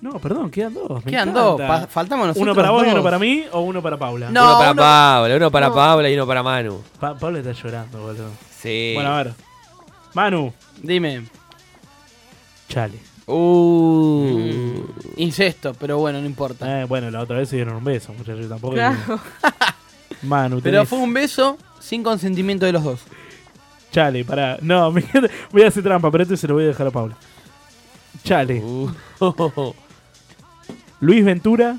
D: No, perdón, quedan dos. me
E: Quedan
D: encanta.
E: dos, pa- faltamos
D: Uno
E: nosotros
D: para vos y uno
E: dos.
D: para mí, o uno para Paula.
C: uno para Paula, uno para Paula y uno para Manu.
D: Pa- Paula está llorando, boludo.
C: Sí.
D: Bueno, a ver. Manu.
E: Dime.
D: Chale.
C: Uh.
E: Incesto, pero bueno, no importa.
D: Eh, bueno, la otra vez se dieron un beso, muchachos. Tampoco.
E: Claro.
D: Manu,
E: Pero
D: tenés-
E: fue un beso sin consentimiento de los dos.
D: Chale, pará. No, me- voy a hacer trampa, pero este se lo voy a dejar a Paula. Chale.
C: Uh.
D: Luis Ventura.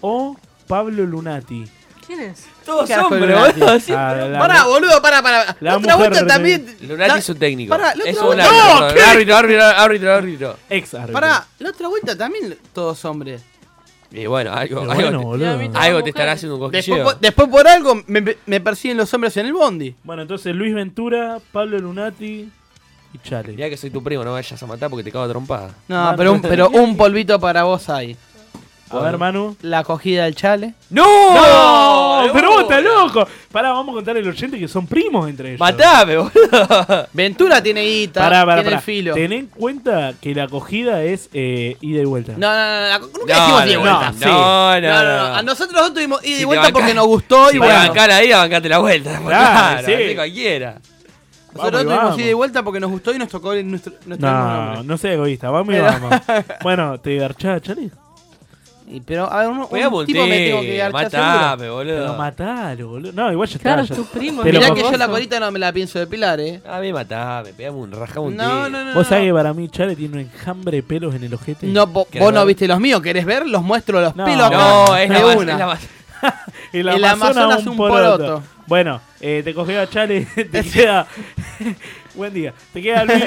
D: o Pablo Lunati.
Q: ¿Quién es?
C: Todos
E: ¿Qué carajo
C: hombres,
E: es Lunati?
C: boludo, sí.
D: Ah, la-
E: Pará, boludo, pará, pará.
D: La
E: otra
D: mujer
E: vuelta
D: de-
E: también.
C: Lunati
E: la-
C: es un técnico.
E: Pará, la
C: es
E: otra
C: un
E: vuelta-
C: árbitro,
E: ¡No! ¿qué?
C: árbitro, árbitro, árbitro, árbitro.
D: Ex árbitro.
E: Pará, la otra vuelta también todos hombres.
C: Y bueno, algo,
D: Pero
C: algo,
D: bueno,
C: te,
D: boludo.
C: algo te estará haciendo un
E: Después,
C: cosquilleo.
E: po- después por algo me, me persiguen los hombres en el bondi.
D: Bueno, entonces Luis Ventura, Pablo Lunati y Chale.
C: Mirá que soy tu primo, no vayas a matar porque te cago a trompada.
E: No, pero, un, pero un polvito para vos hay.
D: A ver, Manu.
E: La cogida del chale.
C: ¡No!
D: ¡No! ¡Pero vos estás loco! Pará, vamos a contar el oyente que son primos entre ellos.
C: ¡Matame, boludo!
E: Ventura tiene guita,
D: Pará, pará,
E: tiene
D: pará.
E: el filo.
D: Ten en cuenta que la acogida es eh, ida y vuelta.
E: No, no, no, la- nunca
C: No,
E: dijimos ida y
C: no,
E: vuelta.
C: no, no, no, no.
E: A nosotros dos tuvimos ida y
C: Si te
E: vuelta
C: bancás-
E: porque nos gustó
C: si
E: y
C: te
E: bueno.
C: bancás la ida, bancate la vuelta.
D: Claro,
C: Claro,
D: sí.
C: así cualquiera.
E: Nosotros
D: Vamos y
E: dos tuvimos
D: vamos.
E: ida y vuelta porque nos gustó y nos tocó el- nuestro, nuestro mismo
D: No,
E: nombre.
D: no seas egoísta, vamos y
E: Pero-
D: vamos. bueno, te garchás, Chale.
E: Y- pero a ver, un, un
C: Pegame un
E: tipo me tengo que
C: tiro,
E: dar
C: matame, Ah, boludo.
D: Pero matalo, boludo. No, igual ya
E: Claro,
D: está.
E: es
D: ya-
E: tu primo,
D: Te lo
E: Mirá
D: co-
E: que yo la colita no me la pienso depilar, eh.
C: A mí matame, pegame un rajame un
E: No,
C: tiro.
E: no, no.
D: Vos sabés que para mí Chale tiene un enjambre de pelos en el ojete.
E: No, vo-
D: ¿Querés
E: vos no
D: ver?
E: viste los míos, ¿querés ver? Los muestro los
D: No.
E: pelos acá.
D: No,
C: es
E: De
C: la más-
E: una.
C: es la más-
D: El,
E: El
D: Amazonas,
E: Amazonas
D: un
E: un
D: poroto.
E: poroto.
D: Bueno, eh, te cogeo a Chale, te queda... Buen día. Te queda Luis,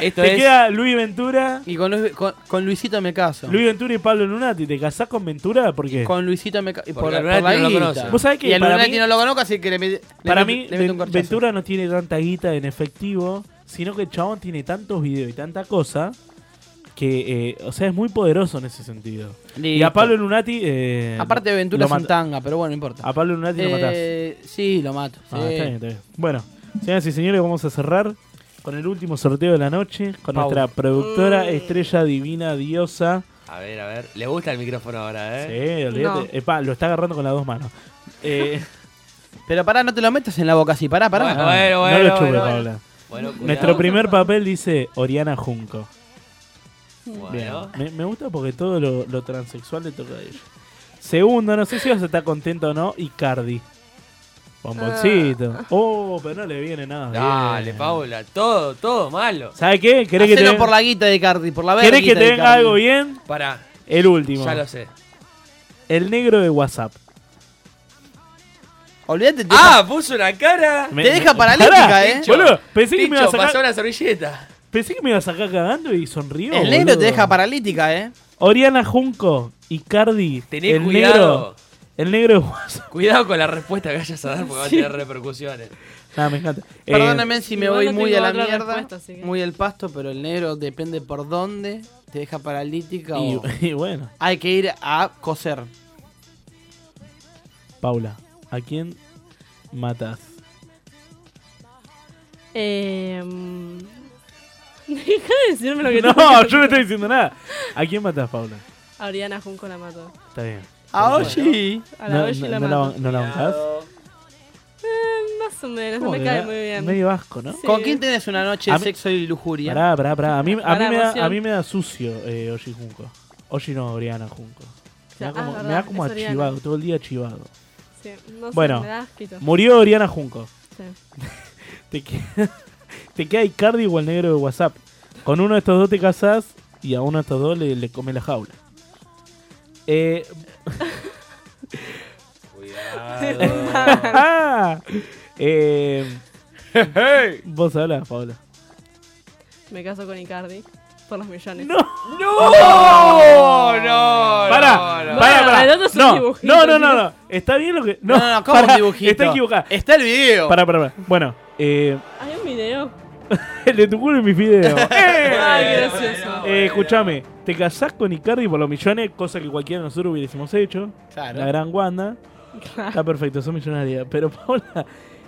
C: Esto
D: te
C: es-
D: queda Luis Ventura.
E: Y con, Luis- con- con Luisito me caso.
D: Luis Ventura y Pablo Lunati. ¿Te casás con Ventura? ¿Por qué?
E: Con Luisito me caso. Por,
C: Porque a
E: por la
C: Lunati no lo
E: guita.
C: conoce.
D: Vos sabés que
E: Y a
D: para
E: Lunati
D: mí-
E: no lo conozco, así que le, met- le
D: Para
E: met-
D: mí,
E: le meto un
D: Ven-
E: corchazo.
D: Ventura no tiene tanta guita en efectivo, sino que el chabón tiene tantos videos y tanta cosa que, eh, o sea, es muy poderoso en ese sentido. Y
E: Listo.
D: a Pablo Lunati. eh,
E: Aparte, Ventura
D: lo
E: es un
D: mata-
E: tanga, pero bueno, no importa.
D: A Pablo Lunati lo matás.
E: Eh, sí, lo mato.
D: Ah,
E: sí.
D: está bien, está bien. Bueno, señoras y señores, vamos a cerrar con el último sorteo de la noche con
C: Pau.
D: nuestra productora,
C: Mm.
D: estrella divina, diosa.
C: A ver, a ver. Le gusta el micrófono ahora,
D: Sí,
C: ¿eh?
D: olvídate.
C: No.
D: Epa, lo está agarrando con las dos manos. Eh,
E: Pero pará, no te lo metas en la boca así. Pará, pará.
D: no, no lo chupe, Paula.
C: Bueno, cuidado.
D: Nuestro primer papel dice Oriana Junco. Bien.
C: Bueno.
D: Me, me gusta porque todo lo, lo transexual le toca a ella. Segundo, no sé si vas a estar contento o no, Icardi. Bomboncito.
C: Ah.
E: Ah.
D: Oh, pero no le viene nada.
C: Dale,
D: bien.
C: Paula. Todo, todo malo.
D: ¿Sabes qué? ¿Querés que te,
E: Hacelo
D: ven-
E: por la guita de Cardi, por la verga.
D: ¿Querés que te venga algo bien?
C: Pará.
D: El último.
C: Ya lo sé.
D: El negro de WhatsApp.
E: Olvídate. te
C: Ah, puso una cara.
D: Me-
E: Te deja
D: me-
E: paralítica,
D: Pará,
E: eh.
D: Boludo, pensé que, me iba a
C: Picho, pasó
D: sacar,
C: una servilleta.
D: pensé que me iba a sacar cagando y sonrió.
E: El negro te
D: boludo.
E: deja paralítica, eh.
D: Oriana Junco, Icardi,
C: Tené
D: el
C: cuidado.
D: negro. El negro de WhatsApp.
C: Cuidado con la respuesta que vayas a dar porque va a
D: Sí.
C: tener repercusiones.
D: Nah, me encanta. Eh,
E: Perdóname si me
Q: igual
E: voy
Q: no
E: muy a
Q: tengo
E: la
Q: otra
E: mierda,
Q: respuesta, así que-
E: muy al pasto, pero el negro depende por dónde te deja paralítica
D: y-
E: o
D: y bueno.
E: hay que ir a coser.
D: Paula, ¿a quién matas?
Q: Eh, mm, Deja de decirme lo que tengo
D: No,
Q: que
D: yo no estoy diciendo nada. ¿A quién matas, Paula?
Q: hacer. A Oriana Junco la mató.
D: Está bien.
E: A Oshi.
Q: A la
D: No,
Q: Oshi
D: no-
Q: la
D: no la-
Q: mató.
D: ¿No la bancás?
Q: Eh, más o menos, no
D: ¿Cómo
Q: me
D: que
Q: cae
D: va?
Q: muy bien.
D: Medio vasco, ¿no?
Q: Sí.
E: ¿Con quién tenés una noche
D: A
E: de
D: mí-
E: sexo y lujuria?
D: Pará, pará, pará. A mí, a mí,
Q: Pará,
D: me, da, a
Q: emoción.
D: mí me da sucio eh, Oshi Junco. Oshi no, Oriana Junco. Me da
Q: Ah,
D: como, me
Q: verdad,
D: da como
Q: es Oriana.
D: achivado, todo el día achivado.
Q: Sí, no sé,
D: bueno,
Q: me da asquito.
D: murió Oriana Junco.
Q: Sí.
D: Te queda, te queda Icardi o el negro de WhatsApp. Con uno de estos dos te casás y a uno de estos dos le, le come la jaula. Eh, Ah. Eh, Vos hablas, Paola.
A: Me caso con Icardi por los millones.
D: ¡No!
C: ¡No! ¡No!
D: Oh, Pará,
C: no,
D: pará,
C: no.
D: pará.
C: Bueno, el otro es un
D: no,
C: dibujito,
D: no, no, no,
C: chicos.
D: no. Está bien lo que.
C: No,
D: No,
C: no, ¿cómo
D: pará,
C: un dibujito?
D: Está equivocada.
C: Está el video.
D: Pará, pará, pará. Bueno, eh,
A: Hay un video.
D: el de tu culo y mi video.
A: Ay, qué gracioso.
D: Eh, escuchame, te casás con Icardi por los millones, cosa que cualquiera de nosotros hubiésemos hecho.
A: Claro.
D: La gran Wanda.
A: Claro.
D: Está perfecto, son millonaria. Pero Paola,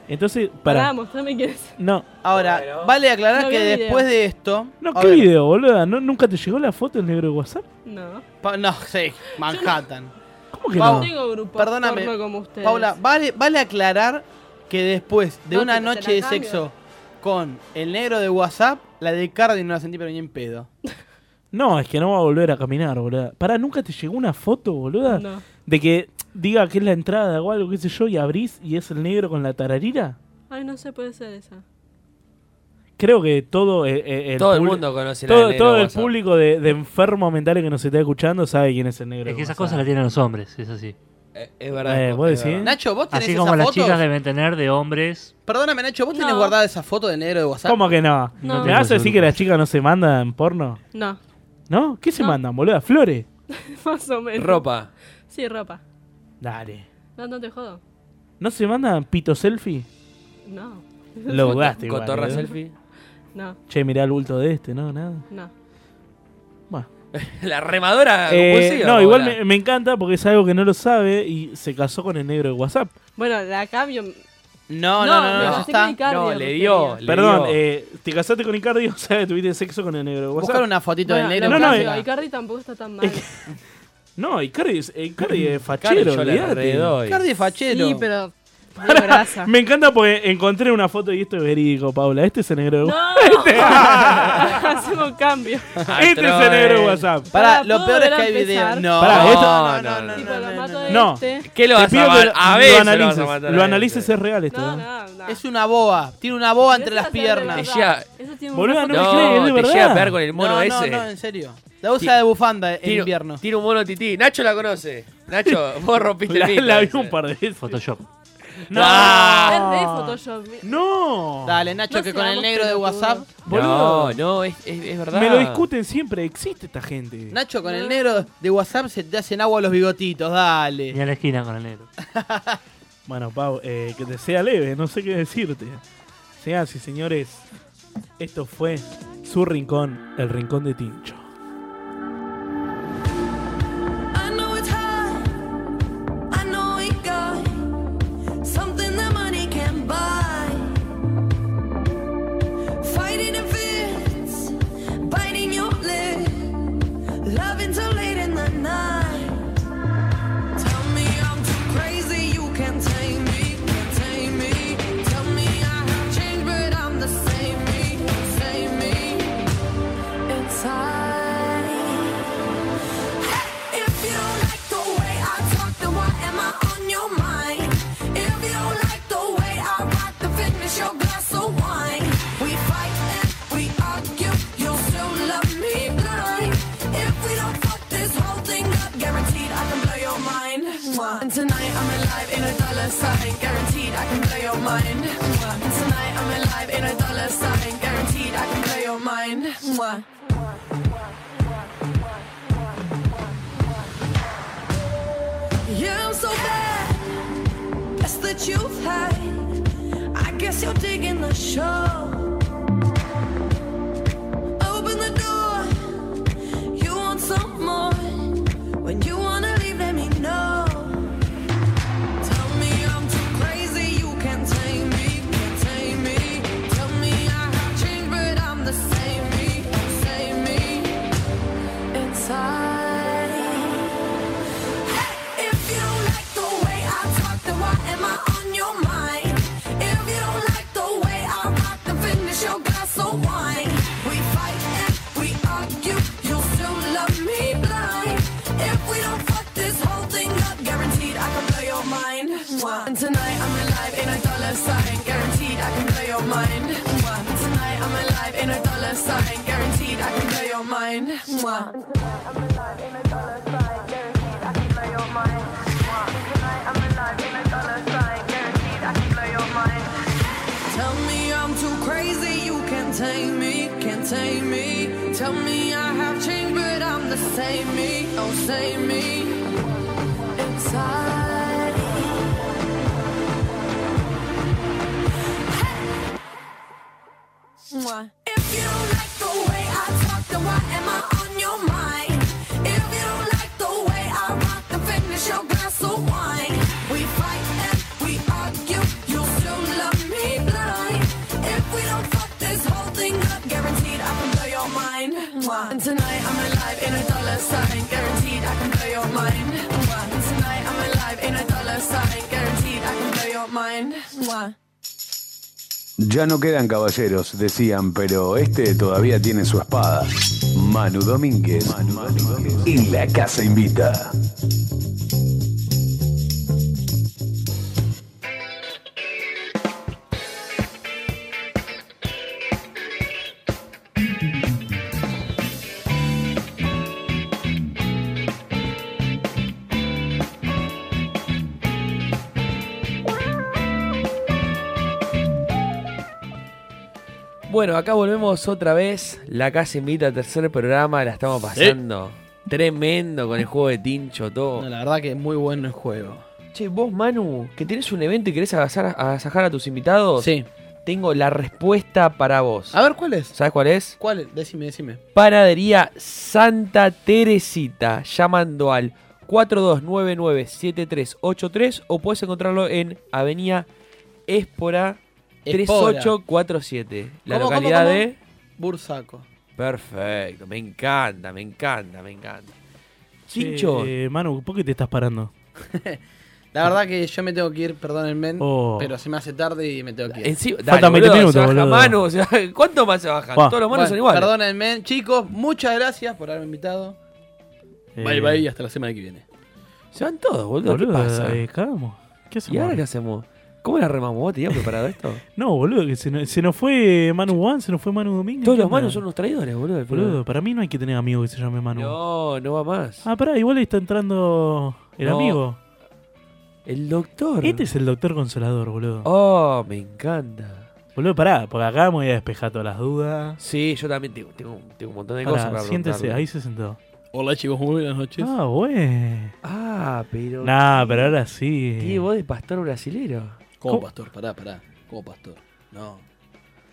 D: entonces,
A: Pará,
D: para.
A: mostrame quién es.
D: No.
E: Ahora, vale aclarar
A: No
E: que
A: vi el video.
E: después de esto.
D: No,
E: A
D: ¿qué
E: ver,
D: video, boluda? ¿No, ¿Nunca te llegó la foto del negro de WhatsApp?
A: No.
E: pa- no, sí, Manhattan.
D: ¿Cómo que
A: no
D: no?
A: tengo grupo
E: Perdóname,
A: porno como ustedes.
E: Paula, vale, vale aclarar que después de
A: No,
E: una
A: te- te la
E: noche de
A: cambio.
E: sexo con el negro de WhatsApp, la de Cardi no la sentí pero ni en pedo.
D: No, es que no va a volver a caminar, boluda. Pará, ¿nunca te llegó una foto, boluda?
A: No.
D: De que diga que es la entrada o algo, qué sé yo, y abrís y es el negro con la tararira.
A: Ay, no se puede ser esa.
D: Creo que todo eh, eh, el,
C: Todo el
D: pul-
C: mundo conoce la
D: todo,
C: del negro
D: todo el
C: WhatsApp.
D: público de, de enfermos mentales que nos está escuchando sabe quién es el negro.
F: Es que esas
D: WhatsApp.
F: cosas las tienen los hombres, es así.
C: Es
D: Eh, ¿Vos decís?
E: Nacho, ¿vos tenés
F: Así
E: esas
F: como las
E: fotos?
F: chicas deben tener de hombres.
E: Perdóname, Nacho, ¿vos tenés
A: No.
E: guardada esa foto del negro de WhatsApp?
D: ¿Cómo que no?
A: No.
D: ¿Me vas a decir que las chicas no se mandan porno?
A: No,
D: ¿No? ¿Qué se mandan, boluda? ¿Flores?
A: más o menos.
D: Ropa.
A: Sí, ropa.
D: Dale.
A: No, no te jodo.
D: ¿No se mandan pito selfie?
A: No.
D: Lo dudaste igual,
C: Cotorra
D: ¿eh?
C: selfie.
A: No,
D: Che, mirá el bulto de este, ¿no? Nada.
A: no.
C: La remadora
D: Eh,
C: compulsiva.
D: no, igual
C: Paola.
D: me, me encanta porque es algo que no lo sabe y se casó con el negro de WhatsApp.
A: Bueno, la cambio.
E: No,
A: No, no, no, está.
C: No, le dio. le
D: Perdón,
C: dio.
D: eh, te casaste con Icardi, o sea, tuviste sexo con el negro de WhatsApp.
E: Buscar una fotito del negro.
D: No, no,
E: Icardi.
D: eh,
A: Icardi tampoco está tan mal.
D: no, Icardi es, eh, Icardi es
C: Icardi
D: fachero,
C: yo la
D: olvidate.
C: redoy.
E: Icardi es fachero.
A: Sí, pero.
D: Pará,
A: Tiene grasa.
D: Me encanta porque encontré una foto y esto es verídico, Paula. Este es el negro de WhatsApp.
A: No.
E: Este.
A: Hacemos cambio.
D: Este es el negro de WhatsApp.
E: Pará, lo
A: ¿puedo
E: peor es
A: volver
E: que
A: a
E: hay video.
A: empezar?
E: No,
D: Pará,
E: no,
D: esto-
E: no, no,
A: Tipo, lo mato a
D: No.
A: este.
C: ¿Qué lo
D: Te
C: vas
D: pido
C: a
D: que
C: mal?
D: lo-
C: A
D: lo
C: veces lo vas a
D: analices.
C: matar a
D: Lo
C: veces.
D: analices, es real esto.
A: No,
D: ¿eh?
A: no, no.
E: Es una boa. Tiene una boa entre
A: Eso
E: las
A: es de verdad.
E: piernas.
C: Ella-
A: Eso tiene un
D: Boluda,
A: poco-
D: no me crees, de
C: te
D: verdad.
C: llega a pegar con el mono
E: no, no,
C: ese.
E: no, en serio. La usa de bufanda eh, en
C: Tiro-
E: invierno.
C: Tira un mono tití. Nacho la conoce. Nacho, vos rompiste
D: la,
C: el mito.
D: la vi
C: ese.
D: un par de veces.
F: Photoshop.
D: No.
A: Ah.
C: Ah.
S: Ah.
A: Es re Photoshop.
D: No.
E: Dale, Nacho,
A: No
E: que
A: seamos
E: con el negro de
A: pelotudos.
E: WhatsApp.
C: No, no, es, es, es verdad.
D: Me lo discuten siempre. Existe esta gente.
E: Nacho, con el negro de WhatsApp se te hacen agua los bigotitos, dale.
F: Ni a la esquina con el negro.
D: Bueno, Pau, eh, que te sea leve, no sé qué decirte. Señoras y señores, esto fue su rincón, el rincón de Tincho.
T: I know it's hard. I know we got something that money can buy. Fighting in fits, biting your lip, loving till late in the night. Tell me I'm too crazy, you can't tame me, can't tame me. Tell me I have changed, but I'm the same me, same me. It's time. If you like the way I talk, then why am I on your mind? If you like the way I rock, then finish your glass of wine. We fight and we argue, you'll still love me blind. If we don't fuck this whole thing up, guaranteed I can blow your mind. Mwah. And tonight I'm alive in a dollar sign, guaranteed I can blow your mind. Mwah. And tonight I'm alive in a dollar sign, guaranteed I can blow your mind. Mwah.
A: este.
T: Yeah, I'm so bad. That's that you've had. I guess you're digging the show. Open the door. You want some more. When you wanna leave, let me know. Tell me I'm too crazy. You can't tame me. Can't tame me. Tell me I have changed, but I'm the same me. Same me. Inside. If you like the way I talk, then why am I on your mind? If you don't like the way I rock, then finish your glass of wine. We fight and we argue, you'll still love me blind. If we don't fuck this whole thing up, guaranteed I can blow your mind. Mwah. And tonight I'm alive in a dollar sign, guaranteed I can blow your mind. Mwah. And tonight I'm alive in a dollar sign, guaranteed I can blow your mind. Mwah. Tonight I'm alive in a dollar sign, guaranteed I can blow your mind. Mwah. Tonight I'm alive in a dollar sign. take me, can't take me. Tell me I have changed, but I'm the same me. Oh, same me. Inside. Mwah. If you don't like the way I talk, then why am I on your mind? If you don't like the way I rock, then finish your glass of wine. We fight and we argue, you'll still love me blind. If we don't fuck this whole thing up, guaranteed I can blow your mind. Mwah. And tonight I'm alive in a dollar sign, guaranteed I can blow your mind. Mwah. And tonight I'm alive in a dollar sign, guaranteed I can blow your mind. Mwah.
P: Ya no quedan caballeros, decían, pero este todavía tiene su espada. Manu Domínguez. En la casa invita.
C: Bueno, acá volvemos otra vez. La casa invita al tercer programa, la estamos pasando. Tremendo con el juego de Tincho, todo.
S: No, la verdad que es muy bueno el juego.
C: Che, vos, Manu, que tenés un evento y querés agasajar, agasajar a tus invitados. Sí. Tengo la respuesta para vos.
S: A ver, ¿cuál es?
C: ¿Sabes cuál es?
S: ¿Cuál? es? Decime, decime.
C: Panadería Santa Teresita, llamando al 42997383 o puedes encontrarlo en Avenida Espora
S: Espora.
C: 3847, la
S: ¿Cómo, cómo,
C: localidad
S: cómo?
C: de
S: Bursaco.
C: Perfecto, me encanta, me encanta, me encanta.
D: Che,
C: Chincho.
D: eh, Manu, ¿por qué te estás parando?
S: La verdad que yo me tengo que ir, perdónenme,
D: Oh.
S: pero se me hace tarde y me tengo que ir.
C: Encima, dale,
D: Faltan 20
C: boludo,
D: minutos,
C: se baja
D: boludo.
C: Manu, se baja- ¿Cuánto más se bajan?
D: Pa.
C: Todos los manos
S: Bueno,
C: son iguales.
S: Perdónenme, chicos, muchas gracias por haberme invitado.
E: Bye bye y hasta la semana que viene.
C: Se van todos, Eh, boludo. ¿Qué
D: Boludo,
C: pasa?
D: eh, cagamos. ¿Qué hacemos
C: ¿Y ahora
D: ahora?
C: qué hacemos? ¿Cómo la remamos? ¿Vos tenías preparado esto?
D: No, boludo, que se nos, se nos fue Manu Juan, se nos fue Manu Domínguez.
C: Todos
D: ¿qué
C: los
D: onda?
C: manos son unos traidores, boludo. del
D: Boludo,
C: programa.
D: para mí no hay que tener amigo que se llame Manu.
C: No, no va más.
D: Ah, pará, igual ahí está entrando el
C: No.
D: amigo.
C: El doctor.
D: Este es el doctor consolador, boludo.
C: Oh, me encanta.
D: Boludo, pará, porque acá me voy a despejar todas las dudas.
C: Sí, yo también tengo, tengo- tengo un montón de
D: Pará,
C: cosas para
D: siéntese,
C: preguntarle.
D: ahí se sentó.
E: Hola chicos, muy buenas noches.
D: Ah, bueno.
C: Ah, pero.
D: Nah, pero ahora sí.
C: Tiene voz de pastor brasilero.
E: Como
C: ¿Cómo?
E: pastor, pará, pará. Como pastor. No.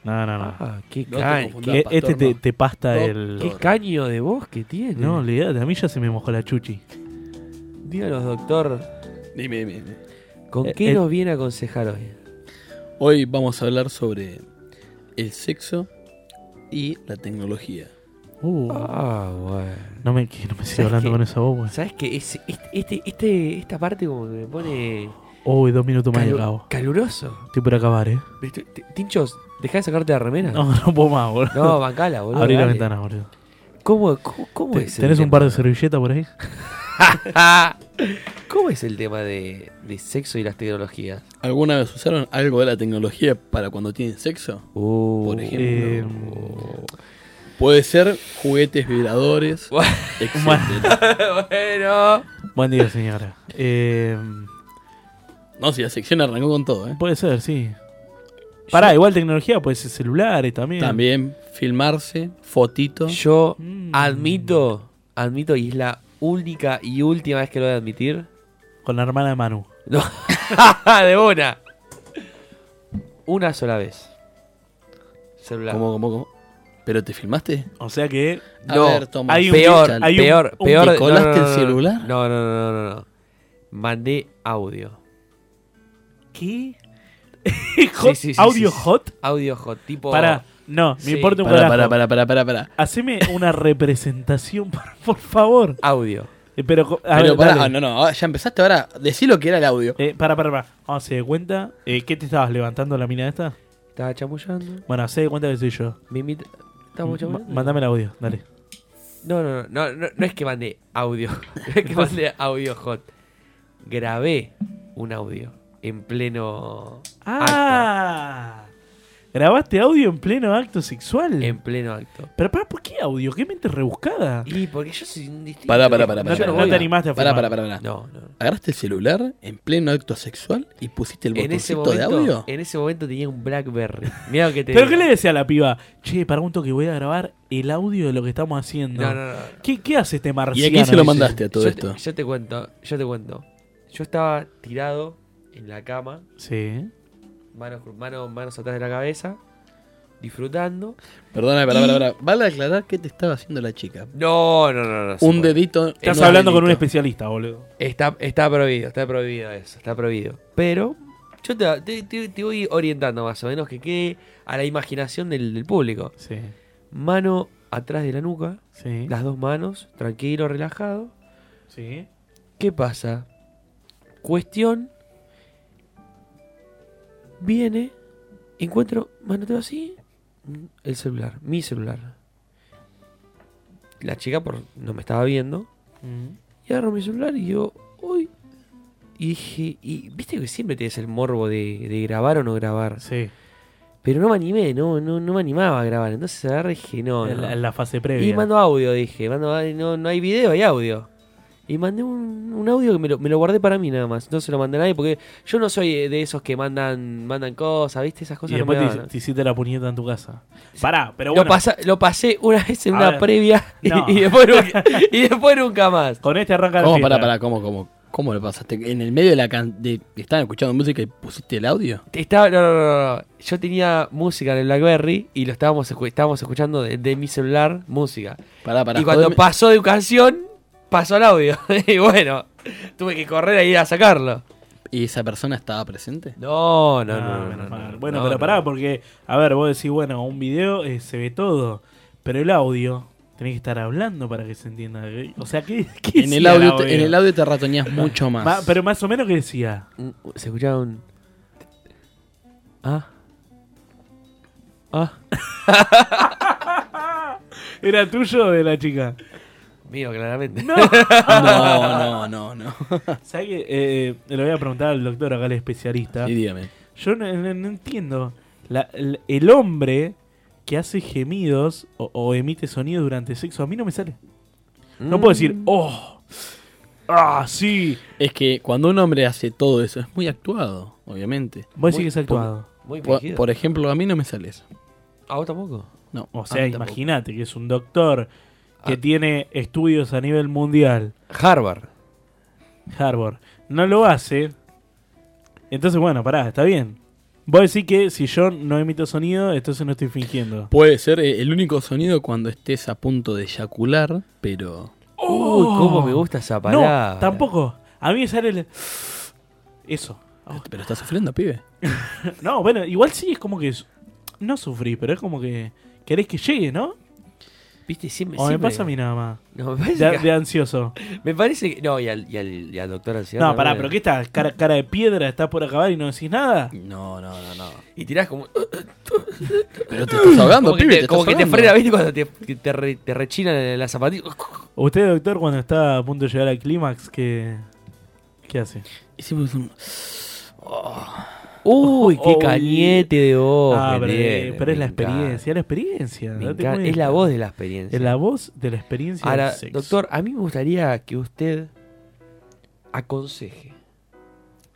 D: No, no, no.
C: Ah, qué
E: No te
C: caño.
E: confundas,
D: Eh,
E: pastor,
D: Este te,
E: no.
D: te pasta el.
C: Qué caño de voz que tiene.
D: No, olvidate, a mí ya se me mojó la chuchi.
C: Díganos, doctor,
E: Dime, dime, dime.
C: ¿con
E: Eh,
C: qué
E: eh.
C: nos viene a aconsejar hoy?
E: Hoy vamos a hablar sobre el sexo y la tecnología.
D: Uh.
C: Ah, bueno.
D: No me, que no me sigas
C: ¿Sabes
D: hablando
C: qué?
D: con esa voz,
C: ¿Sabes qué? Es- este- este- este- esta parte como que me pone
D: Uy, dos minutos más y
C: calu-
D: acabo.
C: caluroso.
D: Estoy por acabar, eh.
C: Me estoy- t- Tinchos, dejá de sacarte la remera.
D: No, no puedo más, boludo.
C: No, bancala, boludo.
D: Abrí la
C: dale.
D: ventana, boludo.
C: ¿Cómo, cómo, cómo
D: Te-
C: es el
D: ¿Tenés un
C: tema?
D: par de servilletas por ahí?
C: ¿Cómo es el tema de, de sexo y las tecnologías?
E: ¿Alguna vez usaron algo de la tecnología para cuando tienen sexo?
D: Uh,
E: Por ejemplo.
D: em.
E: Puede ser juguetes vibradores, etcétera.
C: bueno.
D: Buen día, señora. Eh,
E: No, si la sección arrancó con todo, ¿eh?
D: puede ser, sí. Pará, igual tecnología pues. puede ser celulares también.
E: También filmarse, fotito.
C: Yo
D: Mm.
C: admito, admito, y es la única y última vez que lo voy a admitir.
D: Con la hermana de Manu.
C: No. de una. Una sola vez. Celular.
E: ¿Cómo, cómo, cómo? ¿Pero te filmaste?
D: O sea que.
E: A
C: no,
E: ver, toma.
D: hay un-
C: peor,
D: hay un-
C: peor,
D: un-
C: peor.
D: ¿te
C: no,
D: colaste
C: no, no,
D: el
C: no, no.
D: celular?
C: No, no, no, no, no. Mandé audio.
D: ¿Qué?
C: Sí,
D: Hot-
C: sí, sí,
D: ¿Audio
C: sí, sí.
D: hot?
C: Audio hot, tipo.
D: Pará, no, me
C: Sí.
D: importa un
E: Pará, pará,
D: carajo.
E: pará, pará, pará, pará.
D: Haceme una representación, por, por favor.
C: Audio.
D: Eh, Pero, co- a
E: Pero
D: ver,
E: pará,
D: dale.
E: ah, no, no, ahora ya empezaste ahora. Decí lo que era el audio.
D: Eh, pará, pará, pará. Vamos, se de cuenta. Eh, ¿Qué te estabas levantando la mina esta?
C: Estaba chamullando.
D: Bueno, se de cuenta que soy yo.
C: Me invita. Estaba
D: M-
C: chamullando.
D: Mándame el audio, dale.
C: No, no, no, no, no, no es que mandé audio. No es que mandé audio hot. Ah, Grabé un audio en pleno. acto.
D: Ah. Grabaste audio en pleno acto sexual. En
C: pleno acto.
D: Pero pará, ¿por qué audio? ¿Qué mente rebuscada?
C: Y porque yo soy un distinto.
R: Pará, pará, pará.
D: No
R: pará.
D: te- no te animaste a
R: Pará,
D: filmar.
R: pará, pará, pará.
C: No,
R: Agarraste el celular en pleno acto sexual y pusiste el
C: En
R: botoncito
C: ese, momento,
R: de audio.
C: en ese momento tenía un Blackberry. Mirá lo que te
D: ¿Pero
C: digo.
D: qué le decía a la piba? Che, para un toque voy a grabar el audio de lo que estamos haciendo.
C: No, no, no.
D: ¿Qué, qué hace este marciano? Dice.
C: Yo te- yo te cuento, yo te cuento. Yo estaba tirado en la cama,
D: Sí.
C: manos, cru- mano- manos atrás de la cabeza, disfrutando.
R: Perdona, pará,
C: Y-
R: pará, pará. Vale aclarar qué te estaba haciendo la chica.
C: No, no, no, no. se
R: Un
C: puede.
R: dedito.
D: Estás hablando con un especialista, boludo.
C: Está, está prohibido, está prohibido eso, está prohibido. Pero yo te, te- te- te voy orientando más o menos que quede a la imaginación del, del público.
D: Sí.
C: Mano atrás de la nuca,
D: Sí.
C: las dos manos, tranquilo, relajado.
D: Sí.
C: ¿Qué pasa? Cuestión. Viene, encuentro, manoteo así, el celular, mi celular. La chica por, no me estaba viendo. Y agarro mi celular y yo, uy. Y dije, y viste que siempre tienes el morbo de, de grabar o no grabar.
D: Sí.
C: Pero no me animé, no, no, no me animaba a grabar. Entonces agarré y dije, no.
D: En
C: no.
D: la- en la fase previa.
C: Y mando audio, dije. Mando, ay, no, no hay video, hay audio. Y mandé un, un audio que me lo, me lo guardé para mí nada más. No se lo mandé a nadie porque yo no soy eh, de esos que mandan mandan cosas, ¿viste? Esas
D: Y
C: cosas no me
D: después te,
C: dan.
D: te hiciste la puñeta en tu casa. Pará, pero
C: Lo
D: bueno.
C: pasa- lo pasé una vez en una
D: Ahora-
C: previa y-
D: No.
C: y, después nunca, y después nunca más.
D: Con este arranca
R: ¿Cómo, pará, pará, cómo, cómo? ¿Cómo lo pasaste? ¿En el medio de la can de estaban escuchando música y pusiste el audio?
C: Estaba, no, no, no, no. Yo tenía música en el Blackberry y lo estábamos, escu- estábamos escuchando de, de mi celular música.
R: Pará, pará,
C: y cuando
R: jodeme-
C: pasó de canción, pasó el audio. y bueno, tuve que correr a ir a sacarlo.
R: ¿Y esa persona estaba presente?
C: No, no,
D: Ah,
C: no. no, no,
D: menos mal.
C: no,
D: bueno,
C: no,
D: pero
C: no.
D: pará, porque, a ver, vos decís, bueno, un video eh, se ve todo, pero el audio tenés que estar hablando para que se entienda. O sea, ¿qué, qué
R: En
D: decía
R: el, audio, te- en el audio te ratoneás mucho más.
D: Ma- pero más o menos, ¿qué decía?
C: Mm, Se escuchaba un. Ah. Ah.
D: ¿Era tuyo o de la chica?
C: Mío, claramente.
D: No,
R: No, no, no, no.
D: ¿Sabes qué? Eh, le voy a preguntar al doctor acá, el especialista.
R: Sí, dígame.
D: Yo no, no- no entiendo. La- el, el hombre que hace gemidos o, o emite sonido durante sexo, a mí no me sale. No puedo decir, oh, ah, sí.
R: Mm. Es que cuando un hombre hace todo eso, es muy actuado, obviamente.
D: Vos decís Muy- que es actuado.
C: muy
R: Por,
C: fingido.
R: por ejemplo, a mí no me sale eso.
C: ¿A ah, vos tampoco?
R: No.
D: O
C: Ah,
D: sea,
C: tampoco. Ah.
D: imagínate que es un doctor que tiene estudios a nivel mundial.
C: Harvard.
D: Harvard. No lo hace. Entonces, bueno, pará, está bien. Vos decís que si yo no emito sonido, entonces no estoy fingiendo.
R: Puede ser eh, el único sonido cuando estés a punto de eyacular, pero.
C: Uy, cómo me gusta esa palabra.
D: Oh. No, tampoco. A mí me sale el... Eso.
R: Pero estás sufriendo, pibe.
D: no, bueno, igual sí es como que... es- No sufrí, pero es como que... Querés que llegue, ¿no?
C: Viste, siempre.
D: O me
C: siempre-
D: pasa a mí nada más.
C: No, me parece
D: de,
C: que-
D: de ansioso.
C: Me parece que. No, y al, y al, y al doctor anciano.
D: No, pará,
C: también.
D: pero ¿qué estás? Cara, cara de piedra, estás por acabar y no decís nada.
R: No, no, no, no.
C: Y tirás como.
R: Pero te estás ahogando,
C: como que
R: pibe,
C: te-
R: te
C: como
R: estás
C: que te
R: ahogando.
C: frena, ¿viste? Cuando te, que te, re- te rechinan la zapatilla.
D: Usted, doctor, cuando está a punto de llegar al clímax, ¿qué, ¿qué hace?
R: Hicimos un...
C: Oh. Uy, qué
D: Uy.
C: cañete de voz.
D: Ah,
C: que
D: pero,
C: tiene,
D: pero es
C: oh, me
D: la
C: encanta.
D: experiencia, es la experiencia.
C: Me
D: date
C: encanta,
D: cuenta.
C: Es la voz de la experiencia.
D: Es la voz de la experiencia.
C: Ahora,
D: del sexo.
C: doctor, a mí me gustaría que usted aconseje.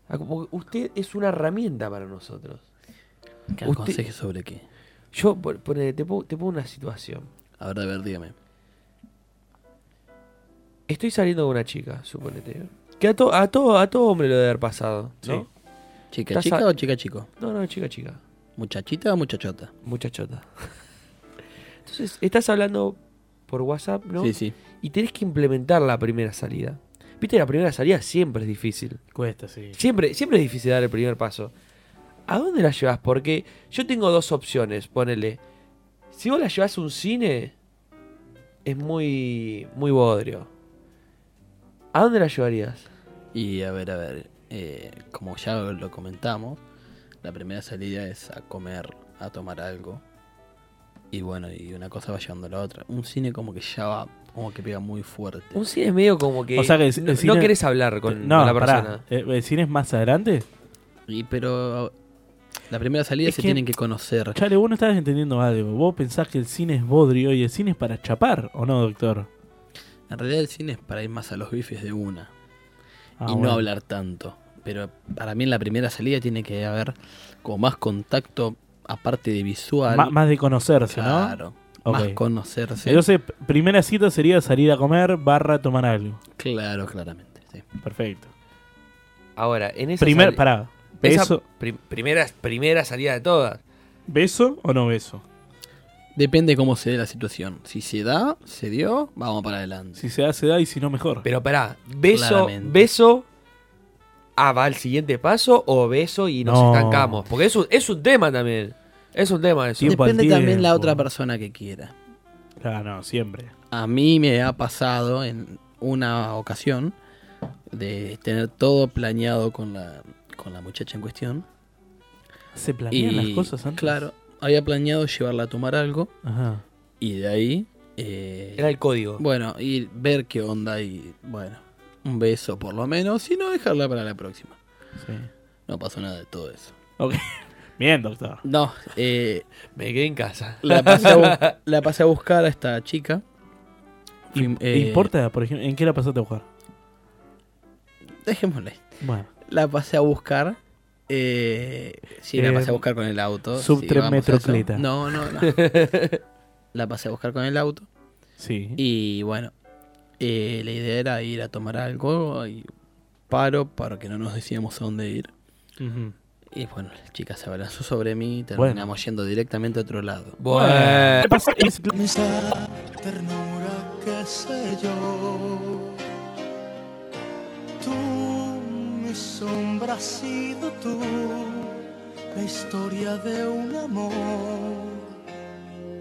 C: Ac- porque Usted es una herramienta para nosotros.
R: ¿Qué
C: Usted-
R: aconseje sobre qué?
C: Yo por- ponele, te, pongo, te pongo una situación.
R: A ver, a ver, dígame.
C: Estoy saliendo con una chica, suponete. Que a, to- a, todo a todo hombre lo debe haber pasado. ¿no?
R: Sí. ¿Chica
C: Estás
R: chica
C: a-
R: o chica chico?
C: No, no, chica chica.
R: ¿Muchachita o muchachota?
C: Muchachota. Entonces, estás hablando por WhatsApp, ¿no?
R: Sí, sí.
C: Y tenés que implementar la primera salida. Viste, la primera salida siempre es difícil.
D: Cuesta, sí.
C: Siempre, siempre es difícil dar el primer paso. ¿A dónde la llevas? Porque yo tengo dos opciones, ponele. Si vos la llevas a un cine, es muy, muy bodrio. ¿A dónde la llevarías?
R: Y a ver, a ver, eh, como ya lo comentamos, la primera salida es a comer, a tomar algo. Y bueno, y una cosa va llevando a la otra. Un cine como que ya va, como que pega muy fuerte.
C: Un cine es medio como que,
D: O sea que el- el
C: no, no
D: cine-
C: querés hablar con,
D: No, Eh,
C: con la
D: pará.
C: persona.
D: Eh, ¿El cine es más adelante?
R: Y pero
E: La primera salida
D: Es
E: se
D: que-
E: tienen que conocer.
D: Chale, vos no estás entendiendo algo. Vos pensás que el cine es bodrio y el cine es para chapar, ¿o no, doctor?
E: En realidad el cine es para ir más a los bifes de una.
D: Ah,
E: y
D: bueno.
E: no hablar tanto. Pero para mí en la primera salida tiene que haber como más contacto, aparte de visual.
D: Má- más de conocerse,
E: Claro.
D: ¿no?
E: Más
D: Ok.
E: conocerse.
D: Entonces, p- primera cita sería salir a comer barra tomar algo.
E: Claro, claramente. sí.
D: Perfecto.
C: Ahora, en esa
D: Primer-
C: sali-
D: pará,
C: esa
D: beso.
C: pri- primera, primera salida de todas.
D: ¿Beso o no beso?
E: Depende cómo se dé la situación. Si se da, se dio, vamos para adelante.
D: Si se da, se da y si no, mejor.
C: Pero pará, beso,
E: Claramente.
C: beso. Ah, va al siguiente paso o beso y nos
D: No.
C: estancamos. Porque es un, es un tema también. Es un tema eso.
E: Depende también la otra persona que quiera.
D: Ah, no, siempre.
E: A mí me ha pasado en una ocasión de tener todo planeado con la, con la muchacha en cuestión.
D: ¿Se planean las cosas antes? Ah.
E: Claro, había planeado llevarla a tomar algo
D: Ajá.
E: y de ahí... eh,
C: Era el código.
E: Bueno, y ver qué onda y bueno, un beso por lo menos, si no dejarla para la próxima.
D: Sí.
E: No pasó nada de todo eso.
D: Ok. Bien, doctor.
E: No, eh,
C: me quedé en casa.
E: La pasé a, bu- la pasé a buscar a esta chica. Fui-
D: ¿Te
E: eh,
D: importa, por ejemplo, en qué la pasaste a jugar?
E: Dejémosle.
D: Bueno.
E: La pasé a buscar. Eh, sí, la
D: Eh,
E: pasé a buscar con el auto.
D: sub
E: sí,
D: tres
E: vamos a eso.
D: metrocleta.
E: No, no, no. la pasé a buscar con el auto.
D: Sí.
E: Y bueno, eh, la idea era ir a tomar algo y paro para que no nos decíamos a dónde ir.
D: Ujú.
E: Y bueno, la chica se abalanzó sobre mí y terminamos yendo directamente a otro lado.
C: Bueno.
D: ¿Qué pasa? Es-
A: Esa ternura que sé yo. Tú, mi sombra has sido tú, la historia de un amor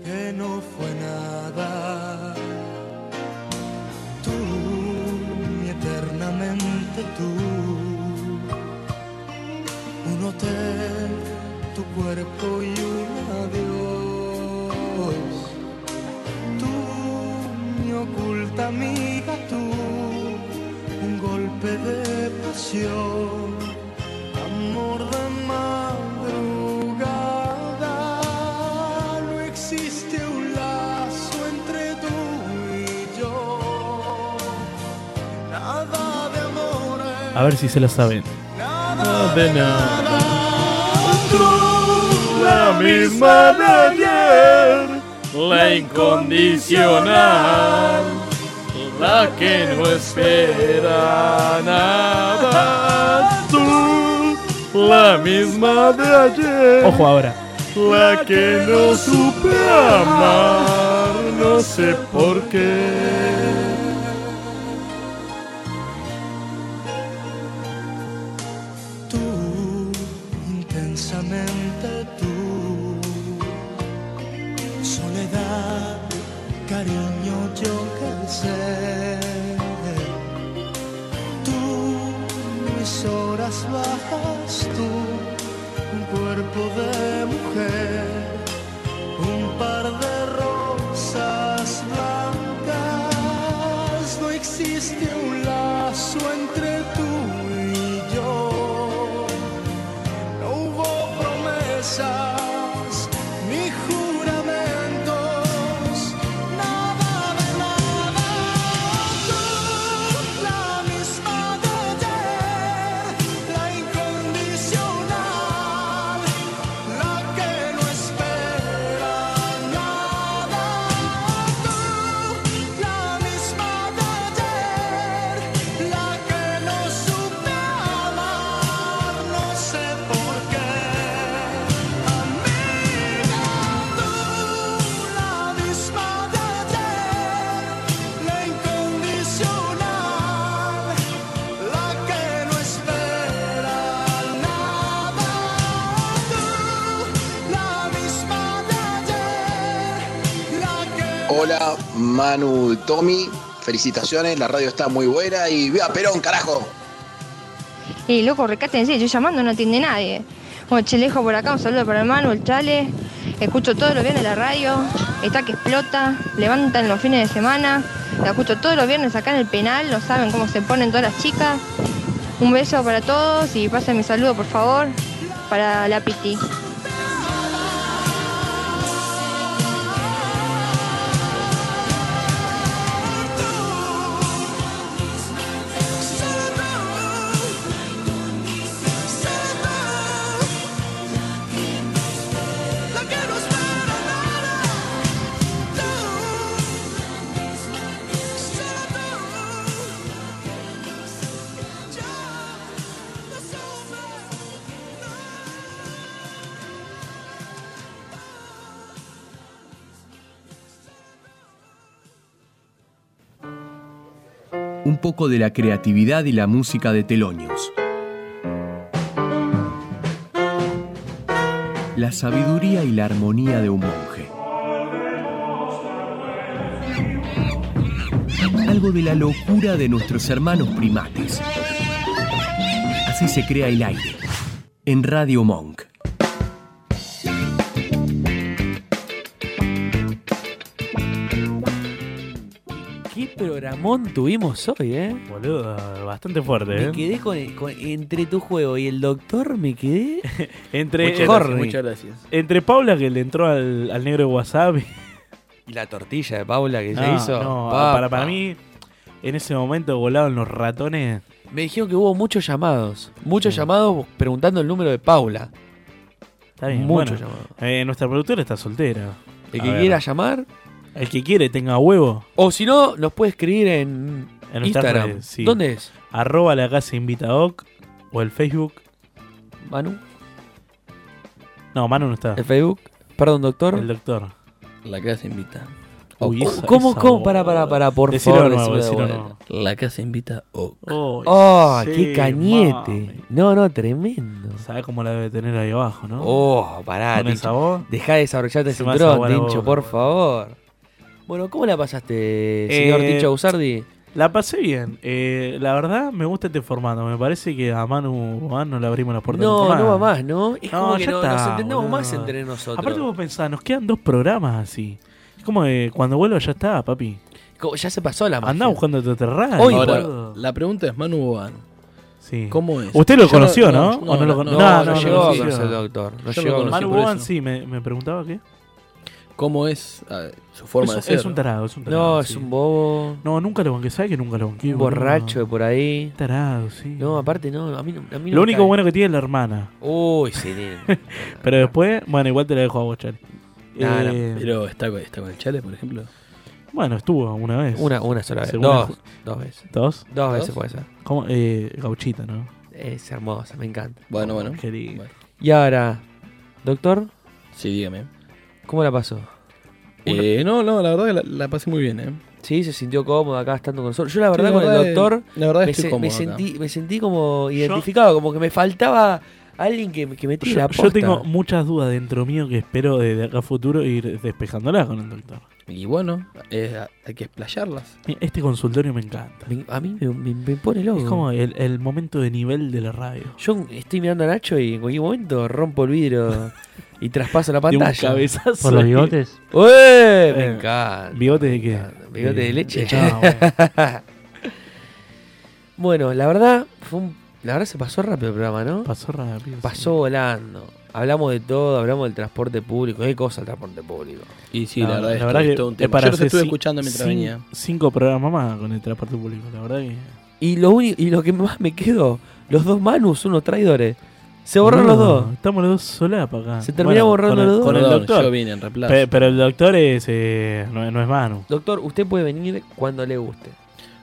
A: que no fue nada. Tú, mi eternamente tú, un hotel, tu cuerpo y un adiós. Tú, mi oculta amiga, tú, un golpe de pasión, amor de madrugada. No existe un lazo entre tú y yo, nada de amores.
D: A ver si se la saben.
A: Nada
D: de nada.
A: La misma de ayer, la incondicional, la que no espera nada. Tú, la misma de ayer,
D: Ojo ahora.
A: la que no supe amar, no sé por qué. tú, intensamente tú. Soledad, cariño, yo que sé. Tú, mis horas bajas, tú, un cuerpo de mujer, un par de rosas blancas. No existe un lazo entre tú y yo. No hubo promesas ni juramentos, nada de nada. Tú, la misma de ayer, la incondicional, la que no espera nada. Tú, la misma de ayer, la que no supe amar, no sé por qué. Amiga, tú, la misma de ayer, la incondicional, la que no espera nada. Tú, la misma de ayer, la que
K: Hola, Manu Tommy. Felicitaciones, la radio está muy buena y viva Perón, carajo.
J: Y loco, recátense, yo llamando no atiende nadie. Bueno, Chelejo por acá, un saludo para el Manu, el Chale. Escucho todos los viernes la radio, está que explota, levantan los fines de semana. La escucho todos los viernes acá en el penal, no saben cómo se ponen todas las chicas. Un beso para todos y pasen mi saludo, por favor, para la Piti.
M: Un poco de la creatividad y la música de Telonios. La sabiduría y la armonía de un monje. Algo de la locura de nuestros hermanos primates. Así se crea el aire. En Radio Monk.
C: Qué programón tuvimos hoy, ¿eh?
D: Boludo, bastante fuerte,
C: Me
D: ¿eh?
C: quedé con, el- con- entre tu juego y el doctor, me quedé.
D: Entre,
C: Muchas gracias, muchas gracias.
D: Entre Paula, que le entró al, al negro de WhatsApp.
C: Y la tortilla de Paula que se
D: No,
C: hizo.
D: no,
C: Pa,
D: para, para
C: pa.
D: mí, en ese momento volaban los ratones.
C: Me dijeron que hubo muchos llamados. Muchos llamados preguntando el número de Paula.
D: Está bien,
C: Muchos
D: bueno.
C: llamados.
D: Eh, nuestra productora está soltera.
C: El
D: A
C: que
D: ver.
C: quiera llamar.
D: El que quiere, tenga huevo.
C: O si no, nos puede escribir en,
D: En nuestras
C: Instagram.
D: redes, sí.
C: ¿Dónde es?
D: Arroba la casa invitadoc o el Facebook.
C: Manu.
D: No, Manu no está.
C: El Facebook. Perdón, doctor.
D: El doctor.
E: La casa invita.
D: Oh,
C: Uy, esa- ¿Cómo- esa cómo? voz. Pará, pará, pará, por
E: Decilo
C: favor,
E: de nuevo,
C: decilo de
E: decilo de
C: vuelta.
E: nuevo. La casa invita o
D: Oh,
C: ¡Oh,
D: sí,
C: qué cañete!
D: mami.
C: No, no, tremendo.
D: ¿Sabés cómo la debe tener ahí abajo, no?
C: Oh, pará,
D: Con esa voz.
C: Tincho. Dejá de desabrocharte el
D: Se me hace
C: cinturón,
D: agua la
C: Tincho,
D: boca,
C: por favor. Bueno, ¿cómo la pasaste, señor
D: Eh,
C: Tincho Usardi?
D: La pasé bien. Eh, la verdad, me gusta este formato. Me parece que a Manu, a Manu le abrimos las puertas.
C: No,
D: nunca
C: no va
D: más.
C: más, ¿no? Es
D: No,
C: como que
D: ya
C: no-
D: está,
C: nos entendemos
D: boludo.
C: más entre nosotros.
D: Aparte vos pensás, nos quedan dos programas así. Es como que cuando vuelva ya está, papi.
C: Como Ya se pasó la magia.
D: Andá buscando tu terreno.
C: Hoy,
D: boludo.
C: boludo.
E: Ah, La pregunta es Manu Boban.
D: Sí.
E: ¿Cómo es?
D: Usted lo
E: Yo
D: conoció, ¿no? ¿O no lo cono-
C: no, no llegó a
E: conocí.
C: conocer al doctor, no
E: Yo
C: llegó a
E: conocí
D: Manu
E: por
D: Boban
E: eso.
D: sí, me, me preguntaba qué.
E: ¿Cómo es ah, su forma
D: es,
E: de ser?
D: es un tarado, es un tarado.
C: No, es
D: sí.
C: un bobo.
D: No, nunca lo banqué. ¿Sabes que nunca lo banqué?
C: Un
D: boludo?
C: borracho de por ahí.
D: Tarado, sí.
C: No, aparte no, a mí no. a mí no me
D: Lo único
C: cae.
D: bueno que tiene es la hermana.
C: Uy, sí. nene.
D: Pero después, bueno, igual te la dejo a vos, Chale.
C: No, no,
D: Eh,
E: Pero está, con- está con el chale, por ejemplo.
D: Bueno, estuvo una vez.
C: Una- una sola vez.
D: Según
C: Dos,
D: el ju-
C: dos veces.
D: ¿Dos?
C: Dos veces puede ser.
D: ¿Cómo? Eh, gauchita, ¿no?
C: Es hermosa, me encanta.
E: Bueno, bueno.
D: Qué lindo.
C: Y ahora, doctor,
E: Sí, dígame.
C: ¿cómo la pasó?
E: Eh, no, no, la verdad que la, la pasé muy bien, ¿eh?
C: Sí, se sintió cómodo acá estando con nosotros. Yo la verdad
E: Sí, la
C: con
E: verdad
C: el
E: es-
C: doctor
E: la verdad
C: me,
E: estoy
C: se- me
E: cómodo acá.
C: sentí, me sentí como identificado, como que me faltaba alguien que, me- que me tire
D: Yo,
C: la
D: yo
C: posta.
D: tengo muchas dudas dentro mío que espero de, de acá a futuro ir despejándolas con el doctor.
E: Y bueno, eh, hay que explayarlas.
D: Este consultorio me encanta. Eh,
C: a mí me, me- me pone loco.
D: Es como el, el momento de nivel de la radio.
C: Yo estoy mirando a Nacho y en cualquier momento rompo el vidrio y traspaso la pantalla.
D: cabezazo.
F: ¿Por los bigotes?
C: ¡Ué! Me
D: Eh,
C: encanta.
D: ¿Bigotes de qué?
C: Bigote de leche.
D: Ah, bueno.
C: bueno, la verdad, fue un- la verdad se pasó rápido el programa, ¿no?
D: Pasó rápido.
C: Pasó volando. Hablamos de todo, hablamos del transporte público. ¿Qué cosa el transporte público?
E: Y sí,
D: No,
E: la verdad, es
D: que
E: que todo un tema.
D: es para
E: Yo los
D: hacer
E: estuve
D: cin-
E: escuchando mientras
D: cin-
E: venía.
D: Cinco programas más con el transporte público, la verdad que.
C: Y lo, único, y lo que más me quedo, los dos Manus, unos traidores. Se borraron
D: No,
C: los dos.
D: Estamos los dos solapas acá.
C: Se termina borrando
D: con el-
C: los dos.
D: Con el
C: Perdón,
D: doctor.
C: yo vine en reemplazo.
D: Pe- pero el doctor es, eh, no, es- no es Manu.
C: Doctor, usted puede venir cuando le guste.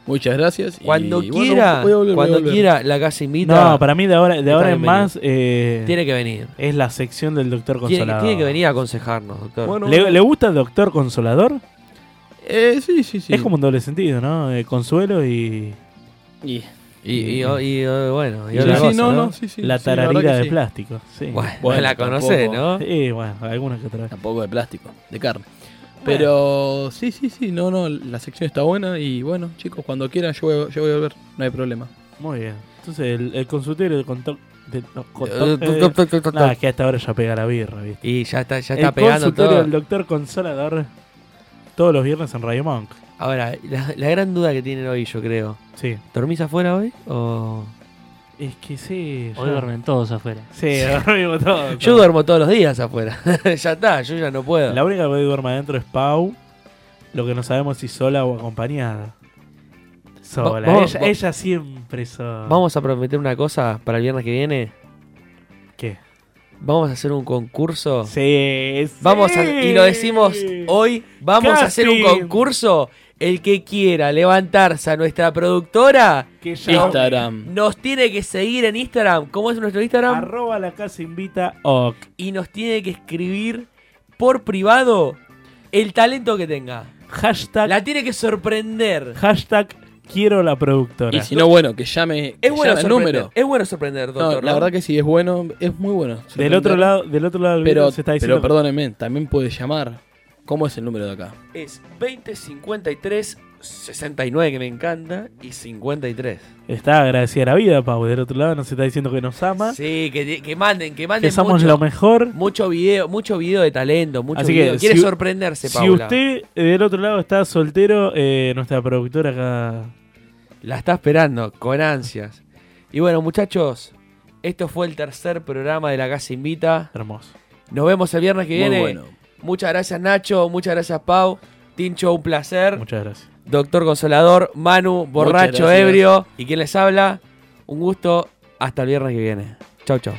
E: Muchas gracias. y
C: Cuando
E: bueno,
C: quiera,
E: voy a volver, voy a
C: cuando
E: volver.
C: quiera, la casa invita.
D: No, para mí de ahora, de
C: Está
D: ahora en
C: bienvenido.
D: más. eh,
C: Tiene que venir.
D: Es la sección del doctor
C: Tiene,
D: consolador.
C: tiene que venir a aconsejarnos, doctor.
D: ¿Le, le gusta el doctor consolador?
E: Eh, sí, sí, sí.
D: Es como un doble sentido, ¿no? Eh, consuelo y.
E: Y,
C: y, y- y- y- bueno, y
D: Sí,
C: otra
D: sí,
C: cosa,
D: no,
C: ¿no?
D: no, sí, sí, La sí, la verdad tararira que de sí. plástico, sí.
C: Bueno,
D: Bueno,
C: la conoce,
E: tampoco.
C: ¿no?
D: Sí, bueno, algunas que otra.
E: Tampoco de plástico, de carne. Pero sí, sí, sí, no, no, la sección está buena y bueno, chicos, cuando quieran yo voy, a- yo voy a volver, no hay problema.
D: Muy bien. Entonces, el, el consultorio del conto- del- no,
C: Eh,
D: conto-
C: toc,
D: eh,
C: toc, toc, toc, toc,
D: nada,
C: toc.
D: que hasta ahora ya pega la birra, ¿viste?
C: Y ya está, ya
D: El
C: está pegando
D: consultorio
C: todo.
D: del doctor consolador todos los viernes en Radio Monk.
C: Ahora, la, la gran duda que tienen hoy, yo creo.
D: Sí.
C: ¿Dormís afuera hoy? ¿O
D: Es que sí.
F: Hoy
D: ya-
F: duermen todos afuera.
D: Sí, dormimos todos.
C: Yo duermo todos los días afuera. ya está, yo ya no puedo.
D: La única que hoy duerme adentro es Pau. Lo que no sabemos si sola o acompañada. Sola.
C: vamos-
D: ella,
C: va-
D: ella siempre sola.
C: Vamos a prometer una cosa para el viernes que viene.
D: ¿Qué?
C: Vamos a hacer un concurso.
D: Sí.
C: Vamos a- y lo decimos hoy. Vamos a hacer un
D: Casi.
C: concurso. El que quiera levantarse a nuestra productora.
D: Que ya- Instagram.
C: Nos tiene que seguir en Instagram. ¿Cómo es nuestro Instagram?
D: Arroba la casa invita. Ok.
C: Y nos tiene que escribir por privado el talento que tenga.
D: Hashtag.
C: La tiene que sorprender.
D: Hashtag quiero la productora.
R: Y si no, bueno, que llame, que
C: Es bueno
R: llame el
C: sorprender.
R: número.
C: Es bueno sorprender,
R: No,
C: doctor.
R: la
C: ¿no?
R: verdad que sí, es bueno, es muy bueno.
D: Del otro lado, del otro lado del
R: pero,
D: vidrio se está diciendo-
R: Pero perdónenme, también puede llamar. ¿Cómo es el número de acá?
C: es 20, 53, 69, que me encanta, y 53.
D: Está agradecida la vida, Pau. Del otro lado nos está diciendo que nos ama.
C: Sí, que, que manden, que manden.
D: Que somos
C: mucho,
D: lo mejor.
C: Mucho video, mucho video de talento, mucho
D: Así
C: video.
D: que
C: Quiere
D: si-
C: sorprenderse,
D: Si
C: Paula.
D: usted eh, del otro lado está soltero, eh, nuestra productora acá.
C: La está esperando con ansias. Y bueno, muchachos, esto fue el tercer programa de La Casa Invita.
D: Hermoso.
C: Nos vemos el viernes que
R: Muy
C: viene.
R: bueno.
C: Muchas gracias, Nacho. Muchas gracias, Pau. Tincho, un placer.
D: Muchas gracias.
C: Doctor Consolador, Manu, borracho,
R: gracias.
C: ebrio. ¿Y quien les habla? Un gusto. Hasta el viernes que viene. Chau, chau.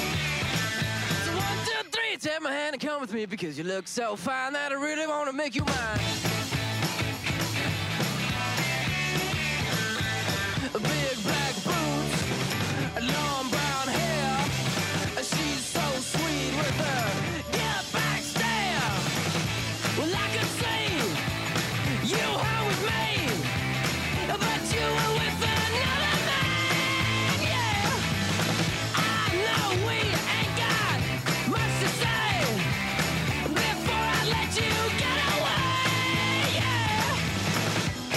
A: So one, two, three, take my hand and come with me because you look so fine that I really want to make you mine. Big black boots, long brown hair. She's so sweet with her get back stare. Well, I could sing you are with me, but you were with another man. Yeah. I know we ain't got much to say before I let you get away. Yeah.